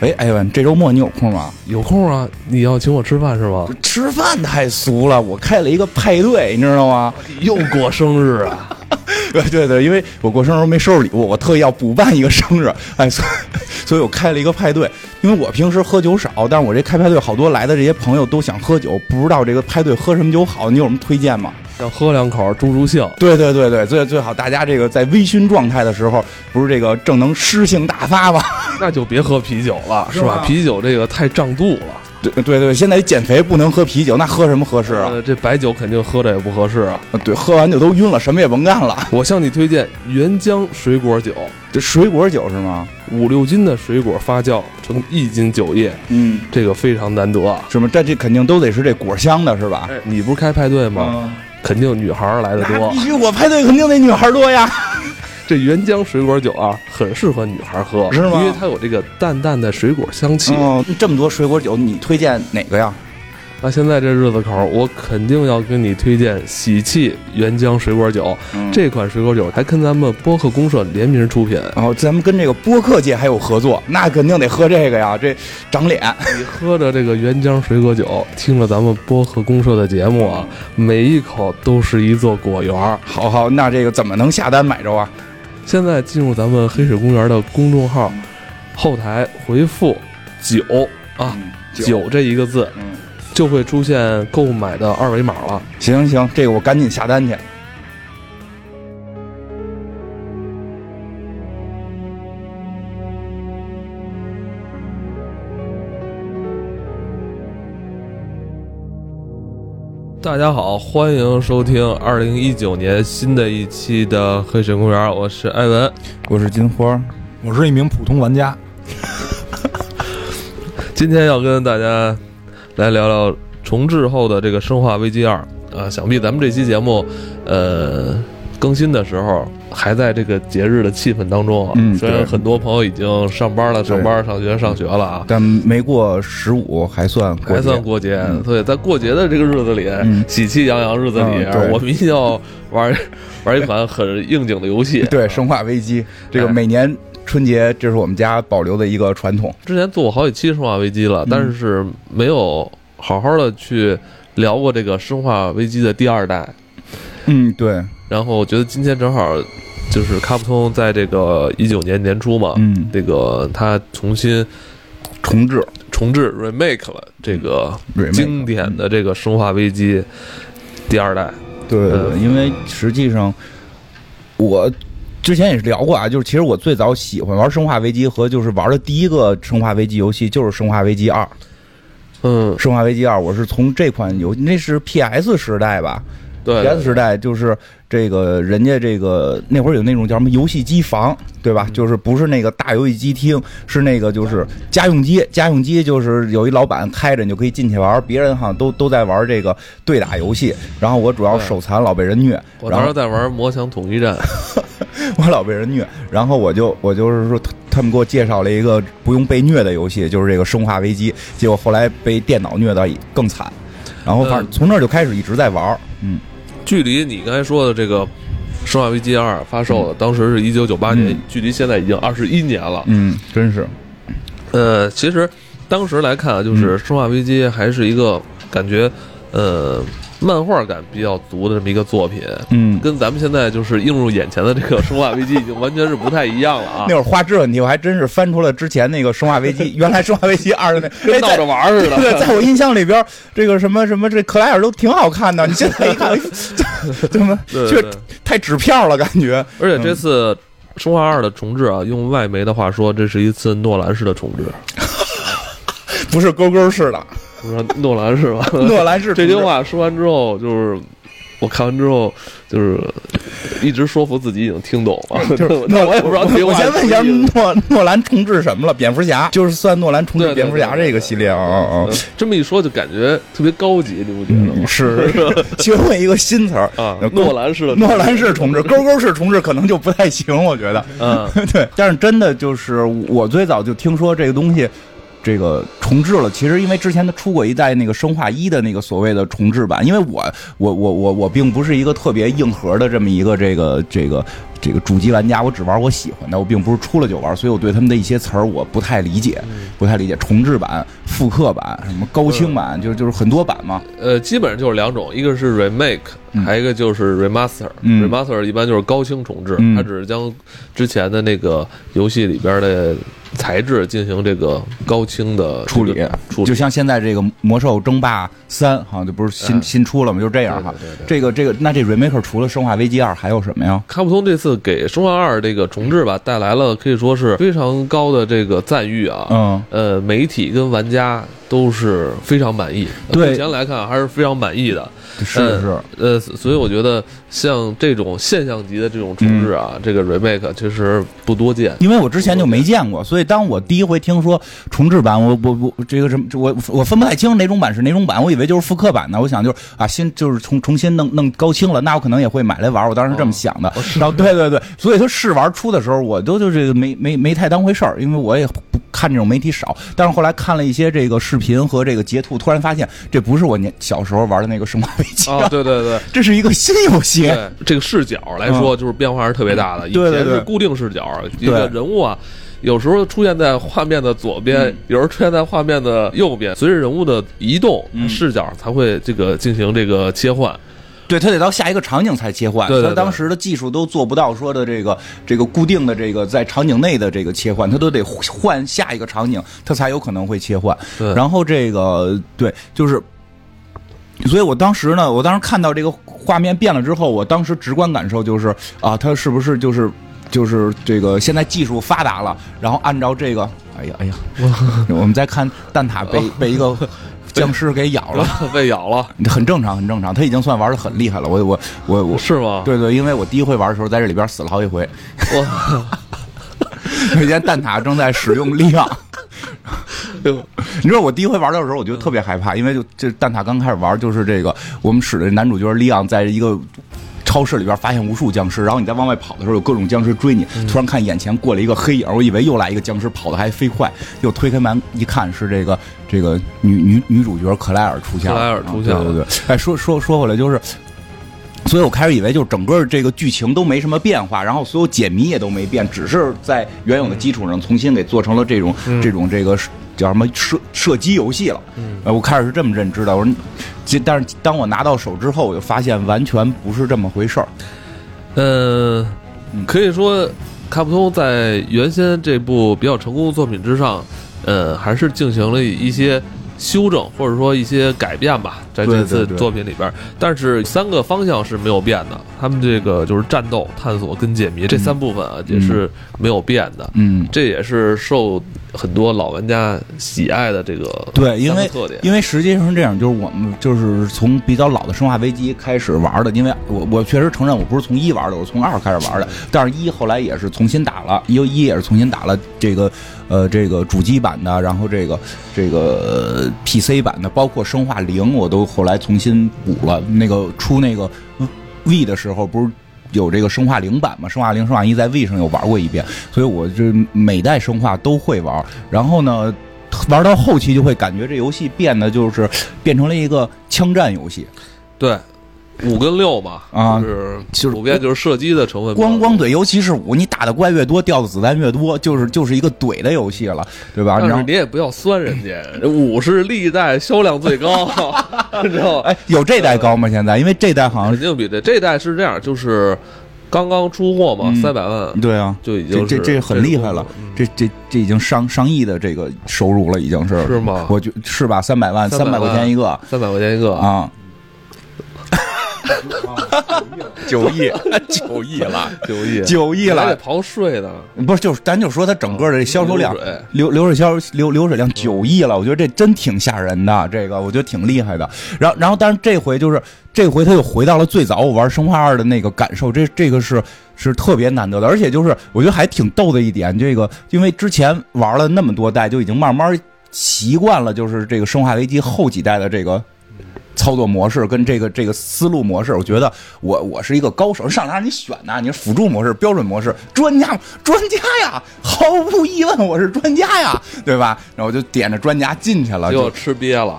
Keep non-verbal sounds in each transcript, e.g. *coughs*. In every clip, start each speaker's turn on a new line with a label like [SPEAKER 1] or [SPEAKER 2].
[SPEAKER 1] 喂，艾文，哎这周末你有空吗？
[SPEAKER 2] 有空啊，你要请我吃饭是吗？
[SPEAKER 1] 吃饭太俗了，我开了一个派对，你知道吗？
[SPEAKER 2] 又过生日啊！
[SPEAKER 1] *laughs* 对对对，因为我过生日时候没收拾礼物，我特意要补办一个生日，哎，所以所以我开了一个派对。因为我平时喝酒少，但是我这开派对，好多来的这些朋友都想喝酒，不知道这个派对喝什么酒好，你有什么推荐吗？
[SPEAKER 2] 要喝两口助助兴。
[SPEAKER 1] 对对对对，最最好大家这个在微醺状态的时候，不是这个正能诗性大发吗？
[SPEAKER 2] 那就别喝啤酒了，是吧？啤酒这个太胀肚了。
[SPEAKER 1] 对对对，现在减肥不能喝啤酒，那喝什么合适啊？
[SPEAKER 2] 呃，这白酒肯定喝着也不合适啊。
[SPEAKER 1] 对，喝完就都晕了，什么也甭干了。
[SPEAKER 2] 我向你推荐原浆水果酒，
[SPEAKER 1] 这水果酒是吗？
[SPEAKER 2] 五六斤的水果发酵成一斤酒液，
[SPEAKER 1] 嗯，
[SPEAKER 2] 这个非常难得啊。
[SPEAKER 1] 什么？这这肯定都得是这果香的，是吧？
[SPEAKER 2] 哎，你不是开派对吗？
[SPEAKER 1] 嗯，
[SPEAKER 2] 肯定女孩儿来的
[SPEAKER 1] 那
[SPEAKER 2] 多啊
[SPEAKER 1] 必。须我派对肯定得女孩多呀。 *laughs*
[SPEAKER 2] 这原浆水果酒啊，很适合女孩儿喝，
[SPEAKER 1] 是吗
[SPEAKER 2] 因为它有这个淡淡的水果香气。
[SPEAKER 1] 哦，这么多水果酒，你推荐哪个呀？
[SPEAKER 2] 那现在这日子口儿，我肯定要跟你推荐喜气原浆水果酒。
[SPEAKER 1] 嗯
[SPEAKER 2] 这款水果酒还跟咱们播客公社联名出品，
[SPEAKER 1] 然后咱们跟这个播客界还有合作，那肯定得喝这个呀，这长脸。 *laughs*
[SPEAKER 2] 你喝着这个原浆水果酒，听着咱们播客公社的节目啊，每一口都是一座果园儿。
[SPEAKER 1] 好好，那这个怎么能下单买着啊？
[SPEAKER 2] 现在进入咱们黑水公园的公众号，后台回复“酒”啊
[SPEAKER 1] 嗯，“
[SPEAKER 2] 酒”这一个字，
[SPEAKER 1] 嗯，
[SPEAKER 2] 就会出现购买的二维码了。
[SPEAKER 1] 行行，这个我赶紧下单去。
[SPEAKER 2] 大家好，欢迎收听二零一九年新的一期的黑水公园，我是艾文。
[SPEAKER 1] 我是金花，
[SPEAKER 3] 我是一名普通玩家，
[SPEAKER 2] 今天要跟大家来聊聊重置后的这个《生化危机二》啊，想必咱们这期节目，呃，更新的时候还在这个节日的气氛当中啊。
[SPEAKER 1] 嗯
[SPEAKER 2] 虽然
[SPEAKER 1] 对
[SPEAKER 2] 很多朋友已经上班了，
[SPEAKER 1] 对
[SPEAKER 2] 上班、上学、上学了啊，
[SPEAKER 1] 但没过十五还算过节
[SPEAKER 2] 还算过节。
[SPEAKER 1] 嗯
[SPEAKER 2] 所以在过节的这个日子里，
[SPEAKER 1] 嗯
[SPEAKER 2] 喜气洋洋日子里，
[SPEAKER 1] 嗯对
[SPEAKER 2] 我们一定要玩玩一款很应景的
[SPEAKER 1] *laughs*
[SPEAKER 2] 游戏。
[SPEAKER 1] 对《生化危机》这个
[SPEAKER 2] 哎
[SPEAKER 1] 每年春节，这是我们家保留的一个传统。
[SPEAKER 2] 之前做过好几期《生化危机》
[SPEAKER 1] 嗯
[SPEAKER 2] 了，但是没有好好的去聊过这个《生化危机》的第二代。
[SPEAKER 1] 嗯，对，
[SPEAKER 2] 然后我觉得今天正好就是卡普通在这个一九年年初嘛，
[SPEAKER 1] 嗯，
[SPEAKER 2] 这个他重新
[SPEAKER 1] 重置
[SPEAKER 2] 重置 remake 了这个
[SPEAKER 1] remake
[SPEAKER 2] 经典的这个《生化危机》第二代。
[SPEAKER 1] 对对，对，
[SPEAKER 2] 嗯
[SPEAKER 1] 呃因为实际上我之前也是聊过啊，就是其实我最早喜欢玩《生化危机》和就是玩的第一个《生化危机》游戏就是《生化危机二》。
[SPEAKER 2] 嗯，
[SPEAKER 1] 《生化危机二》，我是从这款游，那是 PS 时代吧
[SPEAKER 2] 对
[SPEAKER 1] ？PS 时代就是这个人家这个那会儿有那种叫什么游戏机房，对
[SPEAKER 2] 嗯
[SPEAKER 1] 吧？就是不是那个大游戏机厅，是那个就是家用机，家用机就是有一老板开着，你就可以进去玩。别人好像都都在玩这个对打游戏，然后我主要
[SPEAKER 2] 对
[SPEAKER 1] 手残，老被人虐，
[SPEAKER 2] 我
[SPEAKER 1] 然后
[SPEAKER 2] 当时在玩《魔墙统一战》，
[SPEAKER 1] *laughs* 我老被人虐，然后我就我就是说，他他们给我介绍了一个不用被虐的游戏，就是这个《生化危机》，结果后来被电脑虐的更惨，然后反正
[SPEAKER 2] 嗯
[SPEAKER 1] 从那儿就开始一直在玩儿，嗯，
[SPEAKER 2] *laughs* 距离你刚才说的这个《生化危机二》发售的，当时是一九九八年，
[SPEAKER 1] 嗯
[SPEAKER 2] 距离现在已经二十一年了。
[SPEAKER 1] 嗯，真是，
[SPEAKER 2] 呃，其实当时来看啊，就是《
[SPEAKER 1] 嗯
[SPEAKER 2] 生化危机》还是一个感觉，呃，漫画感比较足的这么一个作品，
[SPEAKER 1] 嗯，
[SPEAKER 2] 跟咱们现在就是映入眼前的这个《生化危机》已经完全是不太一样
[SPEAKER 1] *laughs*
[SPEAKER 2] 了啊
[SPEAKER 1] 那。会儿画质问题，我还真是翻出了之前那个《生化危机》， *laughs* 原来《生化危机二》的那，
[SPEAKER 2] *laughs*
[SPEAKER 1] 哎，
[SPEAKER 2] 跟闹着
[SPEAKER 1] 在
[SPEAKER 2] 玩儿似
[SPEAKER 1] 对，
[SPEAKER 2] 的，
[SPEAKER 1] 在我印象里边，这个什么什么这克莱尔都挺好看的，你现在一看，哎 *laughs* 怎怎么
[SPEAKER 2] *laughs* 对
[SPEAKER 1] 却
[SPEAKER 2] 对对
[SPEAKER 1] 太纸片了，感觉，
[SPEAKER 2] 而且这
[SPEAKER 1] 嗯
[SPEAKER 2] 次《生化二》的重置啊，用外媒的话说，这是一次诺兰式的重置。
[SPEAKER 1] 不是勾勾似的，
[SPEAKER 2] 我说诺兰
[SPEAKER 1] *laughs*
[SPEAKER 2] 是吧？
[SPEAKER 1] 诺兰是
[SPEAKER 2] 呃这句话说完之后，就是我看完之后，就是一直说服自己已经听懂了。
[SPEAKER 1] 就是
[SPEAKER 2] 那我也不知道这句
[SPEAKER 1] 我
[SPEAKER 2] 话
[SPEAKER 1] 先
[SPEAKER 2] 是
[SPEAKER 1] 问一
[SPEAKER 2] 什
[SPEAKER 1] 下
[SPEAKER 2] 么意思
[SPEAKER 1] 诺诺兰重置什么了？蝙蝠侠就是算诺兰重置
[SPEAKER 2] 对对
[SPEAKER 1] 蝙蝠侠
[SPEAKER 2] 对对
[SPEAKER 1] 这个系列啊啊啊！
[SPEAKER 2] 这么一说就感觉特别高级，你不觉得
[SPEAKER 1] 嗯，
[SPEAKER 2] 吗？
[SPEAKER 1] 是 *laughs* 学会一个新词儿
[SPEAKER 2] 啊
[SPEAKER 1] 嗯，
[SPEAKER 2] 诺兰式的
[SPEAKER 1] 诺兰式重置，勾勾式重置可能就不太行，我觉得。 *laughs*
[SPEAKER 2] 嗯，
[SPEAKER 1] 对，但是真的就是我最早就听说这个东西。这个重置了。其实因为之前他出过一代那个生化一的那个所谓的重置版，因为我我我我我并不是一个特别硬核的这么一个这个这个这个主机玩家，我只玩我喜欢的，我并不是出了就玩，所以我对他们的一些词儿我不太理解，不太理解重置版、复刻版、什么高清版，就就是很多版嘛。
[SPEAKER 2] 呃，基本上就是两种，一个是 remake，、
[SPEAKER 1] 嗯
[SPEAKER 2] 还有一个就是 remaster、
[SPEAKER 1] 嗯
[SPEAKER 2] remaster 一般就是高清重置，
[SPEAKER 1] 嗯
[SPEAKER 2] 它只是将之前的那个游戏里边的材质进行这个高清的
[SPEAKER 1] 处理
[SPEAKER 2] 这个处
[SPEAKER 1] 就
[SPEAKER 2] 理。
[SPEAKER 1] 像现在这个《魔兽争霸三》好像就不是新
[SPEAKER 2] 嗯
[SPEAKER 1] 新出了吗？就这样哈。
[SPEAKER 2] 对对对
[SPEAKER 1] 这个这个，那这 remake 除了《生化危机二》还有什么呀？
[SPEAKER 2] 卡普通这次给《生化二》这个重置吧，带来了可以说是非常高的这个赞誉啊。
[SPEAKER 1] 嗯，
[SPEAKER 2] 呃，媒体跟玩家都是非常满意，
[SPEAKER 1] 对
[SPEAKER 2] 目前来看还是非常满意的。
[SPEAKER 1] 嗯是是，
[SPEAKER 2] 呃，所以我觉得像这种现象级的这种重置啊，这个 remake 其实不多见。
[SPEAKER 1] 因为我之前就没见过，所以当我第一回听说重置版，我我我这个什么，我我分不太清哪种版是哪种版，我以为就是复刻版呢。我想就是啊，新就是重重新弄弄高清了，那我可能也会买来玩。我当时这么想的。然后对对对，所以他试玩出的时候，我都就这个没没没太当回事儿，因为我也不看这种媒体少。但是后来看了一些这个视频和这个截图，突然发现这不是我年小时候玩的那个《生化危机》
[SPEAKER 2] 啊，对对对。
[SPEAKER 1] 这是一个新游戏。
[SPEAKER 2] 对这个视角来说，就是变化还是特别大的。以
[SPEAKER 1] 嗯对对
[SPEAKER 2] 前
[SPEAKER 1] 对
[SPEAKER 2] 是固定视角，一个人物啊，有时候出现在画面的左
[SPEAKER 1] 嗯
[SPEAKER 2] 边，有时候出现在画面的右边，随着人物的移动，
[SPEAKER 1] 嗯
[SPEAKER 2] 视角才会这个进行这个切换。
[SPEAKER 1] *laughs* 对，它得到下一个场景才切换，
[SPEAKER 2] 对对
[SPEAKER 1] 所以
[SPEAKER 2] 对
[SPEAKER 1] 当时的技术都做不到说的这个这个固定的这个在场景内的这个切换，它都得换下一个场景，它才有可能会切换。
[SPEAKER 2] 对
[SPEAKER 1] 然后这个对，就是，所以我当时呢，我当时看到这个画面变了之后，我当时直观感受就是啊，它是不是就是就是这个现在技术发达了，然后按照这个，哎呀哎呀，我们再看蛋挞
[SPEAKER 2] *laughs*
[SPEAKER 1] 被被一个僵尸给咬了。
[SPEAKER 2] 被咬了，
[SPEAKER 1] 很正常，很正常。他已经算玩的很厉害了。我我我我，
[SPEAKER 2] 是啊吗？
[SPEAKER 1] 对对，因为我第一回玩的时候在这里边死了好几回。
[SPEAKER 2] 我
[SPEAKER 1] 那天蛋挞正在使用力量， *laughs* 你知道我第一回玩的时候，我就特别害怕，因为就这蛋挞刚开始玩就是这个，我们使的男主角利昂在一个。超市里边发现无数僵尸，然后你在往外跑的时候，有各种僵尸追你。
[SPEAKER 2] 嗯
[SPEAKER 1] 突然看眼前过来一个黑影，我以为又来一个僵尸，跑得还飞快。又推开门一看，是这个这个女女女主角克莱尔出现了，
[SPEAKER 2] 克莱尔出现了
[SPEAKER 1] 啊对对对。哎，说说说回来就是。所以我开始以为就是整个这个剧情都没什么变化，然后所有解谜也都没变，只是在原有的基础上重新给做成了这种、这种这个叫什么射射击游戏了。呃，我开始是这么认知的。我说，这但是当我拿到手之后，我就发现完全不是这么回事儿。
[SPEAKER 2] 呃，可以说卡普通在原先这部比较成功的作品之上，呃，还是进行了一些修正或者说一些改变吧，在
[SPEAKER 1] 对
[SPEAKER 2] 这
[SPEAKER 1] 对
[SPEAKER 2] 次
[SPEAKER 1] 对
[SPEAKER 2] 作品里边儿，但是三个方向是没有变的，他们这个就是战斗、探索跟解谜这三部分啊，也是没有变的。
[SPEAKER 1] 嗯，
[SPEAKER 2] 这也是受很多老玩家喜爱的这个
[SPEAKER 1] 对，因
[SPEAKER 2] 三个
[SPEAKER 1] 为
[SPEAKER 2] 特点。
[SPEAKER 1] 因为实际上是这样，就是我们就是从比较老的《生化危机》开始玩的，因为我我确实承认我不是从一玩的，我是从二开始玩的，但是一后来也是重新打了，一一也是重新打了这个呃这个主机版的，然后这个这个呃 PC 版的，包括《生化零》我都后来重新补了，那个出那个嗯 V 的时候不是。有这个生化零版嘛？生化零、生化一在 V 上有玩过一遍，所以我这每代生化都会玩。然后呢，玩到后期就会感觉这游戏变得就是变成了一个枪战游戏，
[SPEAKER 2] 对五跟六嘛，
[SPEAKER 1] 啊
[SPEAKER 2] 就是
[SPEAKER 1] 就是
[SPEAKER 2] 普遍就是射击的成分比较
[SPEAKER 1] 光
[SPEAKER 2] 多，
[SPEAKER 1] 光怼，尤其是五，你打的怪越多，掉的子弹越多，就是就是一个怼的游戏了，对吧？
[SPEAKER 2] 但
[SPEAKER 1] 啊然
[SPEAKER 2] 是
[SPEAKER 1] 后
[SPEAKER 2] 你也不要酸人家，五是历代销量
[SPEAKER 1] *laughs*
[SPEAKER 2] 最高，你知道吗？
[SPEAKER 1] 哎，有这代高吗？现在因为这代好像
[SPEAKER 2] 肯定比这这代是这样，就是刚刚出货嘛，三百万
[SPEAKER 1] 是对啊，
[SPEAKER 2] 就已
[SPEAKER 1] 这
[SPEAKER 2] 经
[SPEAKER 1] 这
[SPEAKER 2] 是
[SPEAKER 1] 这很厉害了嗯
[SPEAKER 2] 种，
[SPEAKER 1] 这这这已经上上亿的这个收入了，已经是
[SPEAKER 2] 是吗
[SPEAKER 1] 我觉是吧？三百万，
[SPEAKER 2] 300
[SPEAKER 1] 三百块钱一个
[SPEAKER 2] 三百块钱一个，
[SPEAKER 1] 啊。 *laughs* 九亿，九亿
[SPEAKER 2] *laughs*
[SPEAKER 1] 了，
[SPEAKER 2] 九亿，
[SPEAKER 1] *laughs* 九亿
[SPEAKER 2] 还
[SPEAKER 1] 了
[SPEAKER 2] 得，刨税呢。
[SPEAKER 1] 不是，就是咱就说它整个的销售量
[SPEAKER 2] 流水，
[SPEAKER 1] 流流水销流流水量九亿了，我觉得这真挺吓人的，这个我觉得挺厉害的。然后，然后，但是这回就是这回他又回到了最早我玩《生化二》的那个感受，这这个是是特别难得的，而且就是我觉得还挺逗的一点，这个因为之前玩了那么多代，就已经慢慢习惯了，就是这个《生化危机》后几代的这个。操作模式跟这个这个思路模式，我觉得我我是一个高手。上哪让你选呢、你是辅助模式、标准模式、专家专家呀，毫无疑问我是专家呀，对吧？然后我就点着专家进去了，
[SPEAKER 2] 结
[SPEAKER 1] 啊就
[SPEAKER 2] 果吃瘪了，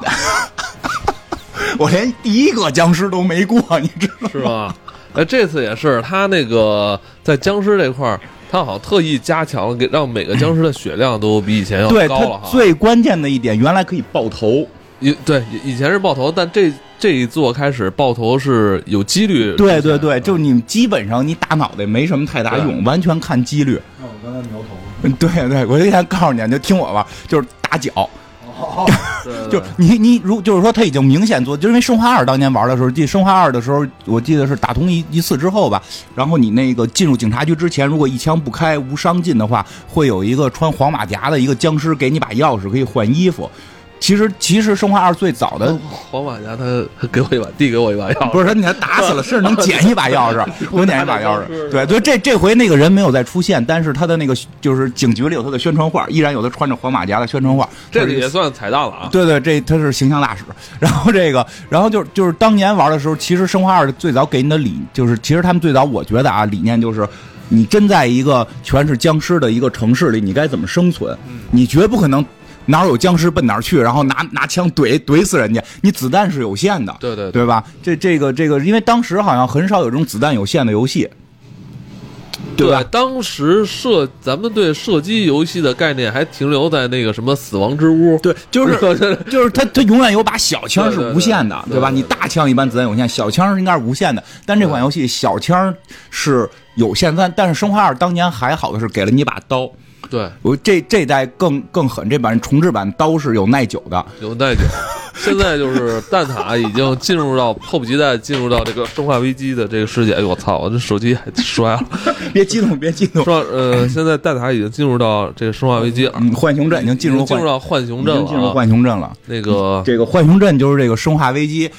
[SPEAKER 1] *laughs* 我连第一个僵尸都没过，你知道吗？
[SPEAKER 2] 是吗？哎，这次也是他那个在僵尸这块儿，他好像特意加强了，给让每个僵尸的血量都比以前要
[SPEAKER 1] 对
[SPEAKER 2] 高了
[SPEAKER 1] 他
[SPEAKER 2] 哈。
[SPEAKER 1] 最关键的一点，原来可以爆头，
[SPEAKER 2] 以对以以前是爆头，但这这一座开始爆头是有几率出
[SPEAKER 1] 对
[SPEAKER 2] 现
[SPEAKER 1] 对
[SPEAKER 2] 的。
[SPEAKER 1] 对，就你基本上你打脑袋没什么太大用，完全看几率。
[SPEAKER 3] 那我刚才挠头
[SPEAKER 1] 对对，我就想告诉你，啊你就听我吧，就是打脚，
[SPEAKER 2] 对对
[SPEAKER 1] 就
[SPEAKER 2] 对
[SPEAKER 1] 你你如就是说他已经明显做，就是因为生化二当年玩的时候，记生化二的时候，我记得是打通一一次之后吧，然后你那个进入警察局之前，如果一枪不开无伤进的话，会有一个穿黄马甲的一个僵尸给你把钥匙，可以换衣服。其实其实生化二最早的
[SPEAKER 2] 黄马甲他他给我一把，递给我一把钥匙。
[SPEAKER 1] 不是他，你还打死了，是能捡一把钥匙，能捡一把钥匙。对，就这这回那个人没有再出现，但是他的那个就是警局里有他的宣传画，依然有他穿着黄马甲的宣传画。
[SPEAKER 2] *laughs* 这
[SPEAKER 1] 他
[SPEAKER 2] 个
[SPEAKER 1] 是一
[SPEAKER 2] 也算彩蛋了啊！
[SPEAKER 1] 对对，这他是形象大使。 *laughs* 然后这个，然后就是就是当年玩的时候，其实《生化二》最早给你的理就是，其实他们最早我觉得啊，理念就是。你真在一个全是僵尸的一个城市里，你该怎么生存？
[SPEAKER 2] 嗯
[SPEAKER 1] 你绝不可能哪儿有僵尸奔哪儿去，然后拿拿枪怼怼死人家。你子弹是有限的，
[SPEAKER 2] 对对对
[SPEAKER 1] 对吧？这这个这个，因为当时好像很少有这种子弹有限的游戏，对吧？
[SPEAKER 2] 当时射咱们对射击游戏的概念还停留在那个什么死亡之屋，
[SPEAKER 1] 对，就是
[SPEAKER 2] 就是
[SPEAKER 1] *laughs* 就是它它永远有把小枪是无限的，
[SPEAKER 2] 对对对
[SPEAKER 1] 吧？
[SPEAKER 2] 对对
[SPEAKER 1] 你大枪一般子弹有限，小枪是应该是无限的。但这款游戏小枪是有限，但但是《生化二》当年还好的是给了你一把刀，
[SPEAKER 2] *laughs* 对
[SPEAKER 1] 我这这代更更狠，这版重置版刀是有耐久的。
[SPEAKER 2] 有耐
[SPEAKER 1] *laughs*
[SPEAKER 2] 久。现在就是蛋塔已经进入到迫不及待进入到这个生化危机的这个世界。哎呦我操！我这手机还摔
[SPEAKER 1] *laughs*
[SPEAKER 2] 了。
[SPEAKER 1] 别激动，别激动。
[SPEAKER 2] 说呃，现在蛋塔已经进入到这个生化危机，啊
[SPEAKER 1] 嗯，浣熊镇已经进入
[SPEAKER 2] 进入
[SPEAKER 1] 浣
[SPEAKER 2] 到浣熊
[SPEAKER 1] 已
[SPEAKER 2] 镇
[SPEAKER 1] 经进入
[SPEAKER 2] 了啊。
[SPEAKER 1] 浣熊镇了。
[SPEAKER 2] 那个
[SPEAKER 1] 这个浣熊镇就是这个《生化危机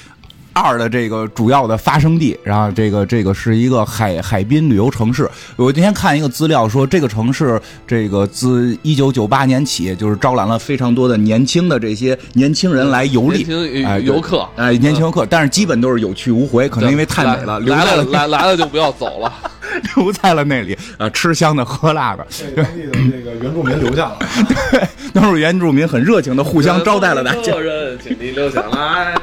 [SPEAKER 1] 二》的这个主要的发生地，然后这个这个是一个海海滨旅游城市。我今天看一个资料说，这个城市这个自一九九八年起，就是招揽了非常多的年轻的这些年轻人来游
[SPEAKER 2] 年
[SPEAKER 1] 历。哎
[SPEAKER 2] 轻
[SPEAKER 1] 对
[SPEAKER 2] 游客，嗯
[SPEAKER 1] 哎，年轻游客，但是基本都是有去无回，啊可能因为太美了，留
[SPEAKER 2] 来
[SPEAKER 1] 在
[SPEAKER 2] 了
[SPEAKER 1] 了
[SPEAKER 2] 来来了就不要走了。
[SPEAKER 1] *laughs* 留在了那里，啊，吃香的喝辣的，
[SPEAKER 3] 这当地的这个原住民留下了，
[SPEAKER 1] 都是原住民很热情的互相招待了大家。
[SPEAKER 2] 客人，请您留下来。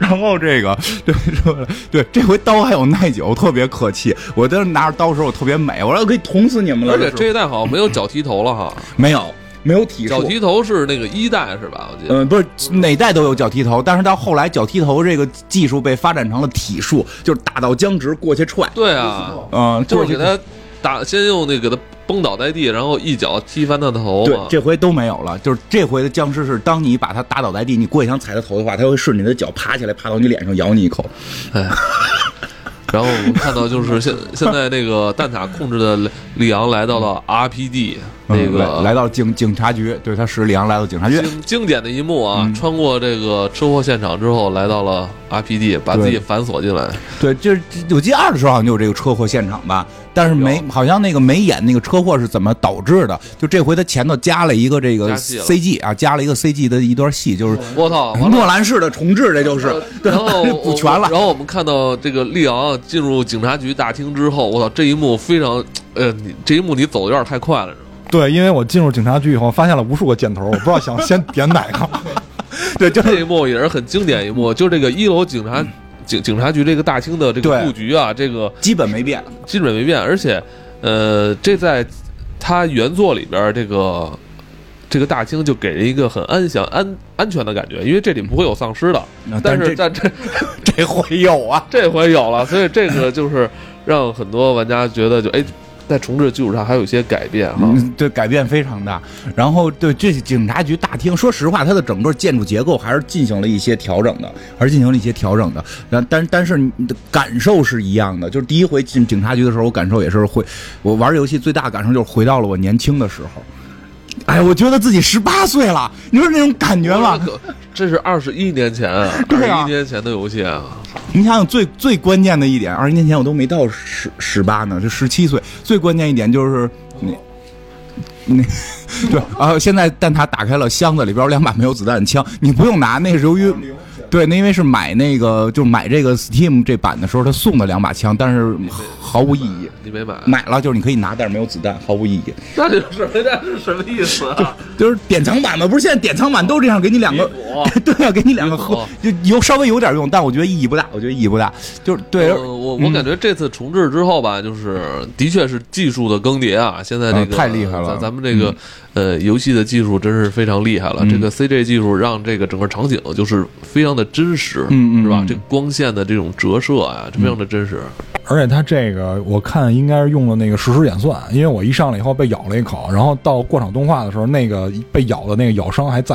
[SPEAKER 1] 然后这个，对 *laughs* 对对，这回刀还有耐久，特别可气。我当时拿着刀的时候，我特别美，我说可以捅死你们了。
[SPEAKER 2] *laughs* 而且
[SPEAKER 1] 是
[SPEAKER 2] 这一代好像没有脚踢头了哈，
[SPEAKER 1] 没有没有体
[SPEAKER 2] 脚
[SPEAKER 1] 术，
[SPEAKER 2] 踢头是那个一代是吧？我记得。
[SPEAKER 1] 嗯，不是哪代都有脚踢头，但是到后来脚踢头这个技术被发展成了体术，就是打到僵直过去踹。
[SPEAKER 2] 对啊，
[SPEAKER 1] 嗯，
[SPEAKER 2] 就是
[SPEAKER 1] 过去
[SPEAKER 2] 给他打，先用那个给他崩倒在地，然后一脚踢翻他的头
[SPEAKER 1] 对
[SPEAKER 2] 嘛，。
[SPEAKER 1] 这回都没有了。就是这回的僵尸是，当你把它打倒在地，你过去想踩它头的话，它会顺着你的脚爬起来，爬到你脸上咬你一口。
[SPEAKER 2] 然后我们看到就是现现在那个蛋塔控制的里昂来到了 RPD 那
[SPEAKER 1] 嗯来
[SPEAKER 2] 个
[SPEAKER 1] 来到警警察局，对他使里昂来到警察局，
[SPEAKER 2] 经经典的一幕啊，
[SPEAKER 1] 嗯
[SPEAKER 2] 穿过这个车祸现场之后，来到了 RPD，把自己反锁进来。
[SPEAKER 1] 对，就是我记得二的时候好像就有这个车祸现场吧，但是没好像那个没演那个车祸是怎么导致的，就这回他前头加了一个这个
[SPEAKER 2] 加戏了
[SPEAKER 1] CG 啊，加了一个 CG 的一段戏，就是
[SPEAKER 2] 我操！
[SPEAKER 1] *laughs*
[SPEAKER 2] 完了
[SPEAKER 1] 诺兰式的重置，这就是 *laughs* 对
[SPEAKER 2] 然后我
[SPEAKER 1] 补全了。
[SPEAKER 2] 然后我们看到这个利昂进入警察局大厅之后，我操，这一幕非常，呃，你这一幕你走的有点太快了，
[SPEAKER 3] 对，因为我进入警察局以后，发现了无数个箭头，我不知道想先点哪 *laughs* 个。
[SPEAKER 1] 对，就
[SPEAKER 2] *laughs* 这一
[SPEAKER 1] 是
[SPEAKER 2] 幕也是很经典一幕，就是这个一楼警察、警警察局这个大厅的这个
[SPEAKER 1] 嗯对
[SPEAKER 2] 布局啊，这个
[SPEAKER 1] 基本没变。
[SPEAKER 2] 基本没变，而且，呃，这在它原作里边儿这个这个大厅就给人一个很安详、安安全的感觉，因为这里不会有丧尸的，
[SPEAKER 1] 嗯但
[SPEAKER 2] 但是
[SPEAKER 1] 是
[SPEAKER 2] 但这
[SPEAKER 1] 这回有啊，
[SPEAKER 2] 这回有了，所以这个就是让很多玩家觉得就哎。在重置的基础上还有一些改变哈，
[SPEAKER 1] 嗯，对，改变非常大。然后对这警察局大厅，说实话，它的整个建筑结构还是进行了一些调整的，还是进行了一些调整的。但但但是你的感受是一样的，就是第一回进警察局的时候，我感受也是回，我玩游戏最大的感受就是回到了我年轻的时候。哎，我觉得自己十八岁了，你说那种感觉吗？
[SPEAKER 2] 这个这是二十一年前啊，二十
[SPEAKER 1] *laughs* 对啊
[SPEAKER 2] 一年前的游戏啊，
[SPEAKER 1] 你想想最最关键的一点，二十年前我都没到十十八呢，就十七岁。最关键一点就是你，你对啊，现在但他打开了箱子，里边有两把没有子弹的枪，你不用拿，那是由于。对，那因为是买那个，就买这个 Steam 这版的时候，他送的两把枪，但是毫无意义。
[SPEAKER 2] 你没买，啊
[SPEAKER 1] 买了就是你可以拿，但是没有子弹，毫无意义。
[SPEAKER 2] 那就是那是什么意思啊？
[SPEAKER 1] 就是典藏版嘛，不是现在典藏版都这样，给你两个， *laughs* 对啊，给你两个盒，就有稍微有点用，但我觉得意义不大，我觉得意义不大。就是 *laughs* 对，嗯
[SPEAKER 2] 呃我我感觉这次重置之后吧，就是的确是技术的更迭啊，现在这个
[SPEAKER 1] 啊太厉害了嗯
[SPEAKER 2] 咱咱们这个呃游戏的技术真是非常厉害了。这个 CJ 技术让这个整个场景就是非常的真实，
[SPEAKER 1] 嗯嗯
[SPEAKER 2] 是吧
[SPEAKER 1] 嗯？
[SPEAKER 2] 这个光线的这种折射啊，非常的真实。
[SPEAKER 3] 而且它这个我看应该是用了那个实时演算，因为我一上来以后被咬了一口，然后到过场动画的时候，那个被咬的那个咬伤还在。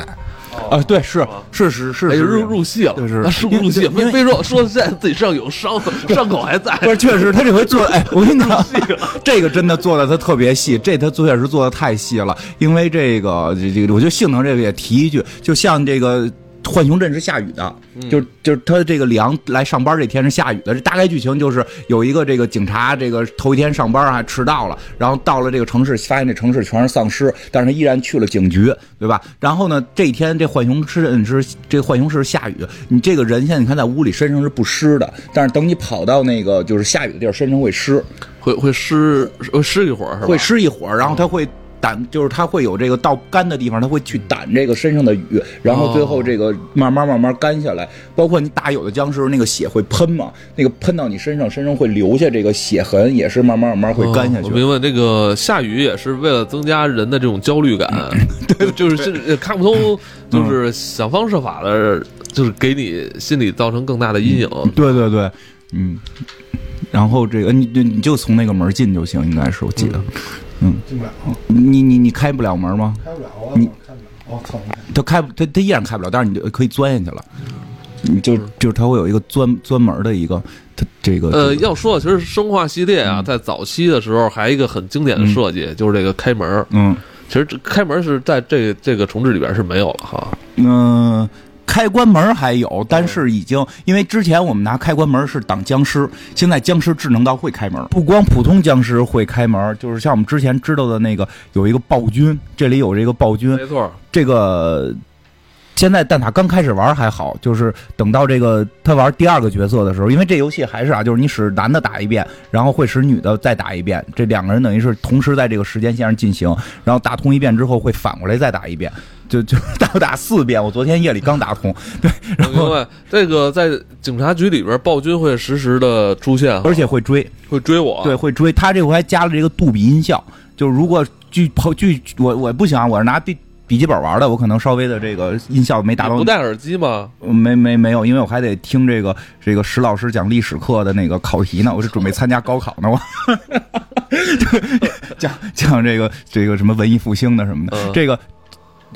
[SPEAKER 1] 啊，对，是是是是
[SPEAKER 2] 哎，
[SPEAKER 1] 是，
[SPEAKER 2] 入入戏了，
[SPEAKER 1] 就是
[SPEAKER 2] 啊是不是入戏？
[SPEAKER 1] 因为
[SPEAKER 2] 非非说说现在自己上有伤， *laughs* 伤口还在。
[SPEAKER 1] 不是，确实他这回做，哎，我跟你讲，这个真的做的他特别细，这他确实做的太细了。因为这个，这这个，我觉得性能这个也提一句，就像这个。浣熊镇是下雨的，
[SPEAKER 2] 嗯
[SPEAKER 1] 就就是他这个里昂来上班这天是下雨的。这大概剧情就是有一个这个警察，这个头一天上班还迟到了，然后到了这个城市，发现这城市全是丧尸，但是他依然去了警局，对吧？然后呢，这一天这浣熊镇是这浣熊市下雨，你这个人现在你看在屋里身上是不湿的，但是等你跑到那个就是下雨的地儿，身上会湿。
[SPEAKER 2] 会会湿会湿一会儿是吧？嗯
[SPEAKER 1] 会湿一会儿，然后它会掸，就是它会有这个到干的地方，它会去掸这个身上的雨，然后最后这
[SPEAKER 2] 哦
[SPEAKER 1] 个慢慢慢慢干下来。包括你打有的僵尸，那个血会喷嘛，那个喷到你身上，身上会留下这个血痕，也是慢慢慢慢会干下
[SPEAKER 2] 哦
[SPEAKER 1] 去
[SPEAKER 2] 我。明白，这个下雨也是为了增加人的这种焦虑感，
[SPEAKER 1] 嗯
[SPEAKER 2] *laughs* 对，就是是看不通，就是想方设法的，就是给你心里造成更大的阴影。
[SPEAKER 1] 嗯对对对，嗯。然后这个你你你就从那个门进就行，应该是我记得。
[SPEAKER 2] 嗯
[SPEAKER 1] 嗯
[SPEAKER 3] 进不了，
[SPEAKER 1] 你你你开不了门吗？
[SPEAKER 3] 开不了，我
[SPEAKER 1] 你
[SPEAKER 3] 开不了，我操！
[SPEAKER 1] 它开不它它依然开不了，但是你就可以钻下去了。你就
[SPEAKER 2] 嗯
[SPEAKER 1] 就是它会有一个钻钻门的一个，它这个
[SPEAKER 2] 呃，要说其实生化系列
[SPEAKER 1] 嗯
[SPEAKER 2] 啊，在早期的时候还有一个很经典的设计，就是这个开门儿。
[SPEAKER 1] 嗯。
[SPEAKER 2] 其实这开门是在这这个重置里边是没有了哈。
[SPEAKER 1] 嗯、开关门还有，但是已经因为之前我们拿开关门是挡僵尸，现在僵尸智能到会开门，不光普通僵尸会开门，就是像我们之前知道的那个有一个暴君，这里有这个暴君
[SPEAKER 2] 没，错，
[SPEAKER 1] 这个。现在蛋挞刚开始玩还好，就是等到这个他玩第二个角色的时候，因为这游戏还是啊，就是你使男的打一遍，然后会使女的再打一遍，这两个人等于是同时在这个时间线上进行，然后打通一遍之后会反过来再打一遍，就 *laughs* 就打打四遍。我昨天夜里刚打通，
[SPEAKER 2] 我明白。这个在警察局里边，暴君会实时的出现，
[SPEAKER 1] 而且会追，
[SPEAKER 2] 会追我。
[SPEAKER 1] 对，会追。他这回还加了这个杜比音效，就是如果据跑据我我不行啊，我是拿笔笔记本玩的，我可能稍微的这个音效没达
[SPEAKER 2] 你
[SPEAKER 1] 到
[SPEAKER 2] 不戴耳机吗？
[SPEAKER 1] 没没没有，因为我还得听这个这个石老师讲历史课的那个考题呢，我是准备参加高考呢，我 *laughs* 讲讲这个这个什么文艺复兴的什么的，
[SPEAKER 2] 嗯
[SPEAKER 1] 这个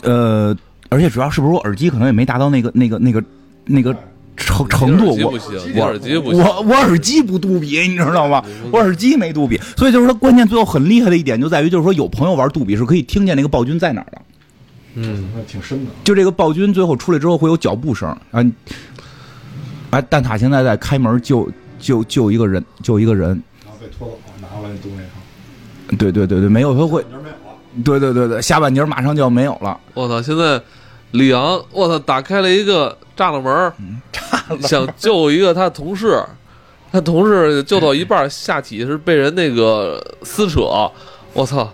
[SPEAKER 1] 呃，而且主要是不是我耳机可能也没达到那个那个那个那个程程度，
[SPEAKER 2] 你耳
[SPEAKER 1] 我
[SPEAKER 2] 机不行，你耳机不行。嗯
[SPEAKER 1] 我我耳机不杜比，你知道吗？我耳机没杜比，所以就是说，关键最后很厉害的一点就在于，就是说有朋友玩杜比是可以听见那个暴君在哪儿的。
[SPEAKER 2] 嗯，
[SPEAKER 3] 那挺深的。
[SPEAKER 1] 就这个暴君最后出来之后会有脚步声啊，你哎，蛋挞现在在开门救救救一个人，救一个人，
[SPEAKER 3] 然后被拖走，拿过来丢那上，
[SPEAKER 1] 对对对对，没有他会，
[SPEAKER 3] 那没有了。
[SPEAKER 1] 对对对对，下半截马上就要没有了，
[SPEAKER 2] 我操！现在李昂，我操，打开了一个栅栏门儿，想救一个他同事，他同事救到一半儿，下体是被人那个撕扯，我操！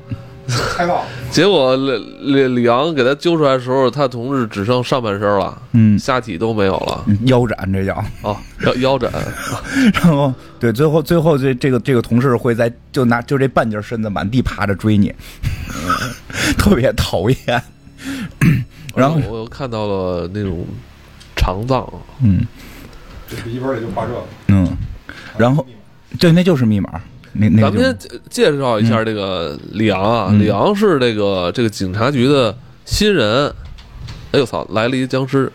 [SPEAKER 3] 开到
[SPEAKER 2] *laughs* 结果李李李昂给他揪出来的时候，他同事只剩上半身了，
[SPEAKER 1] 嗯，
[SPEAKER 2] 下体都没有了
[SPEAKER 1] 嗯腰斩这叫。
[SPEAKER 2] 啊，腰腰斩，
[SPEAKER 1] 然后 *laughs* 对，最后最后这这个这个同事会在就拿就这半截身子满地爬着追你， *laughs* 特别讨厌。然后
[SPEAKER 2] 我又看到了那种肠脏，
[SPEAKER 1] 嗯
[SPEAKER 3] 这笔记本里就画这个。
[SPEAKER 1] 嗯，然后对，那就是密码，那那
[SPEAKER 2] 咱
[SPEAKER 1] 个就
[SPEAKER 2] 们
[SPEAKER 1] 是
[SPEAKER 2] 先介介绍一下这个李昂啊，
[SPEAKER 1] 嗯
[SPEAKER 2] 李昂是这个这个警察局的新人。哎呦操，来了一僵尸！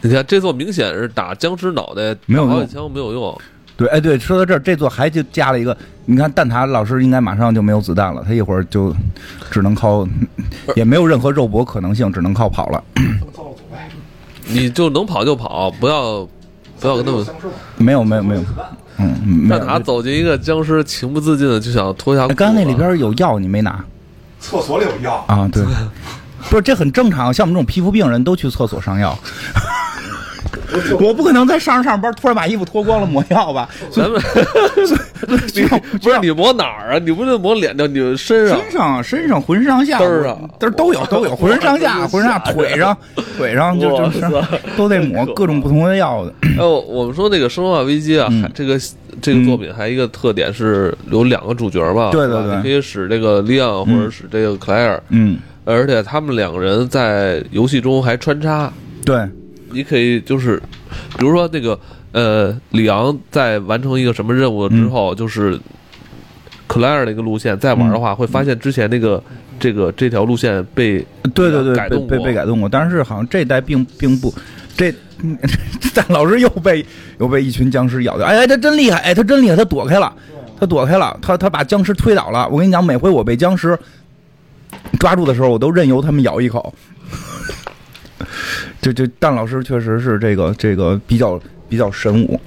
[SPEAKER 2] 你看这座明显是打僵尸脑袋，
[SPEAKER 1] 没有
[SPEAKER 2] 打好
[SPEAKER 1] 用
[SPEAKER 2] 几枪没有用。
[SPEAKER 1] 对，哎，对，说到这儿，这座还就加了一个，你看蛋挞老师应该马上就没有子弹了，他一会儿就只能靠，也没有任何肉搏可能性，只能靠跑了。
[SPEAKER 3] 造了走呗，
[SPEAKER 2] 你就能跑就跑，不要不要跟他们。
[SPEAKER 3] 相识吧。
[SPEAKER 1] 没有，没有，没有，嗯，没
[SPEAKER 2] 让
[SPEAKER 1] 有。
[SPEAKER 2] 他走进一个僵尸，情不自禁的就想脱下
[SPEAKER 1] 哎
[SPEAKER 2] 裤子。
[SPEAKER 1] 刚才那里边有药你没拿
[SPEAKER 3] 厕所里有药，
[SPEAKER 2] *laughs*
[SPEAKER 1] 啊？对，不是这很正常，像我们这种皮肤病人都去厕所上药。 *laughs* 我不可能在上着上班突然把衣服脱光了抹药
[SPEAKER 2] *laughs*
[SPEAKER 1] 吧？所以
[SPEAKER 2] 咱们
[SPEAKER 1] 需要
[SPEAKER 2] 你 *laughs* 不是你抹哪儿啊？你不是抹脸上、你身上？
[SPEAKER 1] 身上、身上、浑身上下，
[SPEAKER 2] 嘚儿啊
[SPEAKER 1] 都都有都有，
[SPEAKER 2] *laughs*
[SPEAKER 1] 浑身上下、浑身上下、腿上、腿上，就
[SPEAKER 2] 哇
[SPEAKER 1] 就
[SPEAKER 2] 塞
[SPEAKER 1] 是都得抹各种不同的药的。
[SPEAKER 2] *clears throat* 哎，我我们说那个《生化危机》啊，还这个这个作品还有一个特点是有两个主角吧？
[SPEAKER 1] 对
[SPEAKER 2] 是吧
[SPEAKER 1] 对对
[SPEAKER 2] 你可以使这个利昂或者使这个克莱尔，
[SPEAKER 1] 嗯，
[SPEAKER 2] 而且他们两个人在游戏中还穿插，
[SPEAKER 1] 对，
[SPEAKER 2] 你可以就是，比如说那个呃，里昂在完成一个什么任务之后，就是克莱尔那个路线再玩的话，会发现之前那个这个这条路线被
[SPEAKER 1] 对对对，
[SPEAKER 2] 改
[SPEAKER 1] 被
[SPEAKER 2] 动
[SPEAKER 1] 被
[SPEAKER 2] 过
[SPEAKER 1] 被改动过，但是好像这代并并不，这 *laughs* 但老师又被又被一群僵尸咬掉。哎哎，他真厉害！哎，他真厉害！他躲开了，他躲开了，他他把僵尸推倒了。我跟你讲，每回我被僵尸抓住的时候，我都任由他们咬一口。 *laughs* 这这，但老师确实是这个这个比较比较神武。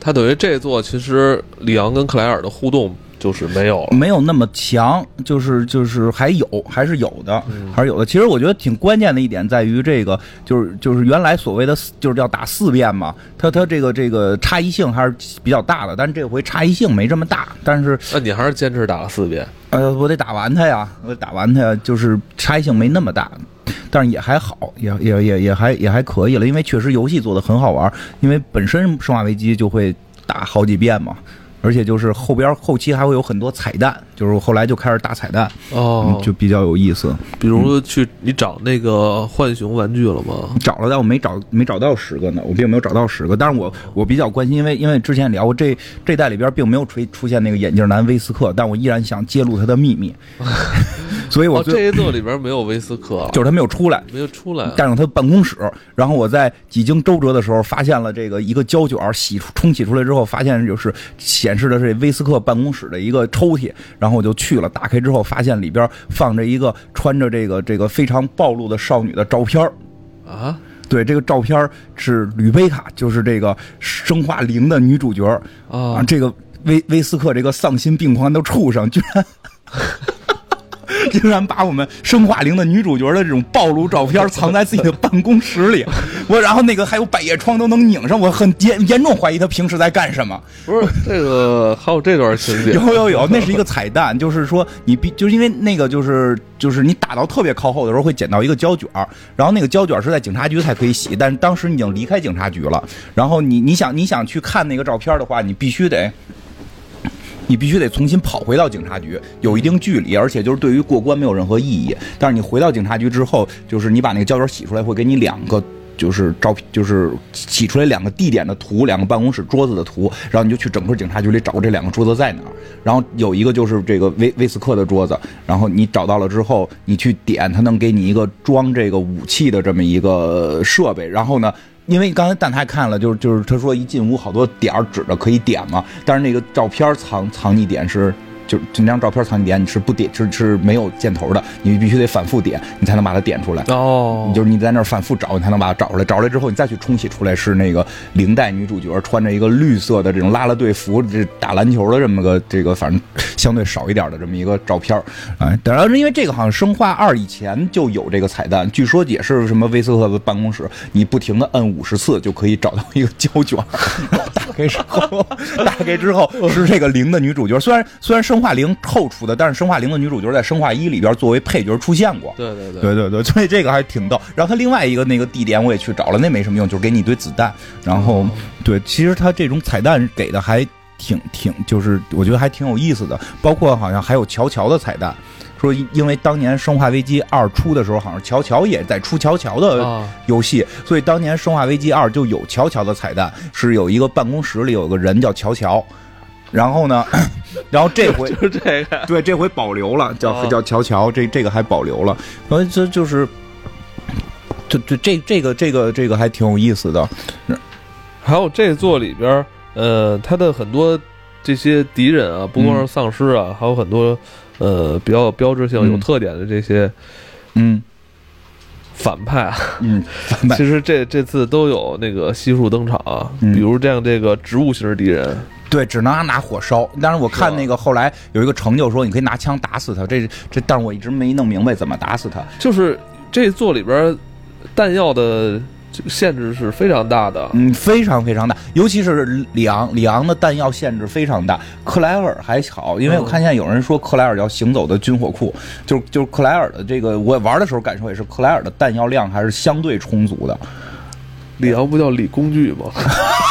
[SPEAKER 2] 他等于这座其实里昂跟克莱尔的互动就是没有了。
[SPEAKER 1] 没有那么强，就是就是还有还是有的，还是有的。其实我觉得挺关键的一点在于这个，就是就是原来所谓的四就是要打四遍嘛，它它这个这个差异性还是比较大的，但这回差异性没这么大，但是
[SPEAKER 2] 那你还是坚持打了四遍，
[SPEAKER 1] 呃，我得打完它呀，我得打完它呀，就是差异性没那么大，但是也还好，也也也也还也还可以了，因为确实游戏做的很好玩，因为本身《生化危机》就会打好几遍嘛，而且就是后边后期还会有很多彩蛋，就是我后来就开始打彩蛋，
[SPEAKER 2] 哦
[SPEAKER 1] 嗯就比较有意思。
[SPEAKER 2] 比如去你找那个浣熊玩具了吗？
[SPEAKER 1] 找了，但我没找没找到十个呢，我并没有找到十个。但是我我比较关心，因为因为之前聊过这这代里边并没有出出现那个眼镜男威斯克，但我依然想揭露他的秘
[SPEAKER 2] *laughs*
[SPEAKER 1] 密，所以我
[SPEAKER 2] 哦，
[SPEAKER 1] 最、
[SPEAKER 2] 这一座里边没有威斯克，
[SPEAKER 1] 就是他没有出来。
[SPEAKER 2] 没有出来。啊
[SPEAKER 1] 占用他的办公室。然后我在几经周折的时候，发现了这个一个胶卷儿洗出冲洗出来之后，发现就是显示的是威斯克办公室的一个抽屉。然后我就去了，打开之后发现里边放着一个穿着这个这个非常暴露的少女的照片儿
[SPEAKER 2] 啊，
[SPEAKER 1] 对，这个照片儿是吕贝卡，就是这个《生化零》的女主角儿
[SPEAKER 2] 啊
[SPEAKER 1] 这个威威斯克这个丧心病狂的畜生，居然 *laughs* 竟然把我们《生化零》的女主角的这种暴露照片藏在自己的办公室里，我然后那个还有百叶窗都能拧上，我很严严重怀疑他平时在干什么。
[SPEAKER 2] 不是这个，还有这段情节，
[SPEAKER 1] 有有有，那是一个彩蛋，就是说你必就是因为那个就是就是你打到特别靠后的时候会捡到一个胶卷儿，然后那个胶卷儿是在警察局才可以洗，但是当时你已经离开警察局了，然后你你想你想去看那个照片的话，你必须得。你必须得重新跑回到警察局，有一定距离，而且就是对于过关没有任何意义。但是你回到警察局之后，就是你把那个胶卷洗出来，会给你两个。就是照，就是洗出来两个地点的图，两个办公室桌子的图，然后你就去整个警察局里找这两个桌子在哪儿。然后有一个就是这个威威斯克的桌子，然后你找到了之后，你去点，它能给你一个装这个武器的这么一个设备。然后呢，因为刚才蛋太看了，就是就是他说一进屋好多点儿指着可以点嘛，但是那个照片藏藏匿点是。就是就那张照片藏匿点，你是不点是是没有箭头的，你必须得反复点，你才能把它点出来。
[SPEAKER 2] 哦，
[SPEAKER 1] 就是你在那儿反复找，你才能把它找出来。找出来之后，你再去冲洗出来是那个零代女主角穿着一个绿色的这种拉拉队服，这打篮球的这么个这个，反正相对少一点的这么一个照片儿。哎，当然是因为这个好像《生化二》以前就有这个彩蛋，据说也是什么威斯克的办公室，你不停的摁五十次就可以找到一个胶卷儿。打开之后，打开之后是这个零的女主角，虽然虽然《生化零》后出的，但是《生化零》的女主角在《生化一》里边作为配角出现过。
[SPEAKER 2] 对对对，
[SPEAKER 1] 对对对，所以这个还挺逗。然后他另外一个那个地点我也去找了，那没什么用，就是给你一堆子弹。然后对，其实他这种彩蛋给的还挺挺，就是我觉得还挺有意思的。包括好像还有乔乔的彩蛋，说因因为当年《生化危机二》出的时候，好像乔乔也在出乔乔的
[SPEAKER 2] 啊
[SPEAKER 1] 游戏，所以当年《生化危机二》就有乔乔的彩蛋，是有一个办公室里有个人叫乔乔。然后呢， *coughs* 然后这回
[SPEAKER 2] 就是 *laughs* 这个。
[SPEAKER 1] 对，这回保留了，叫
[SPEAKER 2] 啊
[SPEAKER 1] 叫乔乔，这这个还保留了，所以这就是，这这这这个这个这个还挺有意思的，
[SPEAKER 2] 还有这座里边儿，呃，他的很多这些敌人啊，不光是丧尸啊，还有很多呃比较有标志性、
[SPEAKER 1] 嗯
[SPEAKER 2] 有特点的这些
[SPEAKER 1] 嗯
[SPEAKER 2] 反派啊，
[SPEAKER 1] 嗯，反派
[SPEAKER 2] 其实这这次都有那个悉数登场啊，
[SPEAKER 1] 嗯
[SPEAKER 2] 比如这样这个植物型敌人，
[SPEAKER 1] 对，只能拿火烧。但是我看那个后来有一个成就说，你可以拿枪打死他，这这，但是我一直没弄明白怎么打死他。
[SPEAKER 2] 就是这座里边儿弹药的这限制是非常大的。
[SPEAKER 1] 嗯，非常非常大，尤其是里昂，里昂的弹药限制非常大。克莱尔还好，因为我看现在有人说克莱尔叫行走的军火库，就就是克莱尔的这个，我玩的时候感受也是，克莱尔的弹药量还是相对充足的。
[SPEAKER 2] 里昂不叫理工具吗？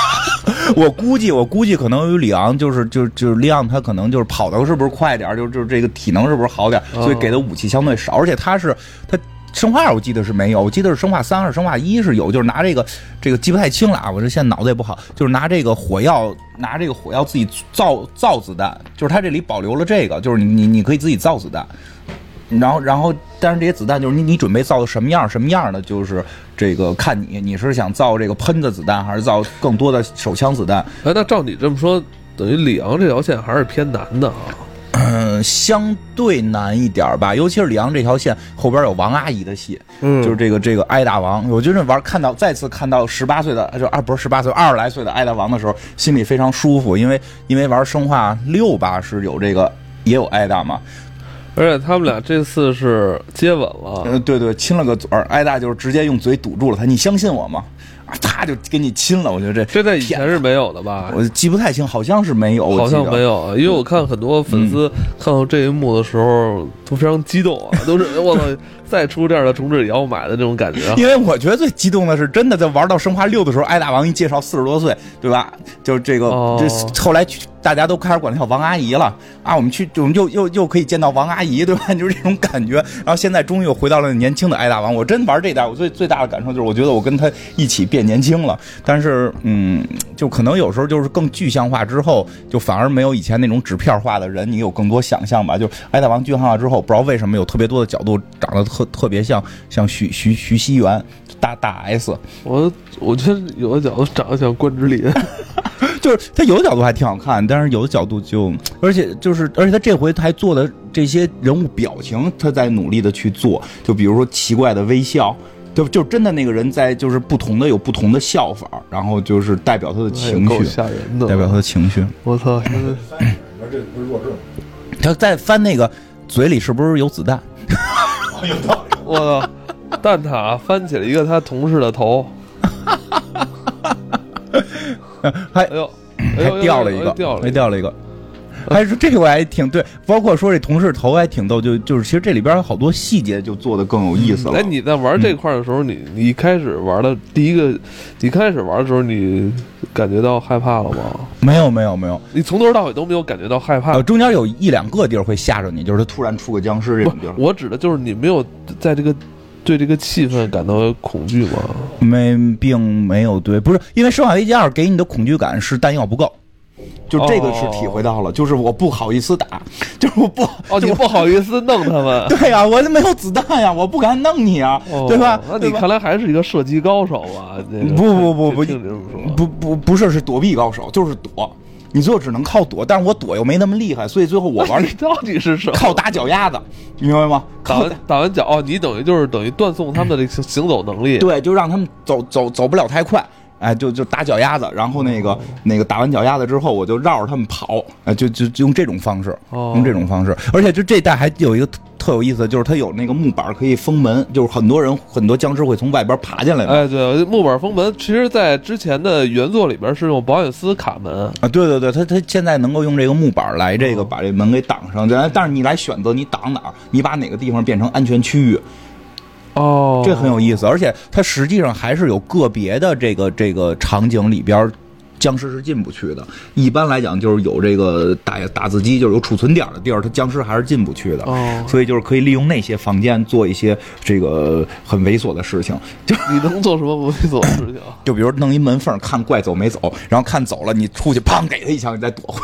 [SPEAKER 1] *laughs* 我估计，我估计可能有里昂，就是就是就是里昂，他可能就是跑的是不是快点儿，就就是这个体能是不是好点儿，
[SPEAKER 2] 哦
[SPEAKER 1] 所以给的武器相对少，而且他是他。生化二我记得是没有，我记得是生化三还是生化一是有，就是拿这个这个记不太清了啊，我这现在脑子也不好，就是拿这个火药，拿这个火药自己造造子弹，就是它这里保留了这个，就是你你你可以自己造子弹，然后，然后，但是这些子弹就是你你准备造的什么样儿什么样儿的，就是这个看你你是想造这个喷的子弹，还是造更多的手枪子弹？
[SPEAKER 2] *laughs* 哎，那照你这么说，等于里昂这条线还是偏难的啊。
[SPEAKER 1] 嗯，相对难一点儿吧，尤其是里昂这条线后边有王阿姨的戏，
[SPEAKER 2] 嗯
[SPEAKER 1] 就是这个这个挨打王，我觉得玩看到再次看到十八岁的就二不是十八岁二十来岁的挨打王的时候，心里非常舒服，因为因为玩生化六吧是有这个也有挨打嘛，
[SPEAKER 2] 而且他们俩这次是接吻了，
[SPEAKER 1] 呃，对对，亲了个嘴儿，挨大就是直接用嘴堵住了他，你相信我吗？啊，他就给你亲了，我觉得这
[SPEAKER 2] 这在以
[SPEAKER 1] 天
[SPEAKER 2] 前是没有的吧？
[SPEAKER 1] 我记不太清，好像是没有，我
[SPEAKER 2] 好
[SPEAKER 1] 记
[SPEAKER 2] 像
[SPEAKER 1] 得嗯
[SPEAKER 2] 没。有，啊因为我看很多粉丝看到这一幕的时候都非常激动啊，
[SPEAKER 1] *laughs*
[SPEAKER 2] 都是我操，再出这样的重置也要买的那种感
[SPEAKER 1] *laughs*
[SPEAKER 2] 觉啊。
[SPEAKER 1] 因为我觉得最激动的是，真的在玩到生化六的时候，挨大王一介绍四十多岁，对吧？就是这个，
[SPEAKER 2] 哦
[SPEAKER 1] 这后来去大家都开始管她叫王阿姨了啊！我们去，我们又又又可以见到王阿姨，对吧？ *laughs* 就是这种感觉。然后现在终于又回到了年轻的挨大王。我真玩这代，我最最大的感受就是，我觉得我跟他一起变年轻了。但是，嗯，就可能有时候就是更具象化之后，就反而没有以前那种纸片化的人，你有更多想象吧。就是挨大王具象化之后，不知道为什么有特别多的角度长得特特别像像徐徐徐熙媛大大 S，
[SPEAKER 2] 我我觉得有的角度长得像关之琳，
[SPEAKER 1] 就是他有的角度还挺好看，但是有的角度就，而且就是，而且他这回他还做的这些人物表情，他在努力的去做，就比如说奇怪的微笑。就就真的那个人在就是不同的有不同的笑法，然后就是代表他的 *laughs* 情
[SPEAKER 2] 哎够
[SPEAKER 1] 绪，
[SPEAKER 2] 吓人的。
[SPEAKER 1] 代表他的情绪。
[SPEAKER 2] 我操，真是
[SPEAKER 3] 这不是弱智吗？
[SPEAKER 1] 他在翻那个嘴里是不是有子弹？
[SPEAKER 2] 我操！蛋挞翻起了一个他同事的头，
[SPEAKER 1] *laughs* 还
[SPEAKER 2] 哎呦，哎
[SPEAKER 1] 还
[SPEAKER 2] 呦
[SPEAKER 1] 掉了一
[SPEAKER 2] 哎呦
[SPEAKER 1] 个，
[SPEAKER 2] 掉了
[SPEAKER 1] 还
[SPEAKER 2] 一个。
[SPEAKER 1] 掉了一个。还是这个我还挺对，包括说这同事头还挺逗，就就是其实这里边有好多细节就做的更有意思了。
[SPEAKER 2] 哎，你在玩这块儿的时候，你你一开始玩的第一个，你开始玩的时候，你感觉到害怕了吗？
[SPEAKER 1] 没有没有没有，
[SPEAKER 2] 你从头到尾都没有感觉到害怕
[SPEAKER 1] 呃，，中间有一两个地儿会吓着你，就是他突然出个僵尸这种地儿。
[SPEAKER 2] 我指的就是你没有在这个对这个气氛感到恐惧吗？
[SPEAKER 1] 没，并没有对，不是因为《生化危机二》给你的恐惧感是弹药不够，哦就这个是体会到了，就是我不好意思打， *laughs* 就是我不，*laughs* 就
[SPEAKER 2] 哦，你
[SPEAKER 1] 是。
[SPEAKER 2] 不好意思弄他们
[SPEAKER 1] 对呀、我没有子弹呀、我不敢弄你啊，*laughs*
[SPEAKER 2] 哦
[SPEAKER 1] 对吧？
[SPEAKER 2] 那
[SPEAKER 1] 对
[SPEAKER 2] 你
[SPEAKER 1] 吧
[SPEAKER 2] 看来还是一个射击高手啊！这个
[SPEAKER 1] 不不不不
[SPEAKER 2] 这听你这么说，
[SPEAKER 1] 不不不是，是躲避高手，就是躲，你最后只能靠躲，但是我躲又没那么厉害，所以最后我玩
[SPEAKER 2] 你到底是什么？
[SPEAKER 1] *laughs* 靠打脚丫子，你明白吗？
[SPEAKER 2] 打
[SPEAKER 1] 靠
[SPEAKER 2] 完打完脚哦，你等于就是等于断送他们的行行走能力。，
[SPEAKER 1] 对，就让他们走走走不了太快，哎，就就打脚丫子，然后
[SPEAKER 2] 哦
[SPEAKER 1] 那个那个打完脚丫子之后，我就绕着他们跑，哎，就就就用这种方式，
[SPEAKER 2] 哦
[SPEAKER 1] 用这种方式，而且就这代还有一个特特有意思的，就是它有那个木板可以封门，就是很多人很多僵尸会从外边爬进来嘛。
[SPEAKER 2] 哎，对，木板封门，其实，在之前的原作里边是用保险丝卡门。
[SPEAKER 1] 啊，对对对，他他现在能够用这个木板来这
[SPEAKER 2] 哦
[SPEAKER 1] 个把这门给挡上，但但是你来选择你挡哪儿，你把哪个地方变成安全区域，
[SPEAKER 2] 哦，
[SPEAKER 1] 这很有意思，而且它实际上还是有个别的这个这个场景里边儿。僵尸是进不去的，一般来讲就是有这个打打字机，就是有储存点儿的地儿，它僵尸还是进不去的。
[SPEAKER 2] 哦
[SPEAKER 1] 所以就是可以利用那些房间做一些这个很猥琐的事情，就
[SPEAKER 2] 你能做什么猥琐的事
[SPEAKER 1] *laughs*
[SPEAKER 2] 情？啊
[SPEAKER 1] 就比如弄一门缝儿看怪走没走，然后看走了，你出去砰给他一枪，你再躲回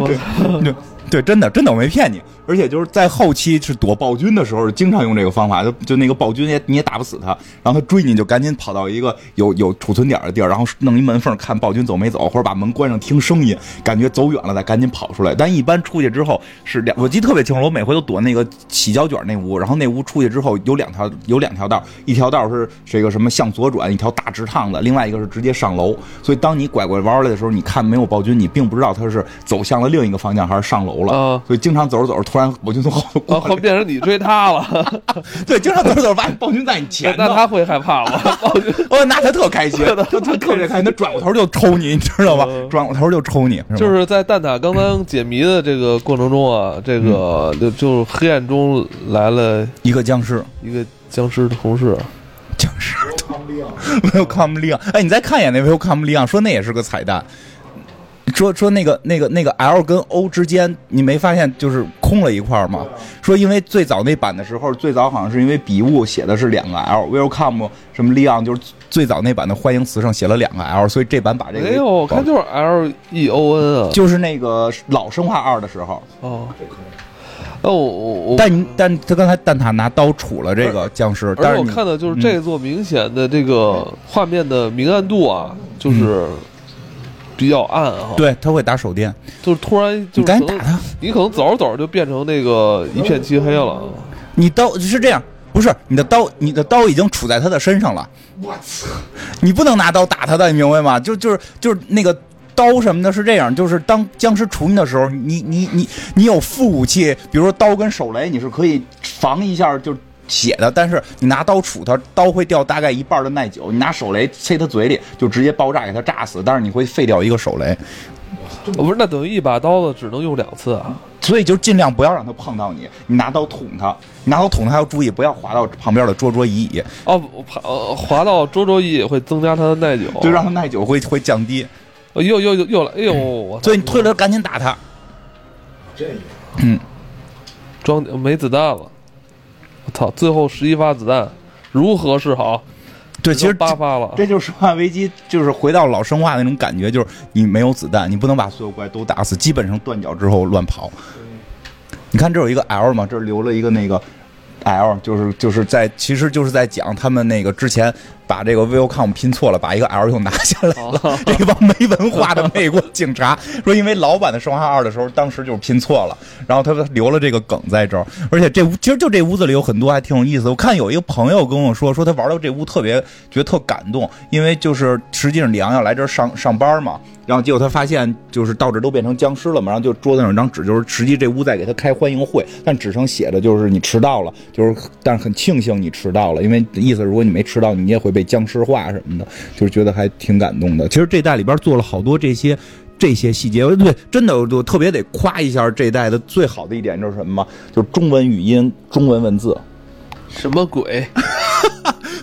[SPEAKER 2] 我
[SPEAKER 1] 来。对对，真的真的我没骗你，而且就是在后期是躲暴君的时候，经常用这个方法，就就那个暴君也你也打不死他，然后他追你就赶紧跑到一个有有储存点儿的地儿，然后弄一门缝儿看暴君走没走，或者把门关上听声音，感觉走远了再赶紧跑出来。但一般出去之后是两，我记得特别清楚，我每回都躲那个洗胶卷那屋，然后那屋出去之后有两条有两条道，一条道是这个什么向左转，一条大直趟的，另外一个是直接上楼。所以当你拐过弯儿来的时候，你看没有暴君，你并不知道他是走向了另一个方向还是上楼了。
[SPEAKER 2] 啊
[SPEAKER 1] 所以经常走着走着，突然。然 *laughs* 暴君从后头
[SPEAKER 2] 啊，
[SPEAKER 1] 过
[SPEAKER 2] 后
[SPEAKER 1] 来，
[SPEAKER 2] 变成你追他了，
[SPEAKER 1] *laughs* 对，经常走着走着发现暴君在你前头
[SPEAKER 2] 那，他会害怕吗？暴君
[SPEAKER 1] *laughs* 哦，那他特开
[SPEAKER 2] *laughs*
[SPEAKER 1] 心，他他他特别开心，他转过头就抽你，你知道吧？
[SPEAKER 2] 嗯
[SPEAKER 1] 转过头就抽你，吧
[SPEAKER 2] 就是在蛋挞刚刚解谜的这个过程中啊，这个
[SPEAKER 1] 嗯
[SPEAKER 2] 就就是黑暗中来了
[SPEAKER 1] 一个僵尸，
[SPEAKER 2] 一个僵尸同事，
[SPEAKER 1] 僵尸，Welcome Leon，哎，你再看一眼那 Welcome Leon，说那也是个彩蛋。说说那个那个那个 L 跟 O 之间，你没发现就是空了一块儿吗？说因为最早那版的时候，最早好像是因为笔误写的是两个 L，Welcome 什么 Leon 就是最早那版的欢迎词上写了两个 L，所以这版把这个
[SPEAKER 2] 哎呦，我看就是 L E O N 啊，
[SPEAKER 1] 就是那个老生化二的时候，
[SPEAKER 2] 哦，那我我我，
[SPEAKER 1] 但你但他刚才蛋挞拿刀杵了这个僵尸，但
[SPEAKER 2] 而且
[SPEAKER 1] 是
[SPEAKER 2] 我
[SPEAKER 1] 你嗯
[SPEAKER 2] 看到就是这座明显的这个画面的明暗度啊，就是比较暗哈，，
[SPEAKER 1] 嗯对他会打手电，
[SPEAKER 2] 就是突然
[SPEAKER 1] 你
[SPEAKER 2] 就是
[SPEAKER 1] 赶
[SPEAKER 2] 可
[SPEAKER 1] 紧打
[SPEAKER 2] 能
[SPEAKER 1] 他。
[SPEAKER 2] 你可能走着走着就变成那个一片漆黑了，啊
[SPEAKER 1] 你刀是这样，不是你的刀，你的刀已经杵在他的身上了。我操！你不能拿刀打他的，你明白吗？就就是就是那个刀什么的，是这样，就是当僵尸杵你的时候，你你你你有副武器，比如说刀跟手雷，你是可以防一下就。血的，但是你拿刀杵他，刀会掉大概一半的耐久。你拿手雷塞他嘴里，就直接爆炸给他炸死，但是你会废掉一个手雷，
[SPEAKER 2] 哦不是？那等于一把刀子只能用两次啊？
[SPEAKER 1] 所以就尽量不要让他碰到你。你拿刀捅他，你拿刀捅他要注意，不要划到旁边的桌桌椅椅。
[SPEAKER 2] 哦，我爬呃滑到周周一也会增加它的耐久，啊
[SPEAKER 1] 就让它耐久会会降低，
[SPEAKER 2] 哦又又又又来，哎呦，我操
[SPEAKER 1] 所以你退了赶紧打它。
[SPEAKER 2] 装没子弹了，我操！最后十一发子弹如何是好？
[SPEAKER 1] 对，其实
[SPEAKER 2] 只剩八
[SPEAKER 1] 这
[SPEAKER 2] 发了，
[SPEAKER 1] 这就是《生化危机》，就是回到老生化那种感觉，就是你没有子弹，你不能把所有怪都打死，基本上断脚之后乱跑。你看这有一个 L 嘛，这留了一个那个 L，就是就是在其实就是在讲他们那个之前把这个 Welcome 拼错了，把一个 L 又拿下来了。 *laughs* 这帮没文化的美国警察说，因为老版的《生化二》的时候，当时就是拼错了，然后他们留了这个梗在这儿。而且这屋其实就这屋子里有很多还挺有意思的。我看有一个朋友跟我说，说他玩到这屋特别觉得特感动，因为就是实际上李阳要来这儿上上班嘛，然后结果他发现就是到这都变成僵尸了嘛，然后就桌子上有张纸，就是实际这屋在给他开欢迎会，但纸上写的就是你迟到了，就是但是很庆幸你迟到了，因为意思如果你没迟到，你也会被僵尸化什么的，就是觉得还挺感动的。其实这代里边做了好多这些。这些细节，对，真的，我特别得夸一下这一代的最好的一点就是什么吗？就是中文语音、中文文字，
[SPEAKER 2] 什么鬼？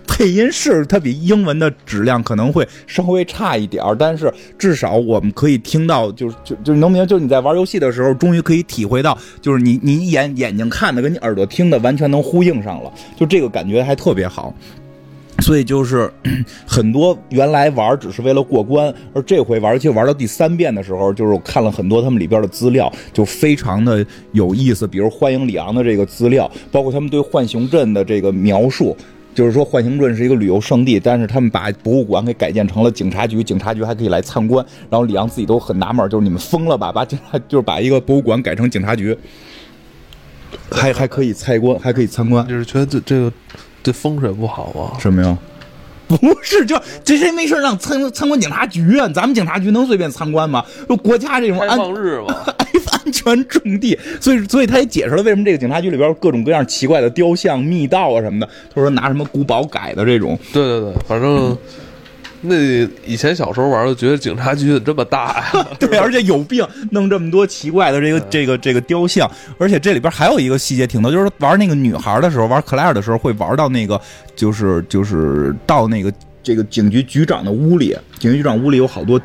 [SPEAKER 1] 配音是它比英文的质量可能会稍微差一点儿，但是至少我们可以听到，就是就就是能明白，就是你在玩游戏的时候，终于可以体会到，就是你你眼眼睛看的跟你耳朵听的完全能呼应上了，就这个感觉还特别好。所以就是 *clears throat* 嗯很多原来玩只是为了过关，而这回玩，而且玩到第三遍的时候，就是我看了很多他们里边的资料，就非常的有意思。比如欢迎里昂的这个资料，包括他们对浣熊镇的这个描述。就是说，浣熊镇是一个旅游胜地，但是他们把博物馆给改建成了警察局，警察局还可以来参观。然后里昂自己都很纳闷儿，就是你们疯了吧？把警察就是把一个博物馆改成警察局，还还可以参观，还可以参观
[SPEAKER 2] 你。是觉得这这个对风水不好吗？
[SPEAKER 1] 什么呀？不是，就这谁没事让参参观警察局啊？咱们警察局能随便参观吗？就国家这种
[SPEAKER 2] *laughs* 开
[SPEAKER 1] 安
[SPEAKER 2] 放日嘛，
[SPEAKER 1] *laughs* 安全重地，所以所以他也解释了为什么这个警察局里边各种各样奇怪的雕像、密道啊什么的。他说拿什么古堡改的这种，
[SPEAKER 2] 对对对，反正。 *laughs* 那以前小时候玩的，觉得警察局怎么这么大呀、
[SPEAKER 1] *laughs* 对，而且有病弄这么多奇怪的这个这个这个雕像，而且这里边还有一个细节挺逗，就是玩那个女孩的时候，玩克莱尔的时候会玩到那个，就是就是到那个这个警局局长的屋里，警局局长屋里有好多。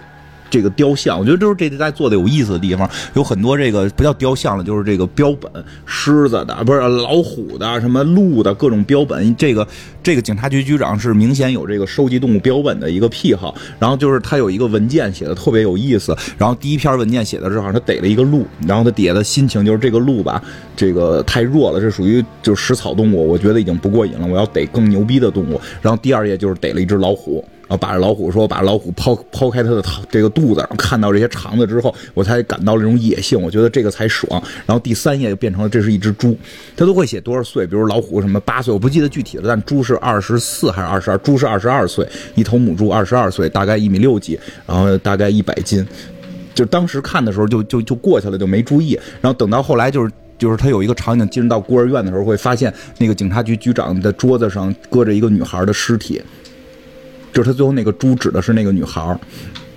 [SPEAKER 1] 这个雕像，我觉得就是这代做的有意思的地方，有很多这个不叫雕像了，就是这个标本，狮子的不是老虎的，什么鹿的各种标本。这个这个警察局局长是明显有这个收集动物标本的一个癖好，然后就是他有一个文件写的特别有意思，然后第一篇文件写的是好像他逮了一个鹿，然后他底下的心情就是这个鹿吧，这个太弱了，这属于就是食草动物，我觉得已经不过瘾了，我要逮更牛逼的动物。然后第二页就是逮了一只老虎。然后把老虎说，把老虎抛抛开它的头这个肚子，然后看到这些肠子之后，我才感到了这种野性，我觉得这个才爽。然后第三页就变成了这是一只猪，它都会写多少岁，比如老虎什么八岁，我不记得具体了，但猪是二十四还是二十二？猪是二十二岁，一头母猪二十二岁，大概一米六几，然后大概一百斤。就当时看的时候就就就过去了，就没注意。然后等到后来就是。就是他有一个场景进入到孤儿院的时候，会发现那个警察局局长的桌子上搁着一个女孩的尸体，就是他最后那个猪指的是那个女孩儿。
[SPEAKER 2] *laughs*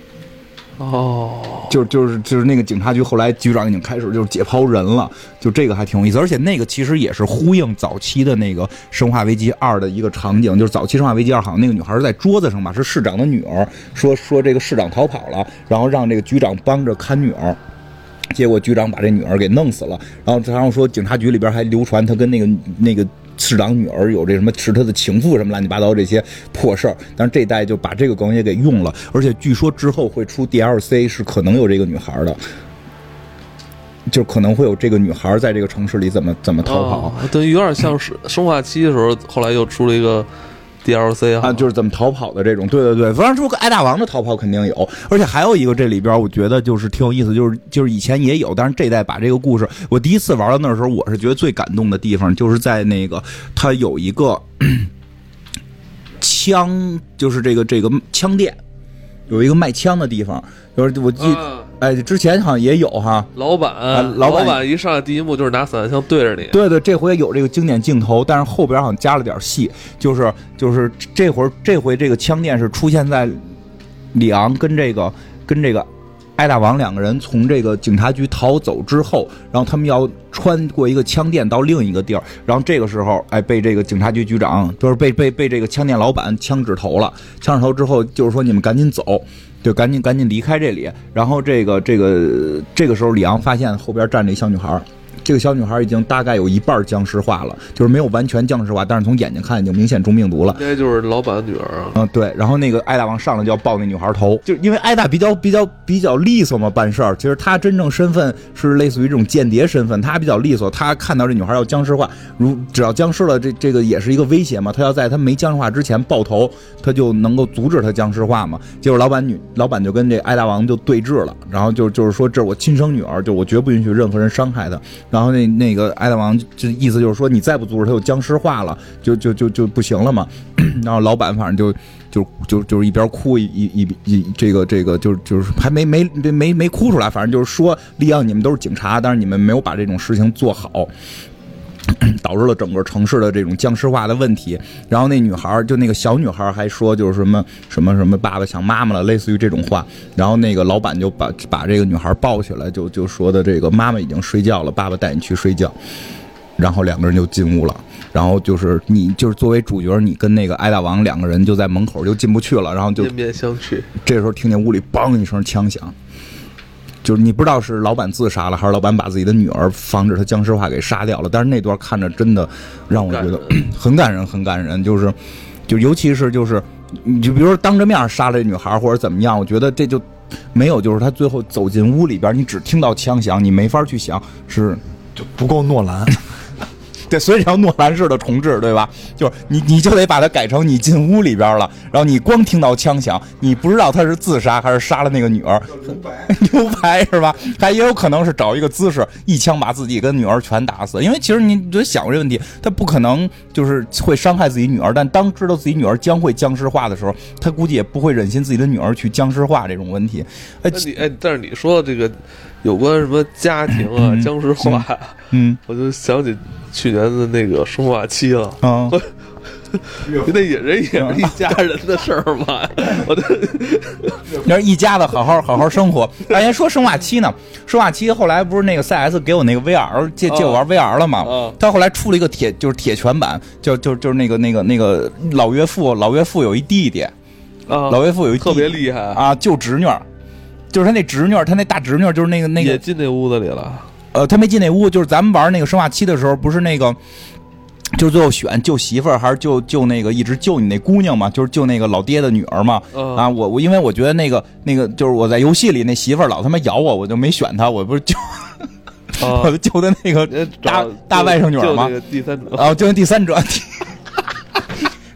[SPEAKER 2] 哦，
[SPEAKER 1] 就就是就是那个警察局后来局长已经开始就是解剖人了，就这个还挺有意思，而且那个其实也是呼应早期的那个《生化危机二》的一个场景，就是早期《生化危机二》好像那个女孩是在桌子上吧，是市长的女儿，说说这个市长逃跑了，然后让这个局长帮着看女儿。结果局长把这女儿给弄死了，然后然后说警察局里边还流传他跟那个那个市长女儿有这什么是他的情妇什么乱七八糟这些破事儿，但是这一代就把这个梗也给用了，而且据说之后会出 DLC 是可能有这个女孩的，就可能会有这个女孩在这个城市里怎么怎么逃跑。
[SPEAKER 2] 哦，等于有点像 *laughs* 是生化七的时候，后来又出了一个 DLC
[SPEAKER 1] 啊，就是怎么逃跑的这种，对对对，反正说爱大王的逃跑肯定有，而且还有一个这里边我觉得就是挺有意思，就是就是以前也有，但是这代把这个故事，我第一次玩到那儿的时候，我是觉得最感动的地方就是在那个它有一个 *clears throat* 枪，就是这个这个枪店，有一个卖枪的地方，就是我记，
[SPEAKER 2] 啊
[SPEAKER 1] 哎，之前好像也有哈，
[SPEAKER 2] 老板，
[SPEAKER 1] 老板
[SPEAKER 2] 一上来第一幕就是拿散弹枪对着你，
[SPEAKER 1] 对对，这回有这个经典镜头，但是后边好像加了点戏，就是就是这会儿这回这个枪店是出现在里昂跟这个跟这个艾大王两个人从这个警察局逃走之后，然后他们要穿过一个枪店到另一个地儿，然后这个时候哎被这个警察局局长就是被被被这个枪店老板枪指头了，枪指头之后就是说你们赶紧走。就赶紧赶紧离开这里，然后这个这个这个时候，里昂发现后边站着一小女孩儿，这个小女孩已经大概有一半僵尸化了，就是没有完全僵尸化，但是从眼睛看已经明显中病毒了
[SPEAKER 2] 应。该就是老板的女儿啊。
[SPEAKER 1] 嗯，对。然后那个艾大王上来就要抱那女孩头，就是因为艾大比较比较比较利索嘛办事儿。其实他真正身份是类似于这种间谍身份，他比较利索。他看到这女孩要僵尸化，如只要僵尸了，这这个也是一个威胁嘛。他要在他没僵尸化之前爆头，他就能够阻止他僵尸化嘛。结果老板女老板就跟这艾大王就对峙了，然后就就是说这是我亲生女儿，就我绝不允许任何人伤害她。然后那那个艾大王就意思就是说你再不阻止她就僵尸化了，就就就就不行了嘛。 *clears throat* 然后老板反正就就就就是一边哭一一一一这个这个就是就是还没没没没没哭出来，反正就是说利昂你们都是警察，但是你们没有把这种事情做好。导致了整个城市的这种僵尸化的问题，然后那女孩儿就那个小女孩儿还说就是什么什么什么爸爸想妈妈了，类似于这种话。然后那个老板就把把这个女孩抱起来，就就说的这个妈妈已经睡觉了，爸爸带你去睡觉。然后两个人就进屋了。然后就是你就是作为主角，你跟那个艾大王两个人就在门口就进不去了，然后就
[SPEAKER 2] 面面相
[SPEAKER 1] *laughs*
[SPEAKER 2] 觑，
[SPEAKER 1] 这时候听见屋里梆一声枪响，就是你不知道是老板自杀了，还是老板把自己的女儿防止她僵尸化给杀掉了。但是那段看着真的让我觉得 *clears throat* 很感人，很感人，就是就尤其是就是你就比如说当着面杀了这女孩或者怎么样，我觉得这就没有就是他最后走进屋里边，你只听到枪响，你没法去想是
[SPEAKER 3] 就不够诺兰。
[SPEAKER 1] 对，所以叫诺兰式的重置，对吧？就是你你就得把它改成你进屋里边了，然后你光听到枪响，你不知道他是自杀还是杀了那个女儿， *laughs* 留白是吧？还也有可能是找一个姿势一枪把自己跟女儿全打死，因为其实你得想过这个问题，他不可能就是会伤害自己女儿，但当知道自己女儿将会僵尸化的时候，他估计也不会忍心自己的女儿去僵尸化这种问题。哎
[SPEAKER 2] 那，你哎，但是你说这个有关什么家庭啊、
[SPEAKER 1] *laughs* 嗯
[SPEAKER 2] 僵尸化啊，
[SPEAKER 1] 嗯
[SPEAKER 2] *laughs* 我就想起去年的那个生化七了。
[SPEAKER 1] 啊，
[SPEAKER 2] *laughs* 那也人也是一家人的事儿
[SPEAKER 1] *laughs*
[SPEAKER 2] 嘛，我的
[SPEAKER 1] 要是一家子好好好好生
[SPEAKER 2] *laughs*
[SPEAKER 1] 活。哎，还说生化七呢，生化七后来不是那个 CS 给我那个 VR 借
[SPEAKER 2] 哦
[SPEAKER 1] 借我玩 VR 了嘛
[SPEAKER 2] 嗯？
[SPEAKER 1] 他后来出了一个铁就是铁拳版，就就就是那个那个那个老岳父，老岳父有一弟弟，
[SPEAKER 2] 啊，
[SPEAKER 1] 老岳父有一弟弟
[SPEAKER 2] 特别厉害，
[SPEAKER 1] 啊，救侄女儿。就是他那侄女儿，他那大侄女儿就是那个那
[SPEAKER 2] 也
[SPEAKER 1] 个
[SPEAKER 2] 进那屋子里了。
[SPEAKER 1] 呃，他没进那屋，就是咱们玩那个生化七的时候，不是那个。就是最后选救媳妇儿还是救救那个一直救你那姑娘嘛，就是救那个老爹的女儿嘛。
[SPEAKER 2] 嗯
[SPEAKER 1] 啊，我我因为我觉得那个那个就是我在游戏里那媳妇儿老他妈咬我，我就没选她，我不是救、
[SPEAKER 2] 啊
[SPEAKER 1] *laughs* 我救的那个呃
[SPEAKER 2] 人家
[SPEAKER 1] 大
[SPEAKER 2] 找
[SPEAKER 1] 大外甥女儿
[SPEAKER 2] 就
[SPEAKER 1] 吗
[SPEAKER 2] 就那个第三者，
[SPEAKER 1] 啊，救那第三者。 *laughs*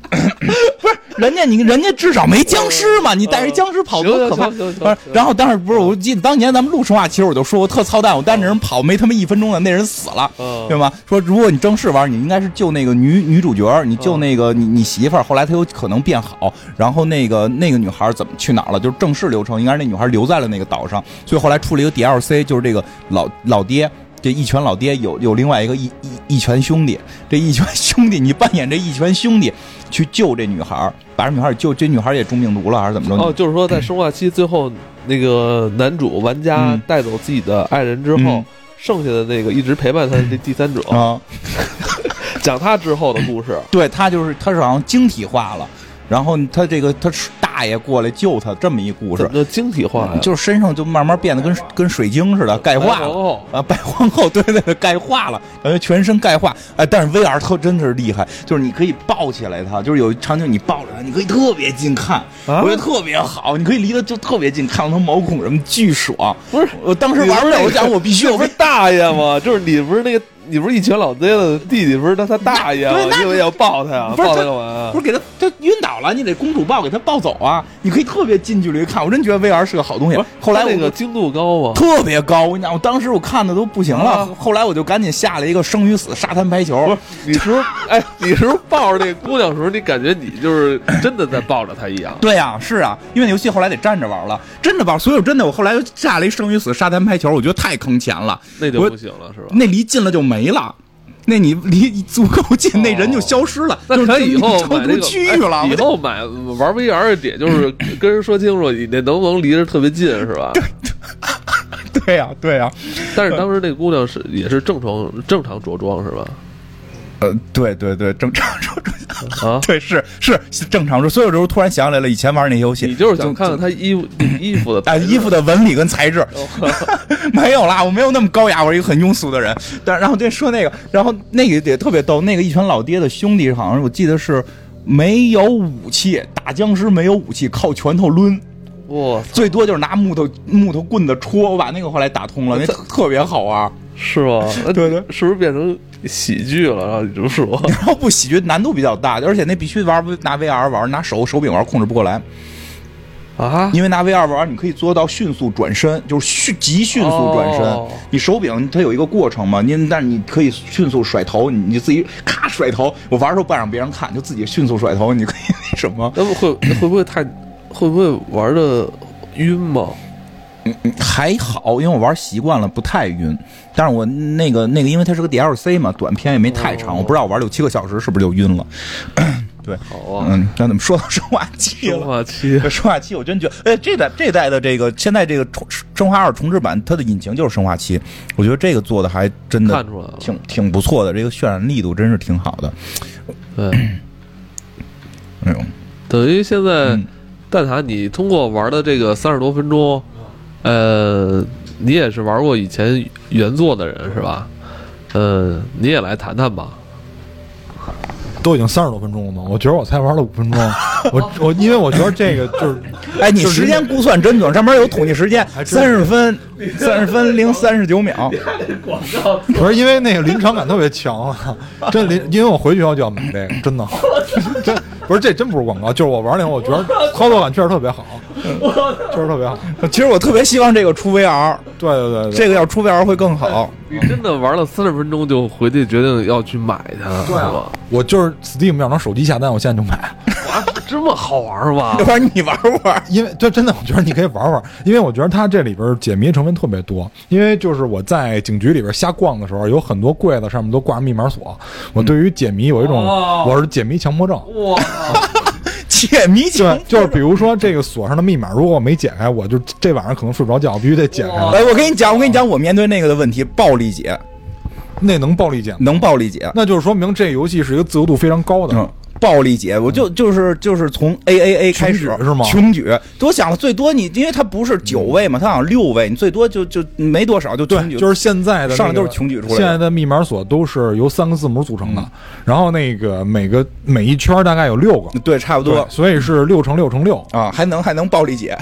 [SPEAKER 1] 不是人家你人家至少没僵尸嘛，你带着僵尸跑
[SPEAKER 2] 行
[SPEAKER 1] 多
[SPEAKER 2] 行
[SPEAKER 1] 可怕
[SPEAKER 2] 呃行！行
[SPEAKER 1] 不是
[SPEAKER 2] 行，
[SPEAKER 1] 然后当时不是，我记得当年咱们录生化，其实我就说我特操蛋，我带着人跑，没他妈一分钟的那人死了，
[SPEAKER 2] 嗯
[SPEAKER 1] 对吗？说如果你正式玩，你应该是救那个女女主角，你
[SPEAKER 2] 嗯
[SPEAKER 1] 救那个你你媳妇儿，后来她有可能变好，然后那个那个女孩怎么去哪儿了？就是正式流程，应该是那女孩留在了那个岛上，所以后来出了一个 DLC，就是这个老老爹。这一拳老爹有有另外一个一一一拳兄弟，这一拳 *laughs* 兄弟你扮演这一拳兄弟去救这女孩儿，把这女孩儿救，这女孩儿也中病毒了还是怎么着？
[SPEAKER 2] 哦，就是说在生化七最后，那个男主玩家
[SPEAKER 1] 嗯
[SPEAKER 2] 带走自己的爱人之后，
[SPEAKER 1] 嗯
[SPEAKER 2] 剩下的那个一直陪伴他的这第三者，
[SPEAKER 1] 啊，
[SPEAKER 2] 讲他之后的故事。
[SPEAKER 1] 对他就是他是好像晶体化了，然后他这个他大爷过来救他这么一故事
[SPEAKER 2] 怎，么就晶体化呀？
[SPEAKER 1] 嗯就是身上就慢慢变得跟跟水晶似的，钙化了。
[SPEAKER 2] 了。
[SPEAKER 1] 啊， *laughs* 白皇后，对对对，钙化了，感觉全身钙化。哎，但是 VR 特真的是厉害，就是你可以抱起来它，就是有场景你抱着它，你可以特别近看，
[SPEAKER 2] 啊
[SPEAKER 1] 我觉得特别好，你可以离得就特别近，看到它毛孔什么，巨爽。
[SPEAKER 2] 不是
[SPEAKER 1] 我当时玩不了，我想我必须
[SPEAKER 2] 这
[SPEAKER 1] 有
[SPEAKER 2] 不是大爷吗？就是你不是那个，你不是一拳老爹的弟弟，不是他他大爷吗
[SPEAKER 1] 对？那
[SPEAKER 2] 因为要抱他呀，
[SPEAKER 1] 不是
[SPEAKER 2] 抱他
[SPEAKER 1] 他
[SPEAKER 2] 干嘛啊呀
[SPEAKER 1] 不？是给他他晕倒了，你得公主抱给他抱走啊！你可以特别近距离看，我真觉得 VR 是个好东西。后来
[SPEAKER 2] 他
[SPEAKER 1] 我
[SPEAKER 2] 那个精度高吗？
[SPEAKER 1] 特别高，我跟你讲，我当时我看的都不行了。
[SPEAKER 2] 啊
[SPEAKER 1] 后来我就赶紧下了一个生与死沙滩排球，
[SPEAKER 2] 不是，你是
[SPEAKER 1] *laughs*
[SPEAKER 2] 不是？哎，你是不是抱着那姑娘的时候，你感觉你就是真的在抱着她一样？
[SPEAKER 1] 对呀、是啊，因为那游戏后来得站着玩了，真的吧？所以我真的，我后来又下了一生与死沙滩排球，我觉得太坑钱了，
[SPEAKER 2] 那就
[SPEAKER 1] 我
[SPEAKER 2] 不行了，是吧？
[SPEAKER 1] 那离近了就没了。那你离足够近，
[SPEAKER 2] 哦
[SPEAKER 1] 那人就消失了，
[SPEAKER 2] 那可以以后
[SPEAKER 1] 超
[SPEAKER 2] 买这
[SPEAKER 1] 出
[SPEAKER 2] 个
[SPEAKER 1] 区域了。
[SPEAKER 2] 哎以
[SPEAKER 1] 我就
[SPEAKER 2] 后买玩 VR
[SPEAKER 1] *laughs*
[SPEAKER 2] 也就是跟人说清楚，你那能不能离着特别近是吧？
[SPEAKER 1] 对呀、对呀、
[SPEAKER 2] 但是当时那姑娘是也是正常正常着装是吧？
[SPEAKER 1] 呃，对对对，正常 *laughs* 说，
[SPEAKER 2] 啊，
[SPEAKER 1] 对是是是正常说。所以我就突然想起来了，以前玩那些游戏，
[SPEAKER 2] 你就是想看看她衣服 *clears throat* 衣服的
[SPEAKER 1] 哎，衣服的纹理跟材质， *laughs* 没有啦，我没有那么高雅，我是一个很庸俗的人。但然后对说那个，然后那个也特别逗，那个一拳老爹的兄弟好像是我记得是没有武器，打僵尸没有武器，靠拳头抡，
[SPEAKER 2] 哇，
[SPEAKER 1] 最多就是拿木头木头棍子戳。我把那个后来打通了，那特特别好玩。
[SPEAKER 2] 是吗？那
[SPEAKER 1] 对对
[SPEAKER 2] 是不是变成喜剧了？然后你这么说，
[SPEAKER 1] *laughs* 然后不喜剧难度比较大，而且那必须玩拿 VR 玩，拿手手柄玩控制不过来，
[SPEAKER 2] *laughs* 啊，
[SPEAKER 1] 因为拿 VR 玩你可以做到迅速转身，就是迅极迅速转身。
[SPEAKER 2] 哦
[SPEAKER 1] 你手柄它有一个过程嘛，您但是你可以迅速甩头，你你自己咔甩头。我玩的时候不让别人看，就自己迅速甩头，你可以那什
[SPEAKER 2] *laughs*
[SPEAKER 1] 么，
[SPEAKER 2] 那不会会不会太会不会玩的晕吗？
[SPEAKER 1] 还好，因为我玩习惯了，不太晕。但是我那个那个，因为它是个 DLC 嘛，短片也没太长，
[SPEAKER 2] 哦
[SPEAKER 1] 我不知道我玩六七个小时是不是就晕了。 *coughs* 对，
[SPEAKER 2] 好啊，
[SPEAKER 1] 嗯，那怎么说到生化器
[SPEAKER 2] 生
[SPEAKER 1] 了？*laughs*
[SPEAKER 2] 化七
[SPEAKER 1] 生化七，我真觉得，哎，这代这代的这个现在这个重生化二重置版，它的引擎就是生化七，我觉得这个做的还真的
[SPEAKER 2] 看出来了，
[SPEAKER 1] 挺挺不错的，这个渲染力度真是挺好的。
[SPEAKER 2] 对，
[SPEAKER 1] 哎呦，
[SPEAKER 2] 等于现在
[SPEAKER 1] 嗯
[SPEAKER 2] 蛋挞，你通过玩的这个三十多分钟，呃，你也是玩过以前原作的人是吧？呃，你也来谈谈吧。
[SPEAKER 3] 都已经三十多分钟了嘛，我觉得我才玩了五分钟，我我因为我觉得这个就是
[SPEAKER 1] 哎，你
[SPEAKER 3] 就是
[SPEAKER 1] 时间估算真准，上面有统计时
[SPEAKER 2] *laughs*
[SPEAKER 1] 间，
[SPEAKER 3] 真
[SPEAKER 1] 三十分，三十分零三十九秒。
[SPEAKER 3] *laughs* 不是因为那个临场感特别强啊，真临，因为我回去以后就要买这个，真的，真不是这真不是广告，就是我玩那会儿，我觉得操作感确实特别好，确实特别好，
[SPEAKER 1] 其实我特别希望这个出 VR，
[SPEAKER 2] *laughs*
[SPEAKER 3] 对对对对，
[SPEAKER 1] 这个要出 VR 会更好。
[SPEAKER 2] 你真的玩了三十分钟就回去决定要去买它，
[SPEAKER 1] 啊
[SPEAKER 2] 是吧？
[SPEAKER 3] 我就是 Steam 要从手机下单，我现在就买， *laughs*
[SPEAKER 2] 哇，这么好玩吗
[SPEAKER 1] 要？不然你玩玩。
[SPEAKER 3] 因为这真的，我觉得你可以玩玩，因为我觉得它这里边解谜成分特别多。因为就是我在警局里边瞎逛的时候，有很多柜子上面都挂着密码锁。我对于解谜有一种，
[SPEAKER 2] 哦
[SPEAKER 3] 我是解谜强迫症。
[SPEAKER 2] 哇，
[SPEAKER 1] 解谜情
[SPEAKER 3] *laughs* 对，就是比如说这个锁上的密码，如果我没解开，我就这晚上可能睡不着觉，必须得解开它。
[SPEAKER 1] 哎，我跟你讲，我跟你讲，我面对那个的问题，暴力解
[SPEAKER 3] 那能暴力解吗？
[SPEAKER 1] 能暴力解，
[SPEAKER 3] 那就是说明这游戏是一个自由度非常高的。
[SPEAKER 1] 嗯，暴力解，我就就是就是从 A A A 开始
[SPEAKER 3] 穷举是吗
[SPEAKER 1] 穷举，我想了最多你，因为它不是九位嘛，它好像六位，你最多就就没多嗯少就穷举，
[SPEAKER 3] 就是现在的、那个、
[SPEAKER 1] 上来都是穷举出来的嗯
[SPEAKER 3] 现在的密码锁都是由三个字母组成的，然后那个每个每一圈大概有六个，
[SPEAKER 1] 对，差不嗯多
[SPEAKER 3] 对，所以是六乘六乘六，
[SPEAKER 1] 啊，还能还能暴力解，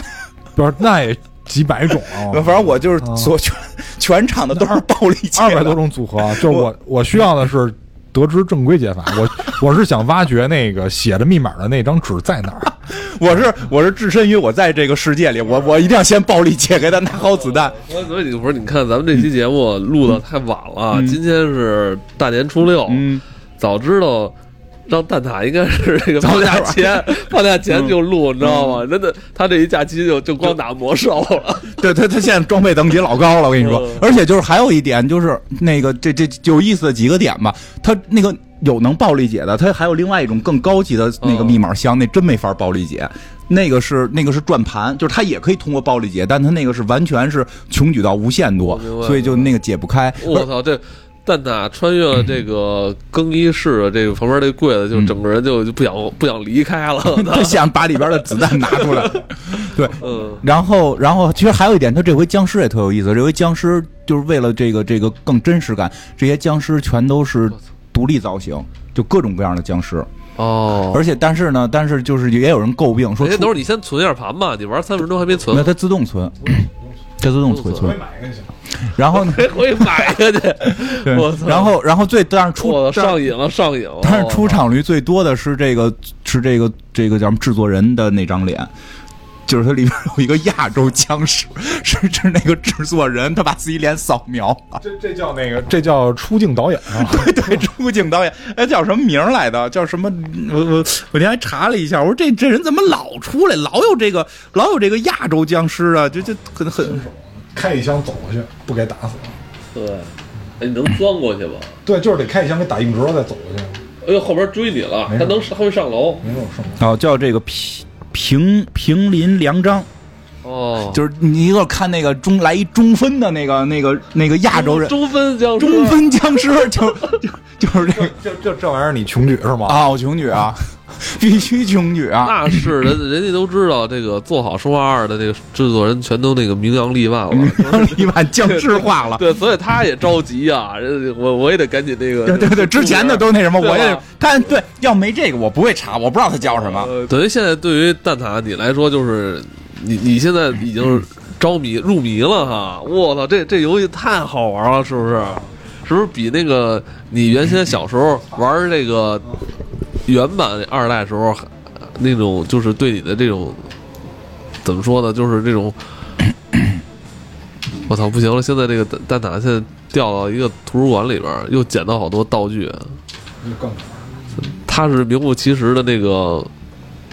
[SPEAKER 3] 不是那也几百种啊，
[SPEAKER 1] *laughs* 反正我就是所全全场的都是暴力解，
[SPEAKER 3] 二百多种组合，啊就是我我需要的是得知正规解法，我我是想挖掘那个写着密码的那张纸在哪儿。
[SPEAKER 1] 我是我是置身于我在这个世界里，我我一定要先暴力解给他拿好子弹。
[SPEAKER 2] 我 *laughs* 所以你不是你看咱们这期节目录的太晚了，今天是大年初六，
[SPEAKER 1] 嗯，
[SPEAKER 2] 早知道让蛋挞应该是这个放假嗯前，放假前就录，你知道吗？真的，他这一假期就就光打魔兽了，
[SPEAKER 1] 对他他现在装备等级老高了，我跟你说
[SPEAKER 2] 嗯，
[SPEAKER 1] 而且就是还有一点就是那个这这有意思的几个点吧，他那个有能暴力解的，他还有另外一种更高级的那个
[SPEAKER 2] 嗯
[SPEAKER 1] 密码箱，那真没法暴力解。那个是那个是转盘，就是他也可以通过暴力解，但他那个是完全是穷举到无限多
[SPEAKER 2] 我明，白
[SPEAKER 1] 所以就那个解不开。
[SPEAKER 2] *laughs* 我操，这蛋挞穿越了这个更衣室的这个旁边这柜子，就整个人就就不想不想离开 *laughs* 了。
[SPEAKER 1] *laughs* 他想把里边的子弹拿出
[SPEAKER 2] *laughs*
[SPEAKER 1] 来，对，
[SPEAKER 2] 嗯，
[SPEAKER 1] 然后，然后其实还有一点，他这回僵尸也特有意思。这回僵尸就是为了这个这个更真实感，这些僵尸全都是独立造型，就各种各样的僵尸。
[SPEAKER 2] 哦，
[SPEAKER 1] 而且，但是呢，但是就是也有人诟病说
[SPEAKER 2] 哎，
[SPEAKER 1] 出，
[SPEAKER 2] 等会儿你先存一下盘吧，你玩三十分钟还没存 *laughs*
[SPEAKER 1] 那，它自动存，它自动存
[SPEAKER 2] 自动
[SPEAKER 1] 存
[SPEAKER 3] 以。买一个就行。
[SPEAKER 1] 然后呢，
[SPEAKER 2] 还回去买 *laughs* 一个去。
[SPEAKER 1] 对
[SPEAKER 2] 我操
[SPEAKER 1] 然后然后最但是出
[SPEAKER 2] 我上瘾了，上瘾了。哦
[SPEAKER 1] 但是出场率最多的是这个是这个这个叫什么制作人的那张脸。就是它里边有一个亚洲僵尸，是是那个制作人，他把自己脸扫描了。 *laughs*
[SPEAKER 3] 这这叫那个，这叫出镜导演啊。
[SPEAKER 1] 对，朱景导演，哎，叫什么名儿来的？叫什么？我我我那天还查了一下，我说这这人怎么老出来，老有这个老有这个亚洲僵尸啊，就就很很
[SPEAKER 3] *laughs* 开一枪走过去，不给打死。
[SPEAKER 2] 对，哎，你能钻过去吗？
[SPEAKER 3] 对，就是得开一枪给打硬折再走过去，
[SPEAKER 2] 哎呦，后边追你了，
[SPEAKER 3] 没事
[SPEAKER 2] 他能上他会上楼
[SPEAKER 3] 没有胜利。
[SPEAKER 1] 哦，叫这个平平平林良章，
[SPEAKER 2] 哦。
[SPEAKER 1] 就是你一个看那个中来一中分的那个那个那个亚洲人，
[SPEAKER 2] 中分僵尸，
[SPEAKER 1] 中分僵尸就 *laughs* 就就是这个
[SPEAKER 3] 这这这玩意儿你穷举是吗？
[SPEAKER 1] 啊，我穷举啊， *laughs* 必须穷举啊，
[SPEAKER 2] 那是人人家都知道这个做好《生化二》的这个制作人全都那个名扬利万
[SPEAKER 1] *laughs* 嗯
[SPEAKER 2] 了，
[SPEAKER 1] 你把僵尸化了。
[SPEAKER 2] 对，所以他也着急啊，人我我也得赶紧那个，
[SPEAKER 1] 对对对，之前的都那什么，
[SPEAKER 2] 对吧
[SPEAKER 1] 我也但对，要没这个我不会查，我不知道他叫什么。
[SPEAKER 2] 呃等于现在对于蛋挞你来说，就是你你现在已经着迷入迷了哈！我操，这这游戏太好玩了，是不是？是不是比那个你原先小时候玩这个原版二代时候那种，就是对你的这种怎么说呢？就是这种，我操，不行了！现在这个蛋蛋挞现在掉到一个图书馆里边儿，又捡到好多道具。
[SPEAKER 3] 就更好
[SPEAKER 2] 他是名副其实的那个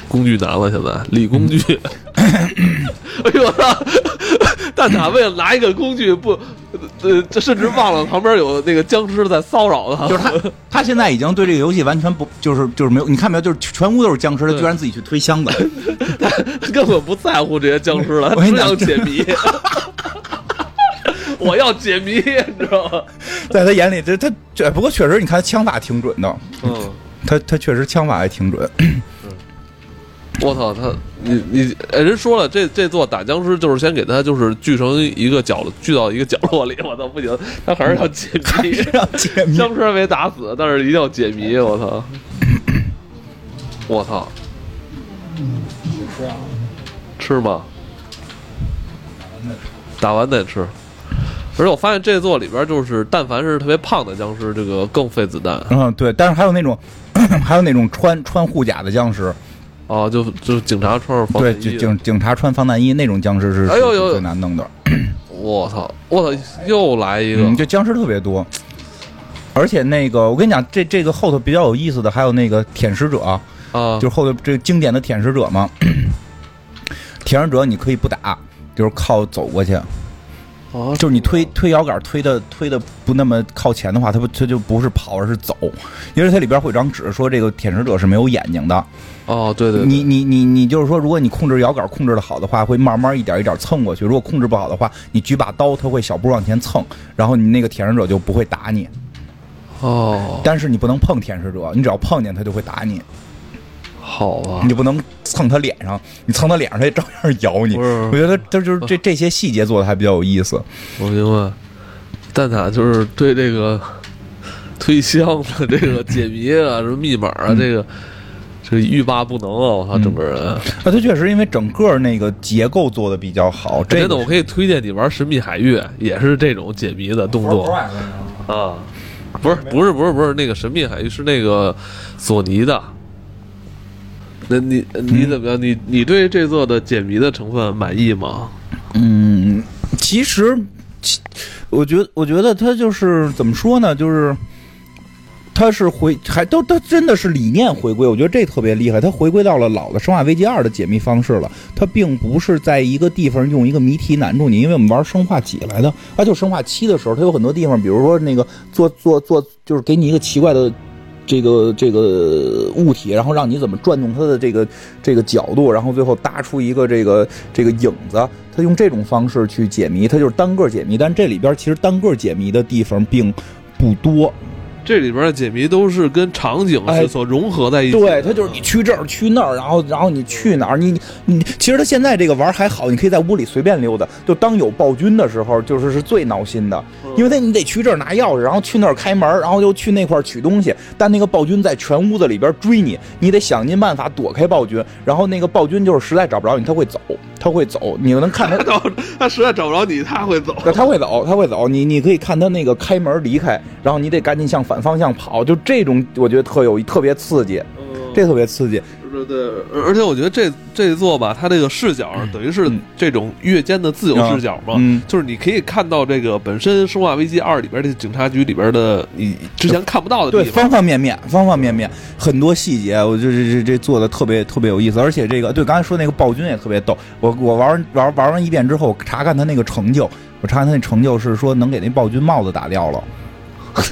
[SPEAKER 2] 工具男了，现在理工具。
[SPEAKER 1] *laughs*
[SPEAKER 2] 哎呦我 *laughs* 操！蛋挞为了拿一个工具，不，呃，这甚至忘了旁边有那个僵尸在骚扰他。
[SPEAKER 1] 就是他，他现在已经对这个游戏完全不，就是就是没有，你看没有，就是全屋都是僵尸，他
[SPEAKER 2] 对
[SPEAKER 1] 居然自己去推箱 *laughs* 子，
[SPEAKER 2] 他他根本不在乎这些僵尸了，
[SPEAKER 1] 我
[SPEAKER 2] 他
[SPEAKER 1] 跟
[SPEAKER 2] 只
[SPEAKER 1] 你讲
[SPEAKER 2] 想解谜。 *laughs* 我要解谜，你知道吗？
[SPEAKER 1] 在他眼里，这他这不过确实，你看他枪法挺准的，
[SPEAKER 2] 嗯，
[SPEAKER 1] 他他确实枪法还挺 *laughs* 准，
[SPEAKER 2] 我操，他你你，哎人说了，这这座打僵尸就是先给他就是聚成一个角，聚到一个角落里。我操，不行，他还是要解谜。
[SPEAKER 1] 让
[SPEAKER 2] *laughs*
[SPEAKER 1] 解谜。
[SPEAKER 2] 僵尸还没打死，但是一定要解谜。我操！我操！吃吗？打完再吃。而且我发现这座里边就是，但凡是特别胖的僵尸，这个更费子弹
[SPEAKER 1] 嗯，对，但是还有那种， *coughs* 还有那种穿穿护甲的僵尸，
[SPEAKER 2] 啊！就就警察穿上防
[SPEAKER 1] 对，
[SPEAKER 2] 弹
[SPEAKER 1] 警
[SPEAKER 2] 衣，
[SPEAKER 1] 警警察穿防弹衣那种僵尸是
[SPEAKER 2] 哎呦
[SPEAKER 1] 是
[SPEAKER 2] 呦哎
[SPEAKER 1] 最难弄的，
[SPEAKER 2] 我操！我操！又来一
[SPEAKER 1] 嗯，
[SPEAKER 2] 个，
[SPEAKER 1] 就僵尸特别多。而且那个，我跟你讲，这这个后头比较有意思的还有那个舔食者，
[SPEAKER 2] 啊！
[SPEAKER 1] 就是后头这个经典的舔食者嘛。 *clears throat* 舔食者你可以不打，就是靠走过去，
[SPEAKER 2] 啊
[SPEAKER 1] 就是你推推摇杆推的推的不那么靠前的话，它不它就不是跑，而是走，因为它里边会有张纸说这个舔食者是没有眼睛的。
[SPEAKER 2] 哦，对对，对
[SPEAKER 1] 你你你你就是说，如果你控制摇杆控制的好的话，会慢慢一点一点蹭过去；如果控制不好的话，你举把刀，它会小步往前蹭，然后你那个舔食者就不会打你。
[SPEAKER 2] 哦，
[SPEAKER 1] 但是你不能碰舔食者，你只要碰见它就会打你。
[SPEAKER 2] 啊好啊
[SPEAKER 1] 你，就不能蹭他脸上，你蹭他脸上，他也照样咬你。
[SPEAKER 2] 不是
[SPEAKER 1] 我觉得这就是这这些细节做的还比较有意思。
[SPEAKER 2] 我明白，蛋挞就是对这个推箱的这
[SPEAKER 1] *laughs*
[SPEAKER 2] 个解谜啊，什么密码
[SPEAKER 1] 嗯
[SPEAKER 2] 啊，这个这个欲罢不能啊！我操，整个人。
[SPEAKER 1] 啊，他确实因为整个那个结构做的比较好，这
[SPEAKER 2] 真的，
[SPEAKER 1] 个
[SPEAKER 2] 我可以推荐你玩《神秘海域》，也是这种解谜的动作
[SPEAKER 3] 玩不是
[SPEAKER 2] 啊。不是，不是，不是，不是那个《神秘海域》，是那个索尼的。那你你怎么样？你你对这座的解谜的成分满意吗？
[SPEAKER 1] 嗯，其实，其我觉得我觉得他就是怎么说呢，就是它是回还都都真的是理念回归，我觉得这特别厉害。它回归到了老的《生化危机二》的解密方式了，它并不是在一个地方用一个谜题难住你，因为我们玩《生化几》来的，啊它就《生化七》的时候，它有很多地方，比如说那个做做做，就是给你一个奇怪的。这个这个物体，然后让你怎么转动它的这个这个角度，然后最后搭出一个这个这个影子，它用这种方式去解谜，它就是单个解谜。但这里边其实单个解谜的地方并不多，
[SPEAKER 2] 这里边的解谜都是跟场景
[SPEAKER 1] 哎
[SPEAKER 2] 是所融合在一起的。
[SPEAKER 1] 对，它就是你去这儿去那儿，然后然后你去哪儿，你你其实它现在这个玩儿还好，你可以在屋里随便溜达。就当有暴君的时候，就是是最闹心的，因为它你得去这儿拿钥匙，然后去那儿开门，然后又去那块儿取东西。但那个暴君在全屋子里边追你，你得想尽办法躲开暴君。然后那个暴君就是实在找不着你，他会走，他会走，你能看他
[SPEAKER 2] 他找他实在找不着你，他会走。
[SPEAKER 1] 对，他会走，他会走。你你可以看他那个开门离开，然后你得赶紧向反方向跑。就这种，我觉得特有特别刺激，这特别刺激。
[SPEAKER 2] 对对，而而且我觉得这这座吧，它这个视角啊等于是
[SPEAKER 1] 嗯
[SPEAKER 2] 这种越间的自由视角嘛，
[SPEAKER 1] 嗯
[SPEAKER 2] 就是你可以看到这个本身《生化危机二》里边的警察局里边的你之前看不到的
[SPEAKER 1] 对，
[SPEAKER 2] 地方。
[SPEAKER 1] 方方面面，方方面面，很多细节，我觉得这这这做的特别特别有意思，而且这个对刚才说那个暴君也特别逗。我我玩完玩玩完一遍之后，我查看他那个成就，我查看他那成就是说能给那暴君帽子打掉了。 *laughs*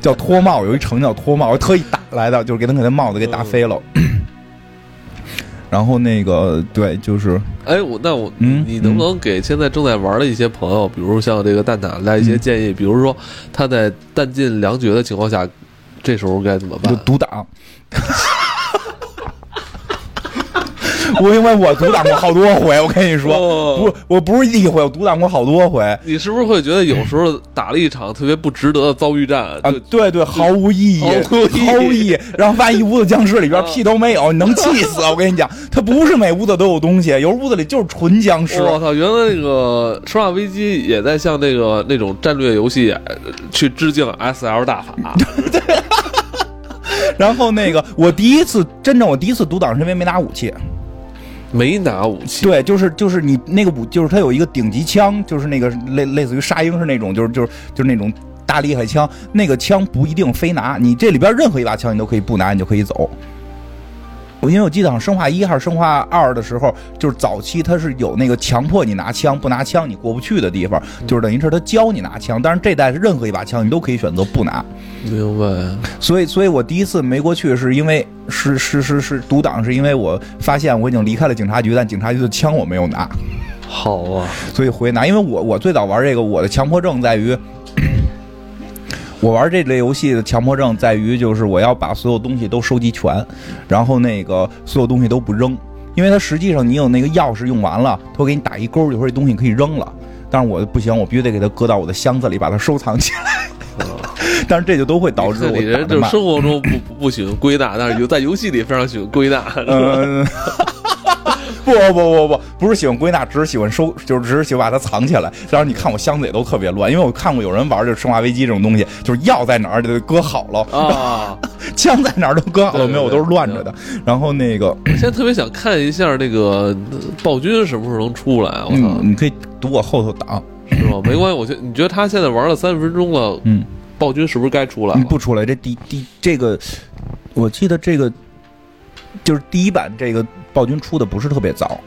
[SPEAKER 1] 叫脱帽，有一成叫脱帽，我特意打来的，就是给他给他帽子给
[SPEAKER 2] 嗯
[SPEAKER 1] 打飞了。然后那个对，就是
[SPEAKER 2] 哎，我那我、
[SPEAKER 1] 嗯
[SPEAKER 2] 你能不能给现在正在玩的一些朋友，比如像这个蛋挞来一些建议？比如说他在弹尽粮绝的情况下，这时候该怎么
[SPEAKER 1] 就
[SPEAKER 2] 办？
[SPEAKER 1] 独挡。 *laughs* 我因为我独挡过好多回，我跟你说，
[SPEAKER 2] 哦
[SPEAKER 1] 不，我不是一回，我独挡过好多回啊
[SPEAKER 2] 你是不是会觉得有时候打了一场特别不值得的遭遇战，
[SPEAKER 1] 啊
[SPEAKER 2] 就，
[SPEAKER 1] 对对，毫无意义，
[SPEAKER 2] 毫无意义
[SPEAKER 1] 毫无意义。然后发现一屋子僵尸里边 *laughs*
[SPEAKER 2] 啊
[SPEAKER 1] 屁都没有，你能气死！我跟你讲，它不是每屋子都有东西，有时候屋子里就是纯僵尸。
[SPEAKER 2] 我操！原来那个《生化危机》也在向那个那种战略游戏呃去致敬 S L 大
[SPEAKER 1] *laughs*
[SPEAKER 2] 法，
[SPEAKER 1] 然后那个，我第一次真正我第一次独挡是因为没拿武器，
[SPEAKER 2] 没拿武器。
[SPEAKER 1] 对，就是就是你那个武，就是它有一个顶级枪，就是那个类类似于沙鹰是那种，就是就是就是那种大厉害枪，那个枪不一定非拿，你这里边任何一把枪你都可以不拿，你就可以走。我因为我记得好像生化一还是生化二的时候，就是早期它是有那个强迫你拿枪，不拿枪你过不去的地方，就是等于是它教你拿枪。但是这代是任何一把枪你都可以选择不拿，
[SPEAKER 2] 明白。
[SPEAKER 1] 所以，所以我第一次没过去，是因为是是是是独挡，是因为我发现我已经离开了警察局，但警察局的枪我没有拿，
[SPEAKER 2] 好啊，
[SPEAKER 1] 所以回拿。因为我我最早玩这个，我的强迫症在于，我玩这类游戏的强迫症在于，就是我要把所有东西都收集全，然后那个所有东西都不扔，因为它实际上你有那个钥匙用完了，它会给你打一勾，就说这东西可以扔了。但是我不行，我必须得给它搁到我的箱子里，把它收藏起来。 *laughs* 但是这就都会导致
[SPEAKER 2] 这
[SPEAKER 1] 我
[SPEAKER 2] 里人
[SPEAKER 1] 打得
[SPEAKER 2] 就是
[SPEAKER 1] 慢。
[SPEAKER 2] 生活中不不不喜欢归纳，但是有在游戏里非常喜欢归纳。 *laughs*
[SPEAKER 1] 嗯， *laughs* 不不不不，不是喜欢归纳，只是喜欢收，就是只是喜欢把它藏起来。然后你看我箱子也都特别乱，因为我看过有人玩就是《生化危机》这种东西，就是药在哪儿就搁好了，
[SPEAKER 2] 啊，
[SPEAKER 1] 枪在哪儿都搁好了，没有
[SPEAKER 2] 对对对
[SPEAKER 1] 都是乱着的。然后那个，
[SPEAKER 2] 我现在特别想看一下那个呃暴君什么时候能出来。我操
[SPEAKER 1] 嗯，，你可以堵我后头挡，
[SPEAKER 2] 是吧？没关系，我觉得你觉得他现在玩了三十分钟了，
[SPEAKER 1] 嗯，
[SPEAKER 2] 暴君是不是该出来
[SPEAKER 1] 你
[SPEAKER 2] 了？
[SPEAKER 1] 嗯不出来。这第第这个，我记得这个就是第一版这个暴君出的不是特别早。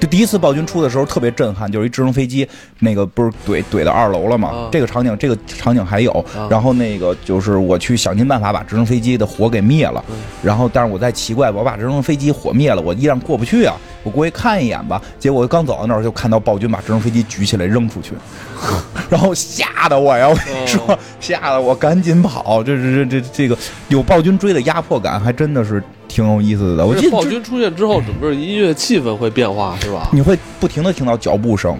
[SPEAKER 1] 就第一次暴君出的时候特别震撼，就是一直升飞机，那个不是怼怼到二楼了吗？
[SPEAKER 2] 啊
[SPEAKER 1] 这个场景，这个场景还有，
[SPEAKER 2] 啊
[SPEAKER 1] 然后那个就是我去想尽办法把直升飞机的火给灭了，
[SPEAKER 2] 嗯
[SPEAKER 1] 然后但是我在奇怪，我把直升飞机火灭了，我依然过不去啊，我过去看一眼吧。结果刚走到那儿就看到暴君把直升飞机举起来扔出去，然后吓得我呀，我跟你说，
[SPEAKER 2] 哦
[SPEAKER 1] 吓得我赶紧跑。这这这这这个有暴君追的压迫感，还真的是挺有意思的。我
[SPEAKER 2] 这
[SPEAKER 1] 记得
[SPEAKER 2] 暴
[SPEAKER 1] 之
[SPEAKER 2] 君出现之后，整个音乐气氛会变化，是吧？
[SPEAKER 1] 你会不停的听到脚步声，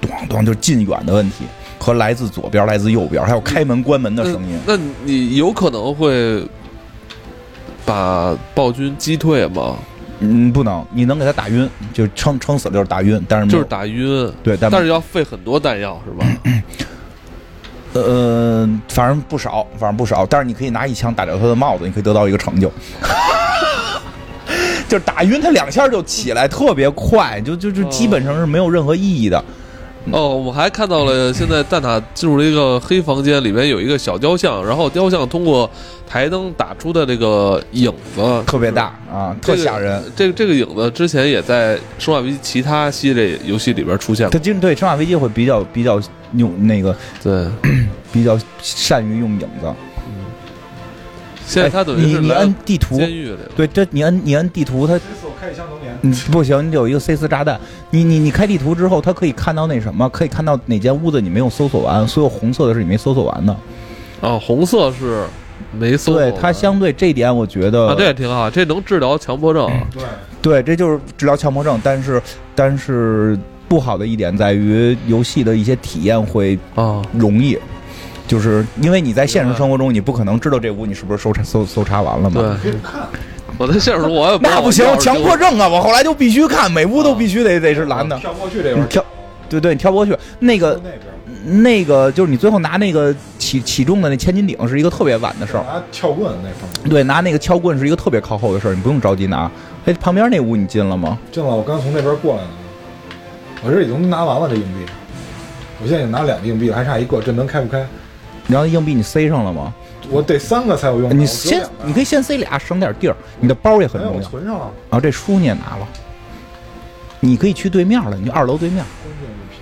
[SPEAKER 1] 咚咚，就是近远的问题和来自左边、来自右边，还有开门关门的声音。
[SPEAKER 2] 那那你有可能会把暴君击退吗？
[SPEAKER 1] 嗯，不能，你能给他打晕，就撑撑死了就是打晕，但是没
[SPEAKER 2] 就
[SPEAKER 1] 有
[SPEAKER 2] 是打晕，
[SPEAKER 1] 对，但
[SPEAKER 2] 但是要费很多弹药，是吧？
[SPEAKER 1] 呃，反正不少，反正不少，但是你可以拿一枪打掉他的帽子，你可以得到一个成就。 *laughs* 就是打晕他两下就起来，特别快，就就就基本上是没有任何意义的。
[SPEAKER 2] 哦，我还看到了，现在蛋挞进入了一个黑房间，里面有一个小雕像，然后雕像通过台灯打出的这个影子，
[SPEAKER 1] 特别大啊，
[SPEAKER 2] 这
[SPEAKER 1] 特
[SPEAKER 2] 个
[SPEAKER 1] 吓人。。
[SPEAKER 2] 这个这个影子之前也在《生化危机》其他系列游戏里边出现
[SPEAKER 1] 它
[SPEAKER 2] 过，
[SPEAKER 1] 经对《生化危机》会比较比较用那个
[SPEAKER 2] 对。
[SPEAKER 1] 比较善于用影子。哎
[SPEAKER 2] 现在它等于
[SPEAKER 1] 你
[SPEAKER 2] 是
[SPEAKER 1] 你
[SPEAKER 2] 来
[SPEAKER 1] 摁
[SPEAKER 2] 到
[SPEAKER 1] 地图，
[SPEAKER 2] 监狱里了，
[SPEAKER 1] 对，这你摁你摁地图，它
[SPEAKER 3] 我开一箱能连。
[SPEAKER 1] 嗯不行，你得有一个 C 四炸弹。你你你开地图之后，它可以看到那什么，可以看到哪间屋子你没有搜索完，所有红色的是你没搜索完的。
[SPEAKER 2] 啊，红色是没搜
[SPEAKER 1] 对
[SPEAKER 2] 过的
[SPEAKER 1] 它相对这一点，我觉得、
[SPEAKER 2] 啊，这也挺好，这能治疗强迫症。
[SPEAKER 3] 对，
[SPEAKER 1] 对，这就是治疗强迫症。但是但是不好的一点在于，游戏的一些体验会
[SPEAKER 2] 啊，
[SPEAKER 1] 容易，就是因为你在现实生活中，你不可能知道这屋你是不是搜查搜搜查完了嘛。
[SPEAKER 2] 对，
[SPEAKER 3] 嗯
[SPEAKER 2] 我在现实中我也知
[SPEAKER 1] 那
[SPEAKER 2] 道
[SPEAKER 1] 不行
[SPEAKER 2] 我钥，匙
[SPEAKER 1] 强迫症啊！我后来就必须看，每屋都必须得得是蓝的。
[SPEAKER 2] 啊
[SPEAKER 3] 跳过去这
[SPEAKER 1] 你
[SPEAKER 3] 边，
[SPEAKER 1] 跳，对对，你跳不过去。那
[SPEAKER 3] 那
[SPEAKER 1] 个
[SPEAKER 3] 边
[SPEAKER 1] 那个就是你最后拿那个起起重的那千斤顶是一个特别晚的事儿，
[SPEAKER 3] 拿撬棍那块儿
[SPEAKER 1] 对，拿那个撬棍是一个特别靠后的事儿，你不用着急拿。哎，旁边那屋你进了吗？
[SPEAKER 3] 进来，我刚从那边过来的，我这已经拿完了这硬币，我现在已经拿两个硬币了，还差一个，这门开不开？
[SPEAKER 1] 然后硬币你塞上了吗？
[SPEAKER 3] 我得三个才有用呢。
[SPEAKER 1] 你
[SPEAKER 3] 我只有
[SPEAKER 1] 先
[SPEAKER 3] 两，个
[SPEAKER 1] 你可以先塞俩，省点地儿。你的包也很
[SPEAKER 3] 没有，
[SPEAKER 1] 重
[SPEAKER 3] 我
[SPEAKER 1] 要。
[SPEAKER 3] 存上了，
[SPEAKER 1] 然后这书你也拿了，你可以去对面了，你就二楼对面，
[SPEAKER 3] 关键一批。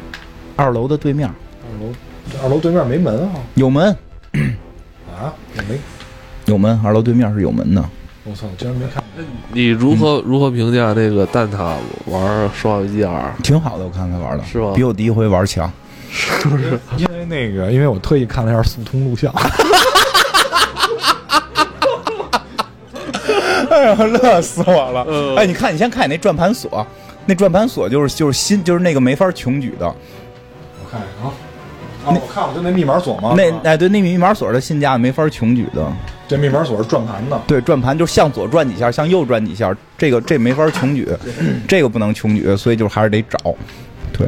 [SPEAKER 1] 二楼的对面
[SPEAKER 3] 二楼，这二楼对面没门啊？
[SPEAKER 1] 有门，
[SPEAKER 3] 啊，我没，
[SPEAKER 1] 有门，二楼对面是有门的。
[SPEAKER 3] 我操，我竟然没看。
[SPEAKER 2] 你如何如何评价这个蛋挞玩《生化危机二
[SPEAKER 1] 挺好的，我看他玩的，
[SPEAKER 2] 是吗
[SPEAKER 1] 比我第一回玩强。
[SPEAKER 3] 因为那个，因为我特意看了一下速通录像，
[SPEAKER 1] 哎呀，乐死我了！
[SPEAKER 2] 嗯
[SPEAKER 1] 哎，你看，你先看你那转盘锁，那转盘锁就是就是新就是那个没法穷举的，
[SPEAKER 2] 啊
[SPEAKER 3] 我看啊，啊，我看我就那密码锁嘛，
[SPEAKER 1] 那
[SPEAKER 3] 是吧
[SPEAKER 1] 哎对，那密码锁的新家没法穷举的，
[SPEAKER 3] 这密码锁是转盘的，
[SPEAKER 1] 对，转盘就向左转几下，向右转几下，这个这没法穷举，这个不能穷举，所以就还是得找。对，》？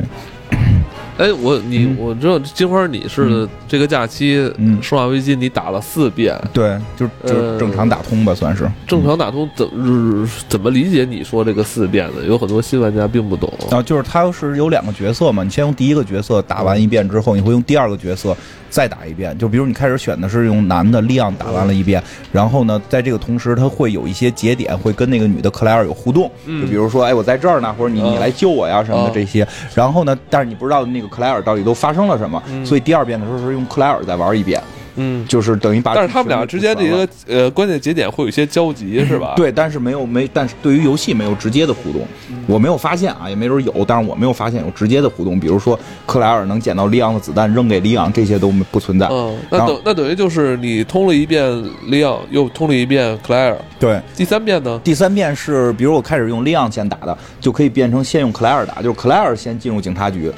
[SPEAKER 2] 哎，我你我知道金花，你是这个假期
[SPEAKER 1] 嗯
[SPEAKER 2] 《生化危机》你打了四遍，
[SPEAKER 1] 对，就是就是
[SPEAKER 2] 呃
[SPEAKER 1] 正常打通吧，算是。
[SPEAKER 2] 正常打通怎么怎么理解你说这个四遍呢？有很多新玩家并不懂。
[SPEAKER 1] 啊，就是它是有两个角色嘛，你先用第一个角色打完一遍之后，你会用第二个角色再打一遍。就比如你开始选的是用男的利昂打完了一遍，然后呢，在这个同时，它会有一些节点会跟那个女的克莱尔有互动，就比如说，哎，我在这儿呢，或者你你
[SPEAKER 2] 嗯
[SPEAKER 1] 来救我呀什么的
[SPEAKER 2] 嗯
[SPEAKER 1] 这些。然后呢，但是你不知道那个克莱尔到底都发生了什么，所以第二遍的时候是用克莱尔再玩一遍，
[SPEAKER 2] 嗯，
[SPEAKER 1] 就是等于把。
[SPEAKER 2] 但是他们俩之间的一个呃关键节点会有一些交集，是吧？，
[SPEAKER 1] 对，但是没有没，但是对于游戏没有直接的互动，我没有发现啊，也没准有，但是我没有发现有直接的互动，比如说克莱尔能捡到利昂的子弹扔给利昂，这些都没不存在。
[SPEAKER 2] 嗯，
[SPEAKER 1] 然
[SPEAKER 2] 那
[SPEAKER 1] 后
[SPEAKER 2] 等那等于就是你通了一遍利昂，又通了一遍克莱尔，
[SPEAKER 1] 对，
[SPEAKER 2] 第三遍呢？
[SPEAKER 1] 第三遍是比如我开始用利昂先打的，就可以变成先用克莱尔打，就是克莱尔先进入警察局。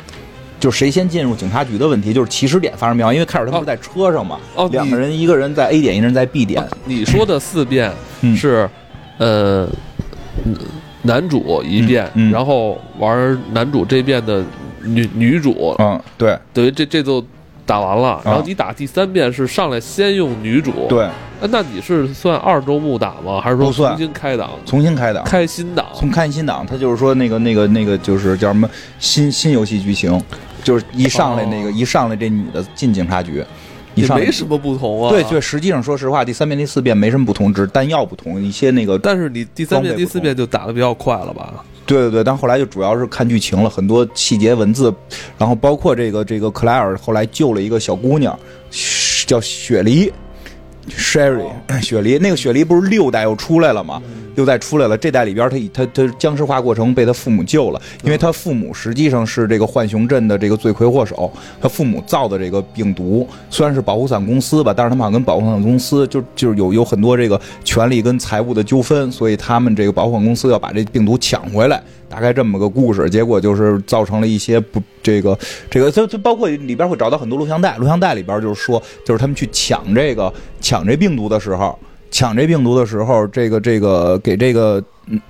[SPEAKER 1] 就是谁先进入警察局的问题，就是起始点发生变化，因为开始他们是在车上嘛，
[SPEAKER 2] 哦
[SPEAKER 1] 两个
[SPEAKER 2] 你
[SPEAKER 1] 人，一个人在 A 点，一个人在 B 点，
[SPEAKER 2] 你说的四遍
[SPEAKER 1] 嗯
[SPEAKER 2] 是，呃，男主一遍，
[SPEAKER 1] 嗯嗯
[SPEAKER 2] 然后玩男主这遍的女女主，
[SPEAKER 1] 嗯，对
[SPEAKER 2] 等于这这就打完了。然后你打第三遍是上来先用女主，
[SPEAKER 1] 啊对，
[SPEAKER 2] 哎。那你是算二周目打吗？还是说
[SPEAKER 1] 不算
[SPEAKER 2] 重新开档？
[SPEAKER 1] 重新开档，
[SPEAKER 2] 开新档？
[SPEAKER 1] 从看新档，他就是说那个那个那个就是叫什么新新游戏剧情，就是一上来那个、
[SPEAKER 2] 哦
[SPEAKER 1] 一上来这女的进警察局，一
[SPEAKER 2] 也
[SPEAKER 1] 上来
[SPEAKER 2] 没什么不同啊。
[SPEAKER 1] 对对，实际上说实话，第三遍第四遍没什么不同，只是弹药不同，一些那个
[SPEAKER 2] 但是你第三
[SPEAKER 1] 装
[SPEAKER 2] 遍、
[SPEAKER 1] 备
[SPEAKER 2] 第
[SPEAKER 1] 不
[SPEAKER 2] 四遍就打的比较快了吧？
[SPEAKER 1] 对对对，但后来就主要是看剧情了，很多细节文字，然后包括这个这个克莱尔后来救了一个小姑娘，嘘叫雪梨。Sherry，雪哎梨，那个雪梨不是六代又出来了吗？六代出来了，这代里边他他他僵尸化过程被他父母救了，因为他父母实际上是这个浣熊镇的这个罪魁祸首，他父母造的这个病毒，虽然是保护伞公司吧，但是他们好像跟保护伞公司就就是有有很多这个权利跟财务的纠纷，所以他们这个保护伞公司要把这病毒抢回来，大概这么个故事，结果就是造成了一些不这个这个，就就包括里边会找到很多录像带，录像带里边就是说，就是他们去抢这个抢这病毒的时候，抢这病毒的时候，这个这个给这个嗯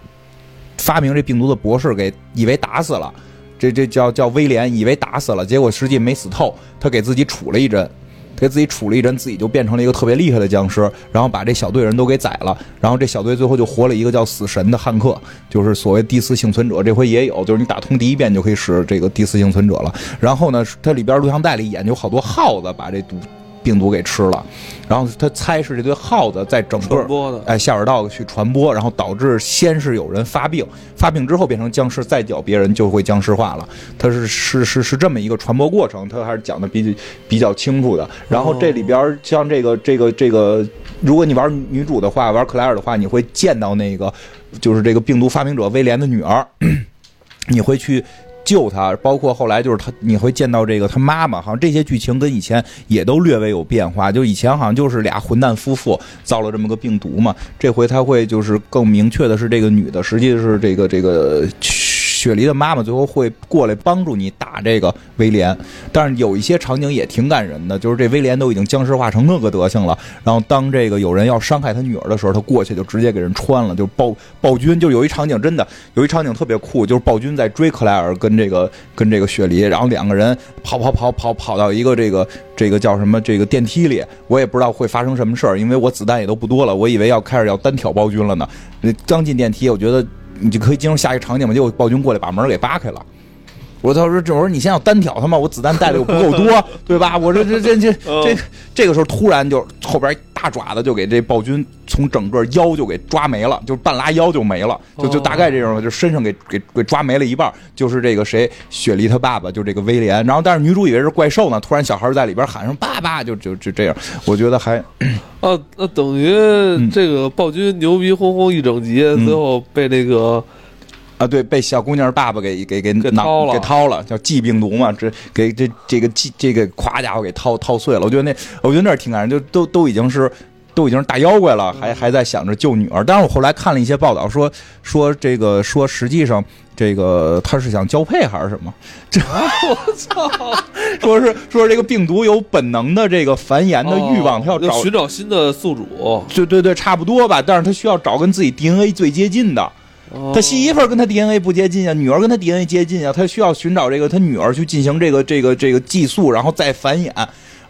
[SPEAKER 1] 发明这病毒的博士给以为打死了，这这叫叫威廉，以为打死了，结果实际没死透，他给自己杵了一针。给自己杵了一针，自己就变成了一个特别厉害的僵尸，然后把这小队人都给宰了。然后这小队最后就活了一个叫死神的汉克，就是所谓第四幸存者，这回也有，就是你打通第一遍就可以使这个第四幸存者了。然后呢，它里边录像带里演就有好多耗子把这毒病毒给吃了，然后他猜是这堆耗子在整个
[SPEAKER 2] 传播的
[SPEAKER 1] 哎下水道去传播，然后导致先是有人发病，发病之后变成僵尸，再咬别人就会僵尸化了。它是是是是这么一个传播过程，它还是讲的比比较清楚的。然后这里边儿像这个这个这个，如果你玩女主的话，玩克莱尔的话，你会见到那个就是这个病毒发明者威廉的女儿，你会去。救她，包括后来就是她，你会见到这个她妈妈，好像这些剧情跟以前也都略微有变化。就以前好像就是俩混蛋夫妇造了这么个病毒嘛，这回他会就是更明确的是，这个女的实际是这个这个雪梨的妈妈最后会过来帮助你打这个威廉。但是有一些场景也挺感人的，就是这威廉都已经僵尸化成那个德行了，然后当这个有人要伤害他女儿的时候，他过去就直接给人穿了，就暴暴君。就有一场景真的有一场景特别酷，就是暴君在追克莱尔跟这个跟这个雪梨，然后两个人跑跑跑跑跑到一个这个这个叫什么这个电梯里，我也不知道会发生什么事儿，因为我子弹也都不多了，我以为要开始要单挑暴君了呢。那刚进电梯，我觉得你就可以进入下一个场景嘛，结果暴君过来把门给扒开了。我当时这我说你先要单挑他嘛，我子弹带的又不够多，对吧？我这这这这这这个时候突然就后边一大爪子就给这暴君从整个腰就给抓没了，就是半拉腰就没了，就就大概这种，就身上给给给抓没了一半儿。就是这个谁，雪梨他爸爸，就这个威廉。然后但是女主以为是怪兽呢，突然小孩在里边喊声爸爸，就就就这样。我觉得还
[SPEAKER 2] 哦，那等于
[SPEAKER 1] 嗯
[SPEAKER 2] 这个暴君牛逼哄哄一整集，最后被那个
[SPEAKER 1] 啊，对，被小姑娘爸爸给给给
[SPEAKER 2] 给
[SPEAKER 1] 拿
[SPEAKER 2] 掏了
[SPEAKER 1] 给掏了，叫寄病毒嘛，这给这这个寄这个夸家伙给掏掏碎了。我觉得那，我觉得那儿挺感人，就都都已经是。都已经是大妖怪了，
[SPEAKER 2] 嗯
[SPEAKER 1] 还还在想着救女儿。但是我后来看了一些报道说，说这个说实际上这个他是想交配还是什么？这
[SPEAKER 2] 啊
[SPEAKER 1] 我操！ *laughs* 说是说是这个病毒有本能的这个繁衍的欲望，
[SPEAKER 2] 哦
[SPEAKER 1] 他要找
[SPEAKER 2] 寻找新的宿主。
[SPEAKER 1] 对对对，差不多吧。但是他需要找跟自己 DNA 最接近的。他媳妇儿跟他 DNA 不接近啊，女儿跟他 DNA 接近啊，他需要寻找这个他女儿去进行这个这个这个寄宿，然后再繁衍。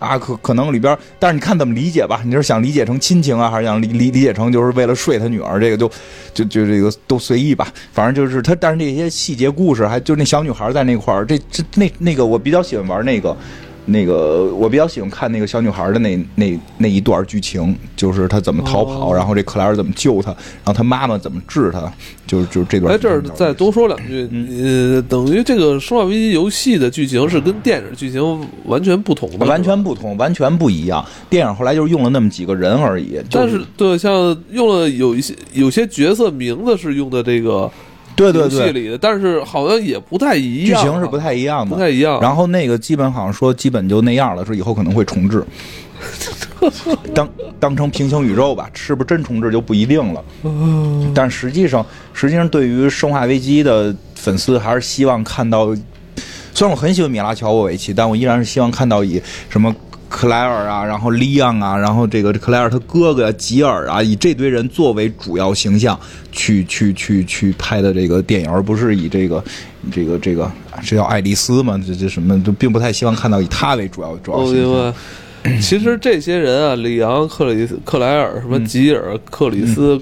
[SPEAKER 1] 啊，可可能里边，但是你看怎么理解吧？你是想理解成亲情啊，还是想理理理解成就是为了睡他女儿？这个就，就就这个都随意吧。反正就是他，但是这些细节故事，还就那小女孩在那块儿，这这那那个我比较喜欢玩那个，那个我比较喜欢看那个小女孩的那那那一段剧情，就是她怎么逃跑，
[SPEAKER 2] 哦
[SPEAKER 1] 然后这克莱尔怎么救她，然后她妈妈怎么治她，就就这嗯段。
[SPEAKER 2] 哎，这儿再多说两句，呃，等于这个《生化危机》游戏的剧情是跟电影剧情完全不同的，
[SPEAKER 1] 完
[SPEAKER 2] 是吧。
[SPEAKER 1] 全不同，完全不一样。电影后来就是用了那么几个人而已，就
[SPEAKER 2] 但是对，像用了有一些有些角色名字是用的这个
[SPEAKER 1] 对对
[SPEAKER 2] 游戏
[SPEAKER 1] 对，
[SPEAKER 2] 里的，但是好像也不太一
[SPEAKER 1] 剧
[SPEAKER 2] 样啊，
[SPEAKER 1] 情是不太一样
[SPEAKER 2] 不
[SPEAKER 1] 的。
[SPEAKER 2] 太一样。
[SPEAKER 1] 然后那个基本好像说基本就那样了，说以后可能会重置，当当成平行宇宙吧，是不是真重置就不一定了。但实际上，实际上对于《生化危机》的粉丝还是希望看到，虽然我很喜欢米拉乔沃维奇，但我依然是希望看到以什么。克莱尔啊，然后利昂啊，然后这个克莱尔他哥哥吉尔啊，以这堆人作为主要形象去 *laughs* 去去去拍的这个电影，而不是以这个这个这个这叫爱丽丝嘛，这这什么都并不太希望看到以他为主要主要
[SPEAKER 2] 我
[SPEAKER 1] 形象。
[SPEAKER 2] 明白。哦 *clears throat* 其实这些人啊，里昂、克里斯、克莱尔、什
[SPEAKER 1] 嗯
[SPEAKER 2] 么吉尔、克里斯，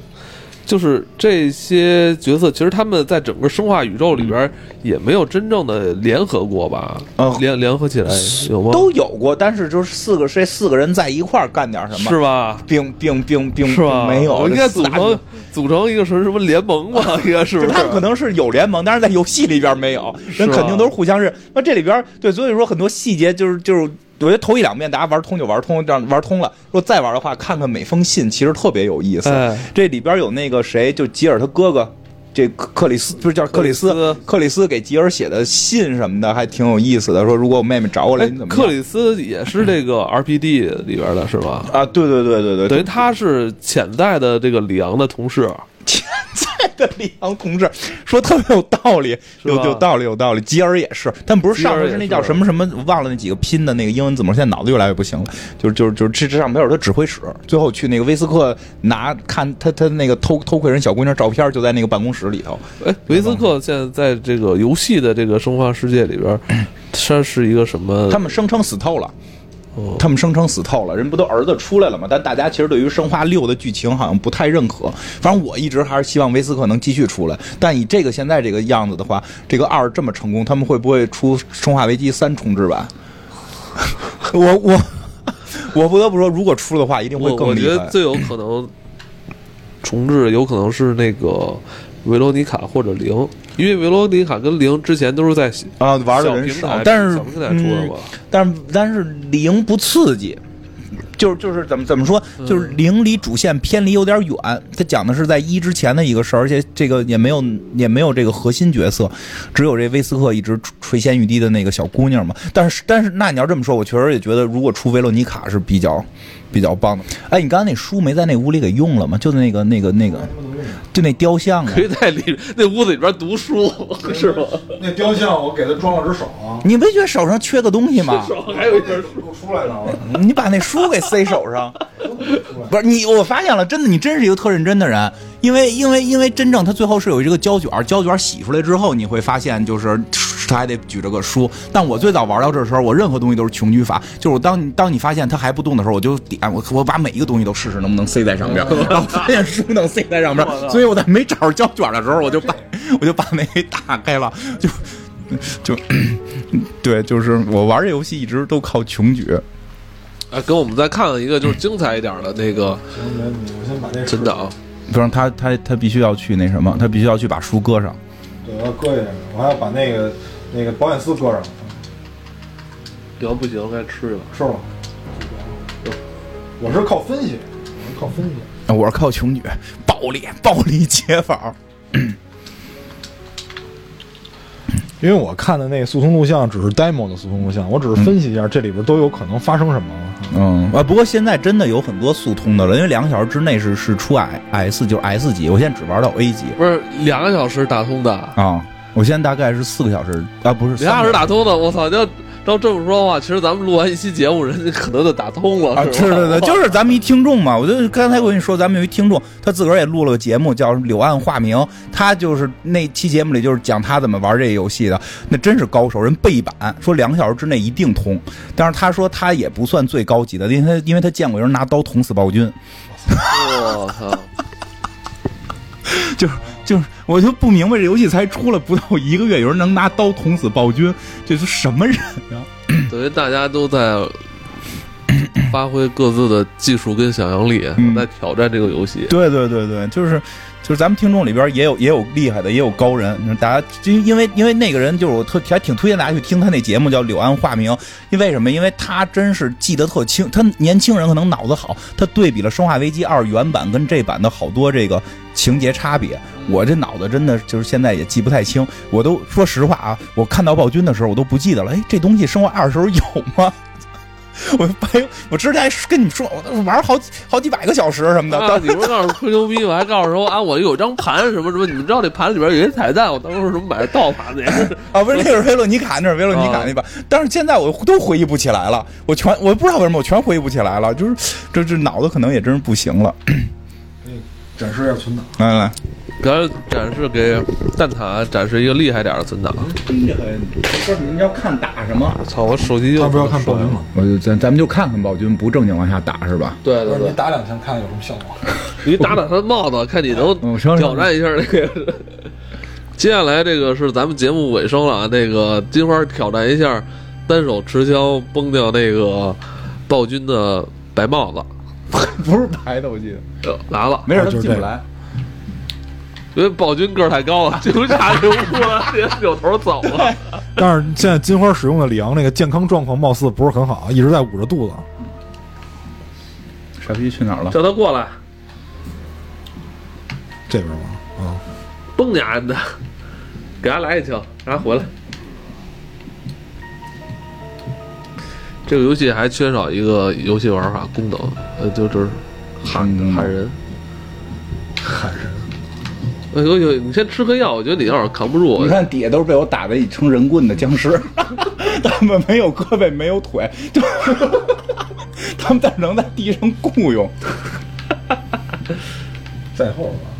[SPEAKER 2] 就是这些角色，其实他们在整个生化宇宙里边也没有真正的联合过吧？
[SPEAKER 1] 嗯哦
[SPEAKER 2] 联联合起来有吗？
[SPEAKER 1] 都有过，但是就是四个这四个人在一块儿干点什么，
[SPEAKER 2] 是吧？
[SPEAKER 1] 并并并并
[SPEAKER 2] 是吧？
[SPEAKER 1] 没有，
[SPEAKER 2] 我应该组
[SPEAKER 1] 这四大
[SPEAKER 2] 成组成一个什么什么联盟吧？
[SPEAKER 1] *laughs*
[SPEAKER 2] 应该是不？
[SPEAKER 1] 就是他们可能是有联盟，但是在游戏里边没有，
[SPEAKER 2] 是
[SPEAKER 1] 人
[SPEAKER 2] 吧
[SPEAKER 1] 肯定都是互相认。那这里边对，所以说很多细节就是就是，我觉得头一两遍大家玩通就玩通，这样玩通了，如果再玩的话，看看每封信其实特别有意思。
[SPEAKER 2] 哎
[SPEAKER 1] 这里边有那个谁，就吉尔他哥哥。这克克里斯不是叫克里斯
[SPEAKER 2] 克里斯，
[SPEAKER 1] 克里斯给吉尔写的信什么的还挺有意思的，说如果我妹妹找我来，
[SPEAKER 2] 哎
[SPEAKER 1] 你怎，么样
[SPEAKER 2] 克里斯也是这个 RPD 里边的是吧？
[SPEAKER 1] 啊？对对对对对，
[SPEAKER 2] 等于他是潜在的这个里昂的同事。
[SPEAKER 1] 潜在 *laughs* 的里昂同志说特别有道理，有
[SPEAKER 2] 吧
[SPEAKER 1] 有道理，有道理。吉尔也是，但不是上
[SPEAKER 2] 吉尔
[SPEAKER 1] 回
[SPEAKER 2] 也
[SPEAKER 1] 是
[SPEAKER 2] 是
[SPEAKER 1] 那叫什么什么，我忘了那几个拼的那个英文字母，现在脑子越来越不行了。就是就是就是这这上边有他指挥室，最后去那个威斯克拿看他他那个偷偷窥人小姑娘照片，就在那个办公室里头。
[SPEAKER 2] 哎，维斯克现在在这个游戏的这个生化世界里边，他是一个什么？
[SPEAKER 1] 他们声称死透了，
[SPEAKER 2] 哦
[SPEAKER 1] 他们声称死透了，人不都儿子出来了吗？但大家其实对于《生化六》的剧情好像不太认可。反正我一直还是希望维斯克能继续出来，但以这个现在这个样子的话，这个二这么成功，他们会不会出《生化危机三》重置
[SPEAKER 2] *laughs*
[SPEAKER 1] 版？我我我不得不说，如果出的话，一定会
[SPEAKER 2] 我我
[SPEAKER 1] 更厉
[SPEAKER 2] 觉
[SPEAKER 1] 害。
[SPEAKER 2] 得最有可能重置，有可能是那个维罗妮卡或者零，因为维罗妮卡跟零之前都是在小
[SPEAKER 1] 啊，玩的人
[SPEAKER 2] 平
[SPEAKER 1] 少
[SPEAKER 2] 台，，
[SPEAKER 1] 但是
[SPEAKER 2] 小平台出的
[SPEAKER 1] 嗯
[SPEAKER 2] 嘛。
[SPEAKER 1] 但是但是零不刺激，就是就是怎么怎么说，
[SPEAKER 2] 嗯
[SPEAKER 1] 就是零离主线偏离有点远。它讲的是在一之前的一个事儿，而且这个也没有也没有这个核心角色，只有这威斯克一直垂垂涎欲滴的那个小姑娘嘛。但是但是那你要这么说，我确实也觉得如果出维罗妮卡是比较比较棒的。哎，你刚才那书没在那屋里给用了吗？就那个那个那个，就那雕像啊
[SPEAKER 2] 可。以在里那屋子里边读书， *laughs* 是吗？
[SPEAKER 3] 那雕像我给他装了只手啊，
[SPEAKER 1] 你没觉得手上缺个东西
[SPEAKER 2] *laughs*
[SPEAKER 1] 吗？
[SPEAKER 2] 还有一本
[SPEAKER 3] 露出来呢，
[SPEAKER 1] 你把那书给塞手上，不是你？我发现了，真的，你真是一个特认真的人，因为因为因为真正他最后是有一个胶卷，胶卷洗出来之后，你会发现就是他还得举着个书。但我最早玩到这时候，我任何东西都是穷举法，就是我当你当你发现他还不动的时候，我就点我我把每一个东西都试试能不能塞在上边，然后发现书能塞在上边，所以我在没找着胶卷的时候，我就把我就把那给打开了，就就 *clears throat* 对，就是我玩这游戏一直都靠穷举。
[SPEAKER 2] 哎，跟我们再看看一个就是精彩一点的那个，
[SPEAKER 3] 行，你我先把那
[SPEAKER 2] 真的啊，
[SPEAKER 1] 不让他他他必须要去那什么，他必须要去把书搁上。
[SPEAKER 3] 对，我要搁一下，我还要把那个那个保险丝搁上，
[SPEAKER 2] 聊不行该吃了。
[SPEAKER 3] 是吗？我是靠分析，我是靠分析。
[SPEAKER 1] 啊我是靠穷举，暴力暴力解法。
[SPEAKER 3] 因为我看的那个速通录像只是 demo 的速通录像，我只是分析一下这里边都有可能发生什么。
[SPEAKER 1] 嗯啊，不过现在真的有很多速通的了，因为两个小时之内是是出 I S 就是 S 级，我现在只玩到 A 级
[SPEAKER 2] 不是两个小时打通的，
[SPEAKER 1] 啊。我现在大概是四个小时啊，
[SPEAKER 2] *laughs*
[SPEAKER 1] 不是
[SPEAKER 2] 两个小
[SPEAKER 1] 三
[SPEAKER 2] 时
[SPEAKER 1] 个
[SPEAKER 2] 打通的，我操！要照这么说的话，其实咱们录完一期节目，人家可能就打通了，
[SPEAKER 1] 啊，
[SPEAKER 2] 哦是
[SPEAKER 1] 是
[SPEAKER 2] 吧
[SPEAKER 1] 的，对，就是咱们一听众嘛，我就呃刚才我跟你说，咱们有一听众，他自个儿也录了个节目，叫《柳暗花明》，他就是那期节目里就是讲他怎么玩这游戏的，那真是高手，人背板说两个小时之内一定通，但是他说他也不算最高级的，因为他因为他见过有人拿刀捅死暴君，
[SPEAKER 2] 我操！
[SPEAKER 1] *laughs* 就是就是我就不明白这游戏才出了不到一个月，有人能拿刀捅死暴君，这是什么人啊？
[SPEAKER 2] 等于大家都在发挥各自的技术跟想象力，啊
[SPEAKER 1] 嗯
[SPEAKER 2] 在挑战这个游戏。
[SPEAKER 1] 对对对对，就是就是咱们听众里边也有也有厉害的，也有高人。大家就因为因为那个人就是我特还挺推荐大家去听他那节目，叫《柳暗花明》。因为什么？因为他真是记得特清，他年轻人可能脑子好，他对比了《生化危机二》原版跟这版的好多这个情节差别。我这脑子真的就是现在也记不太清，我都说实话啊，我看到暴君的时候我都不记得了。哎，这东西《生化二》时候有吗？ *laughs* 我白，我之前还跟你们说，我玩好几好几百个小时什么的，
[SPEAKER 2] 啊！你不是告诉我吹牛逼吗？还告诉说啊，我有张盘什么什么，你们知道这盘里边有一彩蛋，我当时什么买的盗盘的呀？
[SPEAKER 1] 啊，不是那是维罗妮卡，那是维罗妮卡
[SPEAKER 2] 啊
[SPEAKER 1] 那版，但是现在我都回忆不起来了，我全我不知道为什么我全回忆不起来了，就是这这脑子可能也真是不行了。
[SPEAKER 3] 展示一下存档，
[SPEAKER 1] 来来，
[SPEAKER 2] 咱展示给蛋挞展示一个厉害点的存档。
[SPEAKER 1] 厉害！不是你要看打什么？
[SPEAKER 2] 我操，我手机又
[SPEAKER 3] 他不要看暴君吗？？
[SPEAKER 1] 我就咱咱们就看看暴君不正经往下打是吧？
[SPEAKER 2] 对
[SPEAKER 3] 不
[SPEAKER 2] 对
[SPEAKER 3] 是你
[SPEAKER 2] 对，
[SPEAKER 3] 打两枪看有什么效果？
[SPEAKER 2] 你打打他的帽子，看你能
[SPEAKER 1] 嗯行行
[SPEAKER 2] 挑战一下那个。 *laughs* 接下来这个是咱们节目尾声了啊，那个金花挑战一下单手持枪崩掉那个暴君的白帽子。
[SPEAKER 1] 不是白的，我记得
[SPEAKER 2] 呃，来了，
[SPEAKER 1] 哦没事，
[SPEAKER 3] 就
[SPEAKER 1] 他
[SPEAKER 3] 是
[SPEAKER 1] 进不
[SPEAKER 3] 这个
[SPEAKER 1] 来。
[SPEAKER 2] 因为暴君个儿太高了，警察就不了， *laughs* 也扭头走了。
[SPEAKER 3] 但是现在金花使用的里昂那个健康状况貌似不是很好，一直在捂着肚子。
[SPEAKER 1] 傻逼去哪儿了？
[SPEAKER 2] 叫他过来，
[SPEAKER 3] 这边吗？啊、
[SPEAKER 2] 崩你俺的，给他来一枪，让他回来。这个游戏还缺少一个游戏玩法功能，呃，就就是喊
[SPEAKER 1] 嗯
[SPEAKER 2] 喊人。
[SPEAKER 3] 喊人。
[SPEAKER 2] 哎呦呦，你先吃颗药，我觉得你有点扛不住
[SPEAKER 1] 你。看底下都是被我打的成人棍的僵尸， *laughs* 他们没有胳膊，没有腿，就他们在能在地上雇佣。
[SPEAKER 3] 在后边吧。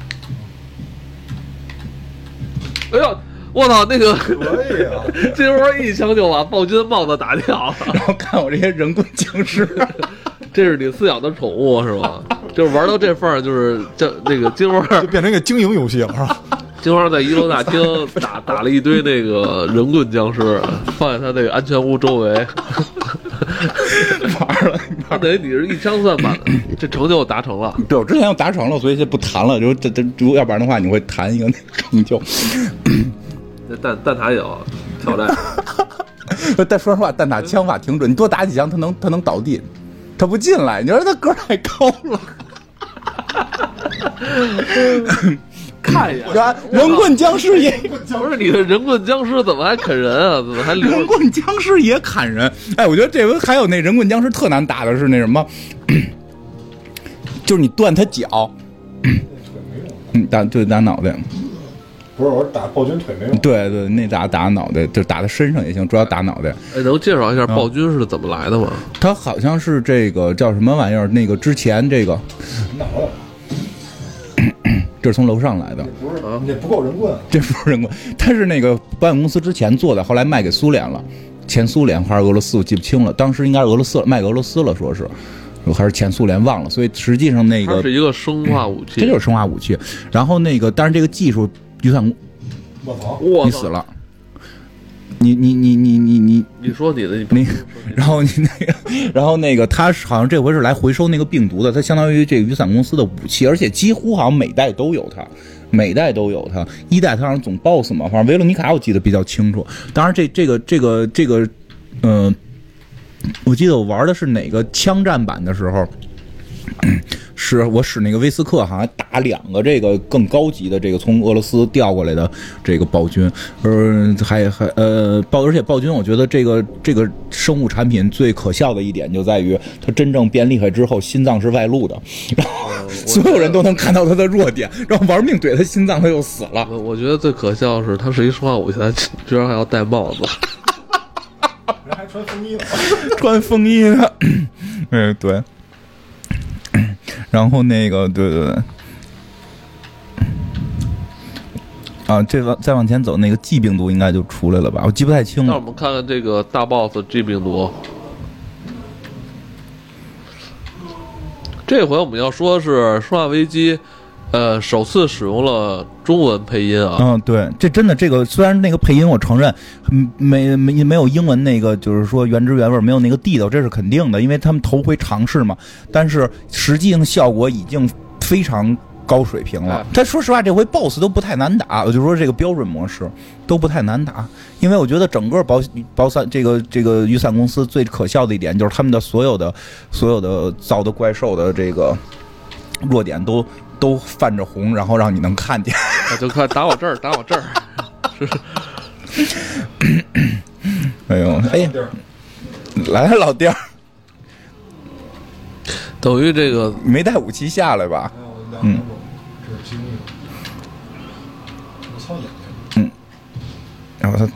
[SPEAKER 2] 哎呦，我操，那个 *laughs*
[SPEAKER 3] 可以啊，
[SPEAKER 2] 金花一枪就把暴君帽子打掉
[SPEAKER 1] *laughs*
[SPEAKER 2] 了，
[SPEAKER 1] 然后看我这些人棍僵尸，
[SPEAKER 2] 这是你饲养的宠物是
[SPEAKER 1] *laughs*
[SPEAKER 2] 吗？就是玩到这份儿，就是这那个金花，
[SPEAKER 3] 就变成一个经营游戏了，是吧？
[SPEAKER 2] 金花在一楼
[SPEAKER 1] *laughs*
[SPEAKER 2] 大厅打打了一堆那个人棍僵尸，放在他那个安全屋周
[SPEAKER 1] *laughs*
[SPEAKER 2] 围，
[SPEAKER 1] 玩了。
[SPEAKER 2] 他等于你是一枪算满，这成就达成了。
[SPEAKER 1] 对，我之前又达成了，所以就不谈了。就这这，如要不然的话，你会谈一个那个成就。 *laughs*
[SPEAKER 2] 那蛋蛋挞有
[SPEAKER 1] *laughs*
[SPEAKER 2] 挑战，
[SPEAKER 1] 但说实话，蛋打枪法挺准，你多打几枪，他能他能倒地，他不进来。你说他个儿太高了，
[SPEAKER 2] 看一眼。
[SPEAKER 1] 啊，人棍僵尸也
[SPEAKER 2] 不是你的人棍僵尸怎么还啃人啊？怎么还留
[SPEAKER 1] 人
[SPEAKER 2] 着？
[SPEAKER 1] 棍僵尸也砍人。哎，我觉得这回还有那人棍僵尸特难打的是那什么，就是你断他脚，嗯，打就打脑袋。
[SPEAKER 3] 不是我打暴君腿没用，
[SPEAKER 1] 对对，那打打脑袋，就打他身上也行，主要打脑袋。
[SPEAKER 2] *laughs* 哎，能介绍一下暴君是怎么来的吗？
[SPEAKER 1] 他好像是这个叫什么玩意儿？那个之前这个，这是从楼上来的，
[SPEAKER 3] 不是你不够人棍，
[SPEAKER 1] 这不是人工，他是那个保险公司之前做的，后来卖给苏联了，前苏联还是俄罗斯，我记不清了。当时应该是俄罗斯卖给俄罗斯了，说是，还是前苏联忘了。所以实际上那
[SPEAKER 2] 它
[SPEAKER 1] 个
[SPEAKER 2] 是一个生化武器。
[SPEAKER 1] 这就是生化武器。然后那个，但是这个技术预算
[SPEAKER 3] 我操，
[SPEAKER 2] 我
[SPEAKER 1] 你
[SPEAKER 2] 操
[SPEAKER 1] 死！了，你你你你你你
[SPEAKER 2] 你说你的，你
[SPEAKER 1] 你， *laughs* 然后你那个，然后那个，他是好像这回是来回收那个病毒的，它相当于这个雨伞公司的武器，而且几乎好像每代都有它，每代都有它。一代它好像总 BOSS 嘛，反正维罗妮卡我记得比较清楚。当然这这个这个这个，嗯、我记得我玩的是哪个枪战版的时候。是我使那个威斯克，好像打两个这个更高级的这个从俄罗斯调过来的这个暴君，呃，还还呃暴，而且暴君，我觉得这个这个生物产品最可笑的一点就在于，它真正变厉害之后，心脏是外露的，然后所有人都能看到他的弱点，然后玩命怼他心脏，他就死了。
[SPEAKER 2] 我我觉得最可笑的是，它是一生化武器，它 *laughs* 居然还要戴帽子。
[SPEAKER 3] 人还穿风衣呢，
[SPEAKER 1] *laughs* 穿风衣的。嗯，对。然后那个，对对对。啊，这往再往前走，那个 G 病毒应该就出来了吧？我记不太清
[SPEAKER 2] 那我
[SPEAKER 1] 了。
[SPEAKER 2] 们看看这个大 boss G 病毒。这回我们要说的是《生化危机》，呃，首次使用了中文配音啊。
[SPEAKER 1] 嗯，对，这真的，这个虽然那个配音我承认嗯没没没有英文那个，就是说原汁原味，没有那个地道，这是肯定的，因为他们头回尝试嘛。但是实际上效果已经非常高水平了
[SPEAKER 2] 哎。
[SPEAKER 1] 他说实话，这回 BOSS 都不太难打，我就说这个标准模式都不太难打，因为我觉得整个保保伞这个这个雨伞公司最可笑的一点就是他们的所有的所有的造的怪兽的这个弱点都都泛着红，然后让你能看见。 *laughs*
[SPEAKER 2] 啊就看打我这儿，打我这儿。
[SPEAKER 1] 哎呦，哎呀，来了老弟儿，
[SPEAKER 2] 等于这个
[SPEAKER 1] 你没带武器下来吧？
[SPEAKER 3] 嗯，这是经历，我操眼睛，
[SPEAKER 1] 然后他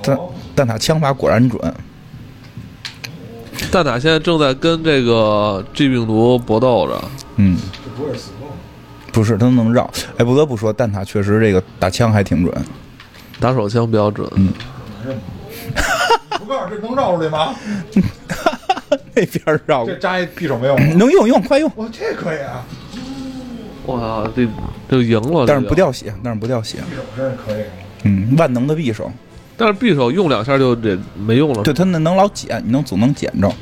[SPEAKER 1] 蛋蛋挞枪法果然准，
[SPEAKER 2] 蛋挞现在正在跟这个 G 病毒搏斗着。
[SPEAKER 1] 嗯，
[SPEAKER 3] 这不会是死梦吧？
[SPEAKER 1] 不是他能绕。哎，不得不说，蛋挞确实这个打枪还挺准。 *laughs*
[SPEAKER 2] 打手枪比较准，
[SPEAKER 3] 不告诉这能绕出来吗？
[SPEAKER 1] 那边儿绕
[SPEAKER 3] 这扎一匕首没有？
[SPEAKER 1] 能用用，快用，
[SPEAKER 3] 哇，这可以啊，
[SPEAKER 2] 我操，这就赢了。
[SPEAKER 1] 但是
[SPEAKER 2] 这就
[SPEAKER 1] 不，掉血，但是不掉血。
[SPEAKER 3] 匕首真是可以啊。
[SPEAKER 1] 嗯，万能的匕首，
[SPEAKER 2] 但是匕首用两下就这没用了。
[SPEAKER 1] 对他那能老捡，你能总能捡着。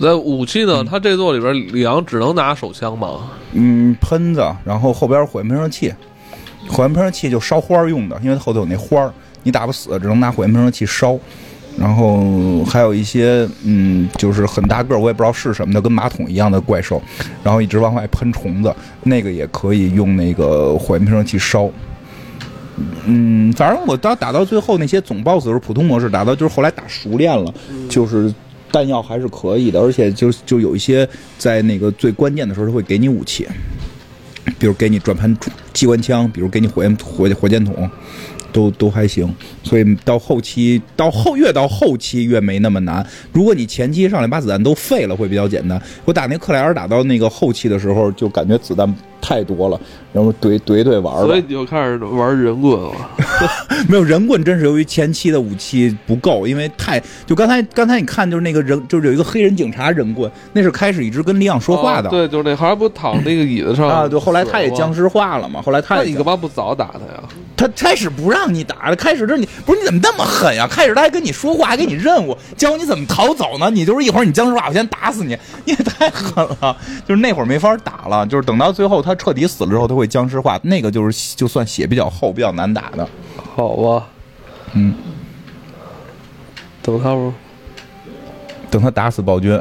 [SPEAKER 2] 在武器呢，他这座里边李昂只能拿手枪嘛，
[SPEAKER 1] 嗯，喷子，然后后边火焰喷射器，火焰喷射器就烧花儿用的，因为它后头有那花儿，你打不死，只能拿火焰喷射器烧。然后还有一些，嗯，就是很大个儿，我也不知道是什么的，跟马桶一样的怪兽，然后一直往外喷虫子，那个也可以用那个火焰喷射器烧。嗯，反正我到打到最后那些总 BOSS 的时候，普通模式打到就是后来打熟练了，就是弹药还是可以的，而且就就有一些在那个最关键的时候，他会给你武器，比如给你转盘机关枪，比如给你火焰火火箭筒，都都还行。所以到后期，到后越到后期越没那么难。如果你前期上来把子弹都废了，会比较简单。我打那克莱尔打到那个后期的时候，就感觉子弹太多了，然后怼怼怼玩儿吧。
[SPEAKER 2] 所以你就开始玩人棍了。
[SPEAKER 1] 没有人棍，真是由于前期的武器不够，因为太就刚才刚才你看就是那个人，就是有一个黑人警察人棍，那是开始一直跟利昂说话的、
[SPEAKER 2] 哦对，就是那还不躺那个椅子上
[SPEAKER 1] 啊，对，后来他也
[SPEAKER 2] 死了吗
[SPEAKER 1] 僵尸化了嘛，后来他
[SPEAKER 2] 那
[SPEAKER 1] 也
[SPEAKER 2] 你干嘛不早打他呀？
[SPEAKER 1] 他开始不让你打了，开始这你不是你怎么那么狠呀、开始他还跟你说话，还给你任务，教你怎么逃走呢？你就是一会儿你僵尸化，我先打死你，你也太狠了。就是那会儿没法打了，就是等到最后他彻底死了之后，他会僵尸化，那个就是就算血比较厚、比较难打的。
[SPEAKER 2] 好吧，
[SPEAKER 1] 嗯，
[SPEAKER 2] 等他们。
[SPEAKER 1] 等他打死暴君，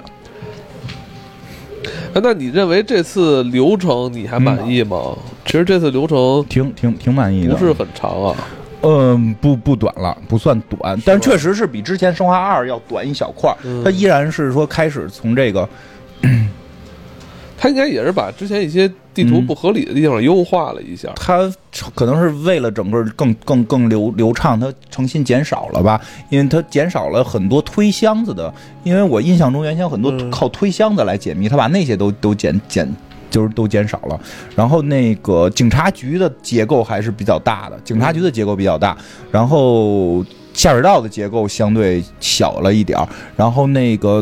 [SPEAKER 2] 哎那你认为这次流程你还满意
[SPEAKER 1] 嗯
[SPEAKER 2] 吗？其实这次流程
[SPEAKER 1] 挺挺挺满意的。
[SPEAKER 2] 不是很长啊，
[SPEAKER 1] 嗯，不不短了，不算短，但确实是比之前《生化二》要短一小块儿。
[SPEAKER 2] 嗯
[SPEAKER 1] 它依然是说开始从这个，
[SPEAKER 2] 他应该也是把之前一些地图不合理的地方优化了一下。
[SPEAKER 1] 它可能是为了整个更更更流流畅，它诚心减少了吧，因为它减少了很多推箱子的，因为我印象中原先很多
[SPEAKER 2] 嗯
[SPEAKER 1] 靠推箱子来解密，它把那些都都减减。就是都减少了，然后那个警察局的结构还是比较大的，警察局的结构比较大，然后下水道的结构相对小了一点儿，然后那个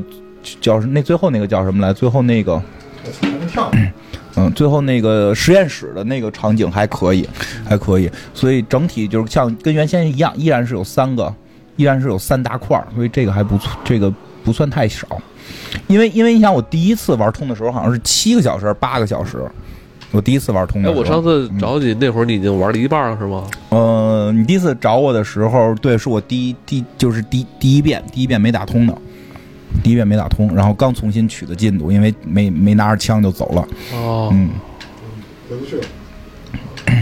[SPEAKER 1] 叫那最后那个叫什么来？最后那个
[SPEAKER 3] 还能跳。
[SPEAKER 1] 嗯，最后那个实验室的那个场景还可以，还可以，所以整体就是像跟原先一样，依然是有三个，依然是有三大块儿，所以这个还不错，这个不算太少。因为因为你想，我第一次玩通的时候好像是七个小时、八个小时，我第一次玩通
[SPEAKER 2] 哎，
[SPEAKER 1] 的时候。
[SPEAKER 2] 我上次找你那会儿，你已经玩了一半了是吗？
[SPEAKER 1] 呃，你第一次找我的时候，对，是我第一第就是第第一遍，第一遍没打通的，第一遍没打通，然后刚重新取的进度，因为没没拿着枪就走了。 *laughs*
[SPEAKER 2] 哦，
[SPEAKER 1] 嗯，
[SPEAKER 3] 回不去了，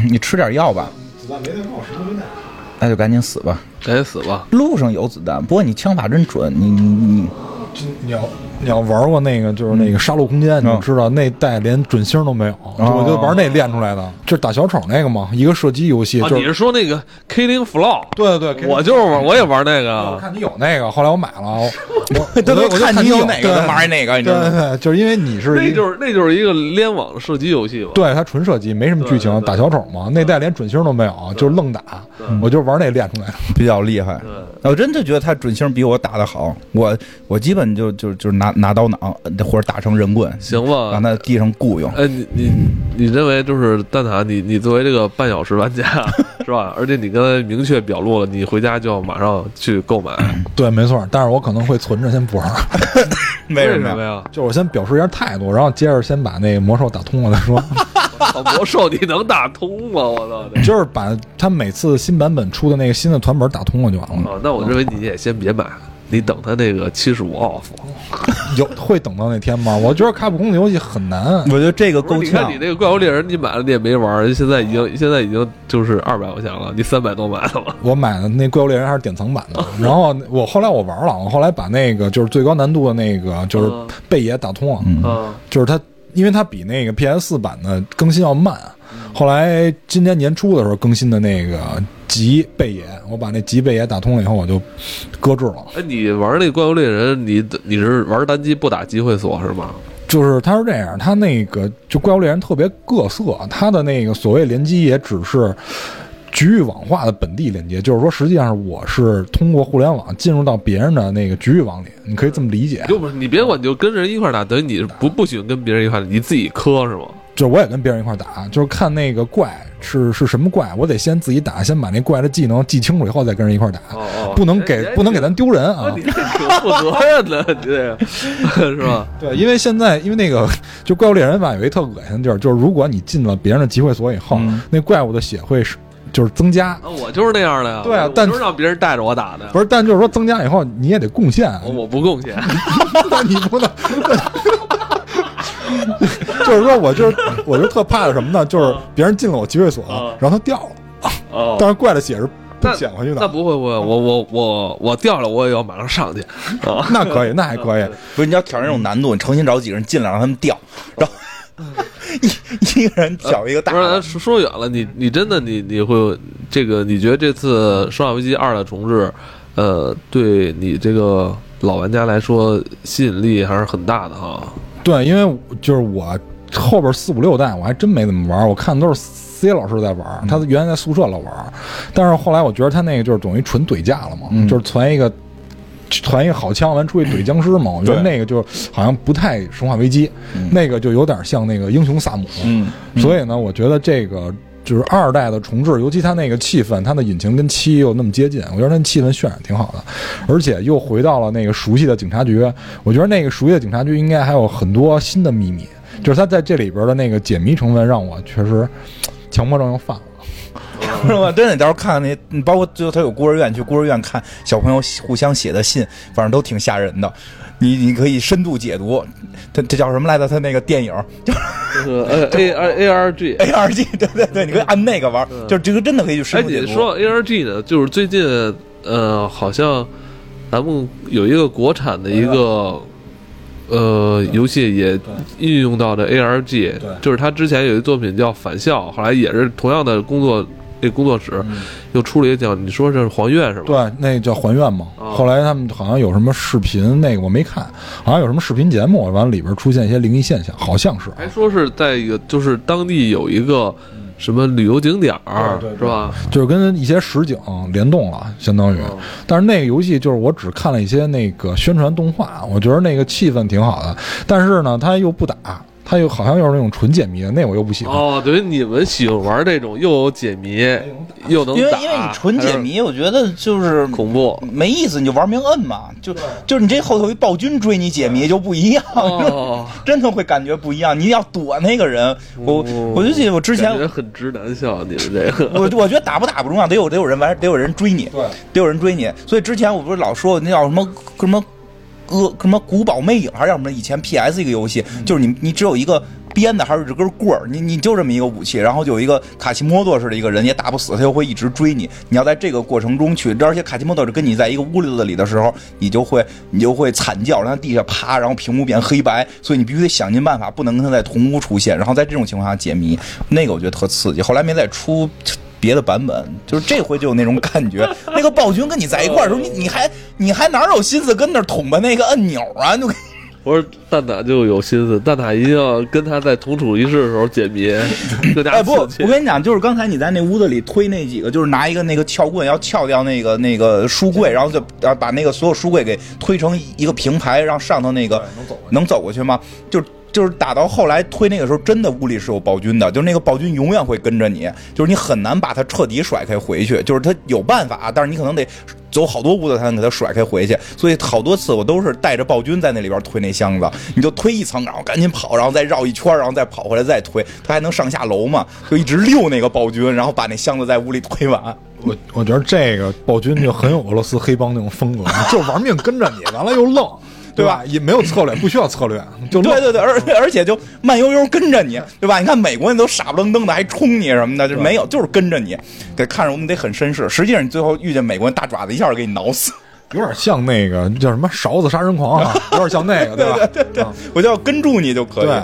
[SPEAKER 1] 你吃点药吧，
[SPEAKER 3] 子弹没带够，什么都没带。
[SPEAKER 1] 那就赶紧死吧。
[SPEAKER 2] 该死吧！
[SPEAKER 1] 路上有子弹，不过你枪法真准，你你你，
[SPEAKER 3] 你要你要玩过那个，就是那个《杀戮空间》，你就知道那代连准星都没有，就我就玩那练出来的，就是打小丑那个嘛，一个射击游戏，
[SPEAKER 2] 啊，
[SPEAKER 3] 就
[SPEAKER 2] 你
[SPEAKER 3] 是
[SPEAKER 2] 是说那个 Killing Floor？
[SPEAKER 3] 对对对，
[SPEAKER 2] 我就是玩，我也玩那个
[SPEAKER 3] 我
[SPEAKER 2] 啊。
[SPEAKER 3] 看你有那个，后来我买了，我我
[SPEAKER 1] 对
[SPEAKER 3] 就
[SPEAKER 1] 对
[SPEAKER 3] 我就
[SPEAKER 1] 看你
[SPEAKER 3] 你
[SPEAKER 1] 有哪个
[SPEAKER 3] 对
[SPEAKER 1] 玩哪个你知
[SPEAKER 3] 对
[SPEAKER 1] 道吗
[SPEAKER 3] 对对，就是因为你是
[SPEAKER 2] 那
[SPEAKER 3] 一
[SPEAKER 2] 就是那就是一个联网的射击游戏吧？
[SPEAKER 3] 对它纯射击，没什么剧
[SPEAKER 2] 对
[SPEAKER 3] 情，
[SPEAKER 2] 对对
[SPEAKER 3] 打小丑嘛，那代连准星都没有，就是愣打，我就玩那练出来的。
[SPEAKER 1] 比较厉害。
[SPEAKER 2] 对
[SPEAKER 1] 我真就觉得他准星比我打的好，我我基本就就就是拿拿刀囊或者打成人棍，
[SPEAKER 2] 行吧
[SPEAKER 1] 让。他地上雇佣。
[SPEAKER 2] 哎，你你你认为就是蛋挞，你你作为这个半小时玩家是吧？而且你刚才明确表露了，你回家就要马上去购买，
[SPEAKER 3] 对，没错，但是我可能会存着先不玩，
[SPEAKER 1] 为
[SPEAKER 2] 什
[SPEAKER 1] 什么呀？
[SPEAKER 2] 呀？
[SPEAKER 3] *laughs* 就是我先表示一下态度，然后接着先把那个魔兽打通了再说。
[SPEAKER 2] 好魔兽你能打通吗？我操！这
[SPEAKER 3] 就是把他每次新版本出的那个新的团本打通了就完了。
[SPEAKER 2] 啊，那我认为你也先别买，你等它那个七十五 off。
[SPEAKER 3] 有会等到那天吗？我觉得卡普空的游戏很难，
[SPEAKER 1] 我觉得这个啊
[SPEAKER 2] 不是
[SPEAKER 1] 够
[SPEAKER 2] 你看
[SPEAKER 1] 呛
[SPEAKER 2] 你。那个怪物猎人，你买了你也没玩儿，现在已经现在已经就是二百块钱了，你三百多买的了。
[SPEAKER 3] 我买的那怪物猎人还是典藏版的，然后我后来我玩了，我后来把那个就是最高难度的那个就是
[SPEAKER 2] 嗯
[SPEAKER 3] 贝爷打通了，
[SPEAKER 2] 嗯，
[SPEAKER 3] 就是它，因为它比那个 PS 4版的更新要慢。后来今年年初的时候更新的那个极贝爷，我把那极贝爷打通了以后，我就搁置了。
[SPEAKER 2] 哎，你玩那怪物猎人，你你是玩单机不打机会锁是吗？
[SPEAKER 3] 就是它是这样，它那个就怪物猎人特别各色，它的那个所谓联机也只是局域网化的本地连接，就是说实际上我是通过互联网进入到别人的那个局域网里，你可以这么理解。
[SPEAKER 2] 就不是你别管，你就跟人一块儿打，等于你不不喜欢跟别人一块儿打，你自己磕是吗？
[SPEAKER 3] 就是我也跟别人一块打，就是看那个怪是是什么怪，我得先自己打，先把那怪的技能记清楚以后再跟人一块打，
[SPEAKER 2] 哦哦
[SPEAKER 3] 不能给不能给咱丢人啊。
[SPEAKER 2] 你这挺负责任的，你这个 *laughs* 是吧？
[SPEAKER 3] 对，因为现在因为那个就怪物猎人吧，有一特恶心的地儿，就是如果你进了别人的集会所以后，
[SPEAKER 1] 嗯
[SPEAKER 3] 那怪物的血会是就是增加，
[SPEAKER 2] 啊，我就是那样的呀，
[SPEAKER 3] 对啊
[SPEAKER 2] 我
[SPEAKER 3] 但
[SPEAKER 2] 就是让别人带着我打的呀，
[SPEAKER 3] 不是，但就是说增加以后你也得贡献，
[SPEAKER 2] 我我不贡献。
[SPEAKER 3] 但你不能。就是说我就是我就特怕的什么呢？就是别人进了我集会所
[SPEAKER 2] 啊，
[SPEAKER 3] 然后他掉了，
[SPEAKER 2] 哦
[SPEAKER 3] 但是怪的血是不
[SPEAKER 2] 那
[SPEAKER 3] 捡回去
[SPEAKER 2] 那
[SPEAKER 3] 的，
[SPEAKER 2] 不会，我我我我我掉了，我也要马上上去啊！
[SPEAKER 3] 那可以，那还可以。
[SPEAKER 1] 不是你要挑战这种难度，你诚心找几个人进来让他们掉，然后 *laughs* 一一个人挑一个大
[SPEAKER 2] 不是，咱
[SPEAKER 1] 的。
[SPEAKER 2] 说说远了，你你真的你你会这个你觉得这次《生化危机二》的重置，呃，对你这个老玩家来说吸引力还是很大的哈。
[SPEAKER 3] 对，因为就是我后边四五六代我还真没怎么玩，我看都是 C 老师在玩，他原来在宿舍老玩，但是后来我觉得他那个就是等于纯怼架了嘛，就是存一个。传一个好枪，完出去怼僵尸嘛，我觉得
[SPEAKER 1] 对
[SPEAKER 3] 那个就好像不太《生化危机》，那个就有点像那个英雄萨姆。
[SPEAKER 1] 嗯，
[SPEAKER 3] 所以呢，我觉得这个就是二代的重置，尤其它那个气氛，它的引擎跟七又那么接近，我觉得它气氛渲染挺好的，而且又回到了那个熟悉的警察局。我觉得那个熟悉的警察局应该还有很多新的秘密，就是它在这里边的那个解谜成分让我确实强迫症又犯了。
[SPEAKER 1] *laughs* 是吧？真的，到时候看看那，嗯包括最后他有孤儿院，去孤儿院看小朋友互相写的信，反正都挺吓人的。你你可以深度解读，他这叫什么来着？他那个电影
[SPEAKER 2] 就是呃 A R A R G，
[SPEAKER 1] A R G，对 *laughs* 对对，你可以按那个玩，就是这个真的可以去
[SPEAKER 2] 哎，
[SPEAKER 1] 深度解
[SPEAKER 2] 你
[SPEAKER 1] 读。
[SPEAKER 2] 说 ARG 呢？就是最近呃，好像咱们有一个国产的一个呃游戏也运用到的 ARG，就是他之前有一作品叫《返校》，后来也是同样的工作那工作室
[SPEAKER 1] 嗯
[SPEAKER 2] 又出了一个叫你说这是黄院是吧？
[SPEAKER 3] 对，那叫还愿嘛。
[SPEAKER 1] 哦
[SPEAKER 2] 啊
[SPEAKER 3] 后来他们好像有什么视频，那个我没看，好像有什么视频节目，完了里边出现一些灵异现象，好像是。
[SPEAKER 2] 还说是在一个就是当地有一个
[SPEAKER 1] 嗯
[SPEAKER 2] 什么旅游景点
[SPEAKER 1] 啊
[SPEAKER 2] 儿
[SPEAKER 3] 对对对
[SPEAKER 2] 是吧？
[SPEAKER 3] 就是跟一些实景联动了，相当于
[SPEAKER 2] 哦。
[SPEAKER 3] 但是那个游戏就是我只看了一些那个宣传动画，我觉得那个气氛挺好的，但是呢，它又不打，它又好像又是那种纯解谜的，那我又不喜欢。
[SPEAKER 2] 哦，等于你们喜欢玩这种又有解谜又能
[SPEAKER 1] 哎因为
[SPEAKER 2] 打
[SPEAKER 1] 因为你纯解谜，我觉得就是
[SPEAKER 2] *laughs* 还是恐
[SPEAKER 1] *laughs*
[SPEAKER 2] 怖。
[SPEAKER 1] 没意思，你就玩命摁嘛，就就是你这后头一暴君追你解谜就不一样，
[SPEAKER 2] 哦，
[SPEAKER 1] *laughs* 真的会感觉不一样。你要躲那个人，我我就记得我之前
[SPEAKER 2] 哦感觉很直男笑，你们这个。
[SPEAKER 1] 我我觉得打不打不重要，得有得有人玩，得有人追你，
[SPEAKER 3] 对
[SPEAKER 1] 得有人追你。所以之前我不是老说那叫什么什么呃什么古堡魅影，还是叫什么？以前 PS 一个游戏，就是你你只有一个鞭子，还有一根棍儿，你你就这么一个武器，然后就有一个卡西莫多似的一个人，也打不死，他就会一直追你。你要在这个过程中去，而且卡西莫多是跟你在一个屋子里的时候，你就会你就会惨叫，然后地下趴，然后屏幕变黑白，所以你必须得想尽办法，不能跟他在同屋出现。然后在这种情况下解谜，那个我觉得特刺激。后来没再出。别的版本，就是这回就有那种感觉。那个暴君跟你在一块儿的时候，你你还你还哪有心思跟那儿捅吧那个按钮啊？ *laughs* 就
[SPEAKER 2] 我说蛋挞就有心思，蛋挞一定要跟他在同处一室的时候解
[SPEAKER 1] *laughs*
[SPEAKER 2] 谜，更加
[SPEAKER 1] 哎不，
[SPEAKER 2] 刺激。
[SPEAKER 1] 我跟你讲，就是刚才你在那屋子里推那几个，就是拿一个那个撬棍要撬掉那个那个书柜，然后就啊把那个所有书柜给推成一个平排，让上头那个能走过去吗？就是。就是打到后来推那个时候，真的屋里是有暴君的，就是那个暴君永远会跟着你，就是你很难把他彻底甩开回去，就是他有办法，但是你可能得走好多屋子才能给他甩开回去。所以好多次我都是带着暴君在那里边推那箱子，你就推一层，然后赶紧跑，然后再绕一圈，然后再跑回来再推，他还能上下楼嘛？就一直溜那个暴君，然后把那箱子在屋里推完。
[SPEAKER 3] 我我觉得这个暴君就很有俄罗斯黑帮那种风格，就玩命跟着你，完了又 *laughs* 愣，对吧？也没有策略，不需要 *laughs* 策略，就嗯愣
[SPEAKER 1] 对。对对，而
[SPEAKER 3] *laughs*
[SPEAKER 1] 而且就慢悠悠跟着你，对吧？你看美国人都傻不愣登的，还冲你什么的，就没有，就是跟着你，得看着我们得很绅士。实际上你最后遇见美国人大爪子一下就给你挠死，
[SPEAKER 3] 有点像那个叫什么勺子杀人狂 *laughs* 啊，有点像那个，对吧？
[SPEAKER 1] 对对， *laughs* 我就要跟住你就可以
[SPEAKER 3] 嗯对。，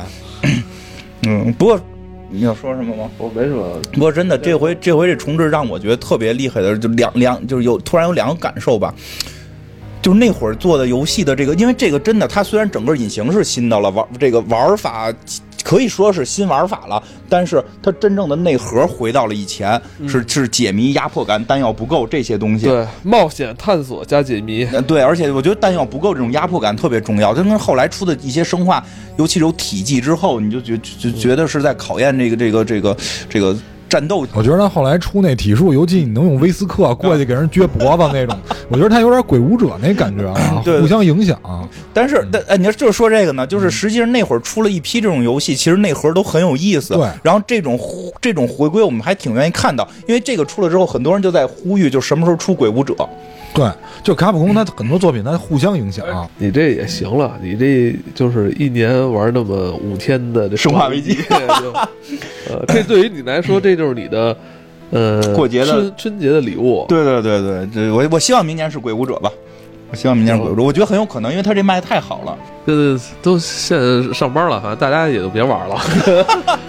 [SPEAKER 1] 嗯，不过你要说什么吗？
[SPEAKER 2] 我没什么，
[SPEAKER 1] 不过真的，这回这回这重置让我觉得特别厉害的，就两两就是有突然有两个感受吧。就是那会儿做的游戏的这个，因为这个真的，它虽然整个引擎是新的了，玩这个玩法可以说是新玩法了，但是它真正的内核回到了以前，是是解谜、压迫感、弹药不够这些东西。
[SPEAKER 2] 对冒险探索加解谜，
[SPEAKER 1] 呃，对，而且我觉得弹药不够这种压迫感特别重要，就跟后来出的一些生化，尤其有体技之后，你就觉就就觉得是在考验这个这个这个这个战斗
[SPEAKER 3] 我觉得他后来出那体术游戏，你能用威斯
[SPEAKER 1] 啊
[SPEAKER 3] 克啊过去给人撅脖子
[SPEAKER 1] *laughs*
[SPEAKER 3] 那种，我觉得他有点鬼舞者那感觉啊，
[SPEAKER 1] 对
[SPEAKER 3] 互相影响。啊
[SPEAKER 1] *laughs* 但是，但哎，你要就是说这个呢，就是实际上那会儿出了一批这种游戏，其实内核都很有意思。
[SPEAKER 3] 对
[SPEAKER 1] 然后这种呼这种回归，我们还挺愿意看到，因为这个出了之后，很多人就在呼吁，就什么时候出《鬼舞者》。
[SPEAKER 3] 对，就卡普空他很多作品他互相影响。啊
[SPEAKER 1] 嗯
[SPEAKER 2] 你这也行了，你这就是一年玩那么五天的这
[SPEAKER 1] 生化危机
[SPEAKER 2] 这就
[SPEAKER 1] *laughs*
[SPEAKER 2] 呃，这对于你来说，这就是你的呃
[SPEAKER 1] 过节的
[SPEAKER 2] 春春节的礼物。
[SPEAKER 1] 对对对对，这我我希望明年是《鬼舞者》吧。我希望明年是鬼舞者，我觉得很有可能，因为他这卖得太好 *laughs* 了。
[SPEAKER 2] 这都
[SPEAKER 1] *laughs*
[SPEAKER 2] 现在上班了，反正大家也就别玩了，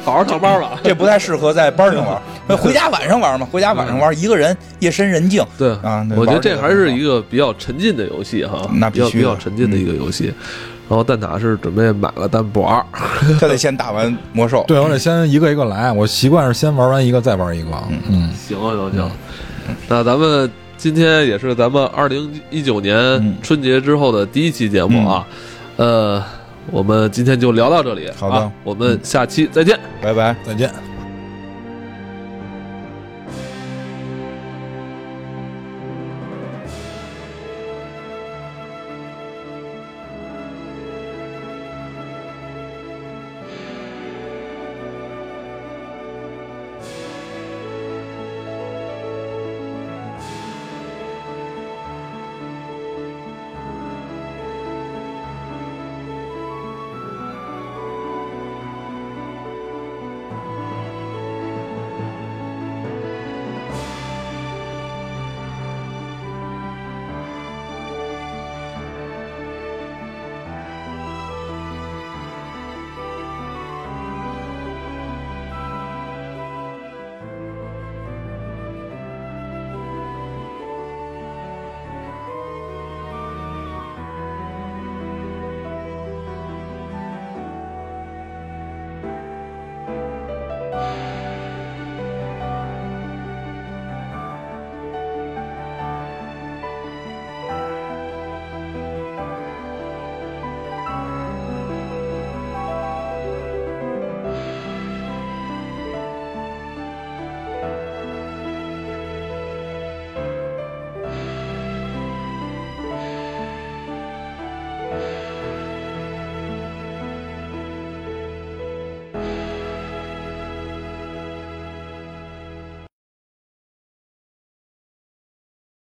[SPEAKER 2] 好好上班吧。
[SPEAKER 1] 这不太适合在班上玩， *laughs* 那回家晚上玩嘛，回家晚上玩，一个人夜深人 *laughs* 静，
[SPEAKER 2] 对
[SPEAKER 1] 啊那
[SPEAKER 2] 我觉得
[SPEAKER 1] 玩这
[SPEAKER 2] 这
[SPEAKER 1] 个
[SPEAKER 2] 还是一个比较沉浸的游戏哈，
[SPEAKER 1] 那
[SPEAKER 2] 比
[SPEAKER 1] 必
[SPEAKER 2] 较
[SPEAKER 1] 须
[SPEAKER 2] 比较
[SPEAKER 1] 的嗯
[SPEAKER 2] 沉浸的一个游戏。然后蛋挞是准备买了，但不玩。
[SPEAKER 1] 他得先打完魔兽。
[SPEAKER 3] 对，我得先一个一个来，我习惯是先玩完一个再玩一个。嗯，
[SPEAKER 2] *laughs* 行啊行行，
[SPEAKER 1] 嗯
[SPEAKER 2] 那咱们今天也是咱们二零一九
[SPEAKER 1] 嗯
[SPEAKER 2] 年春节之后的第一期节目啊，呃，我们今天就聊到这里。
[SPEAKER 1] 好的嗯
[SPEAKER 2] 啊，我们下期再见。
[SPEAKER 1] 拜拜。
[SPEAKER 3] 再见。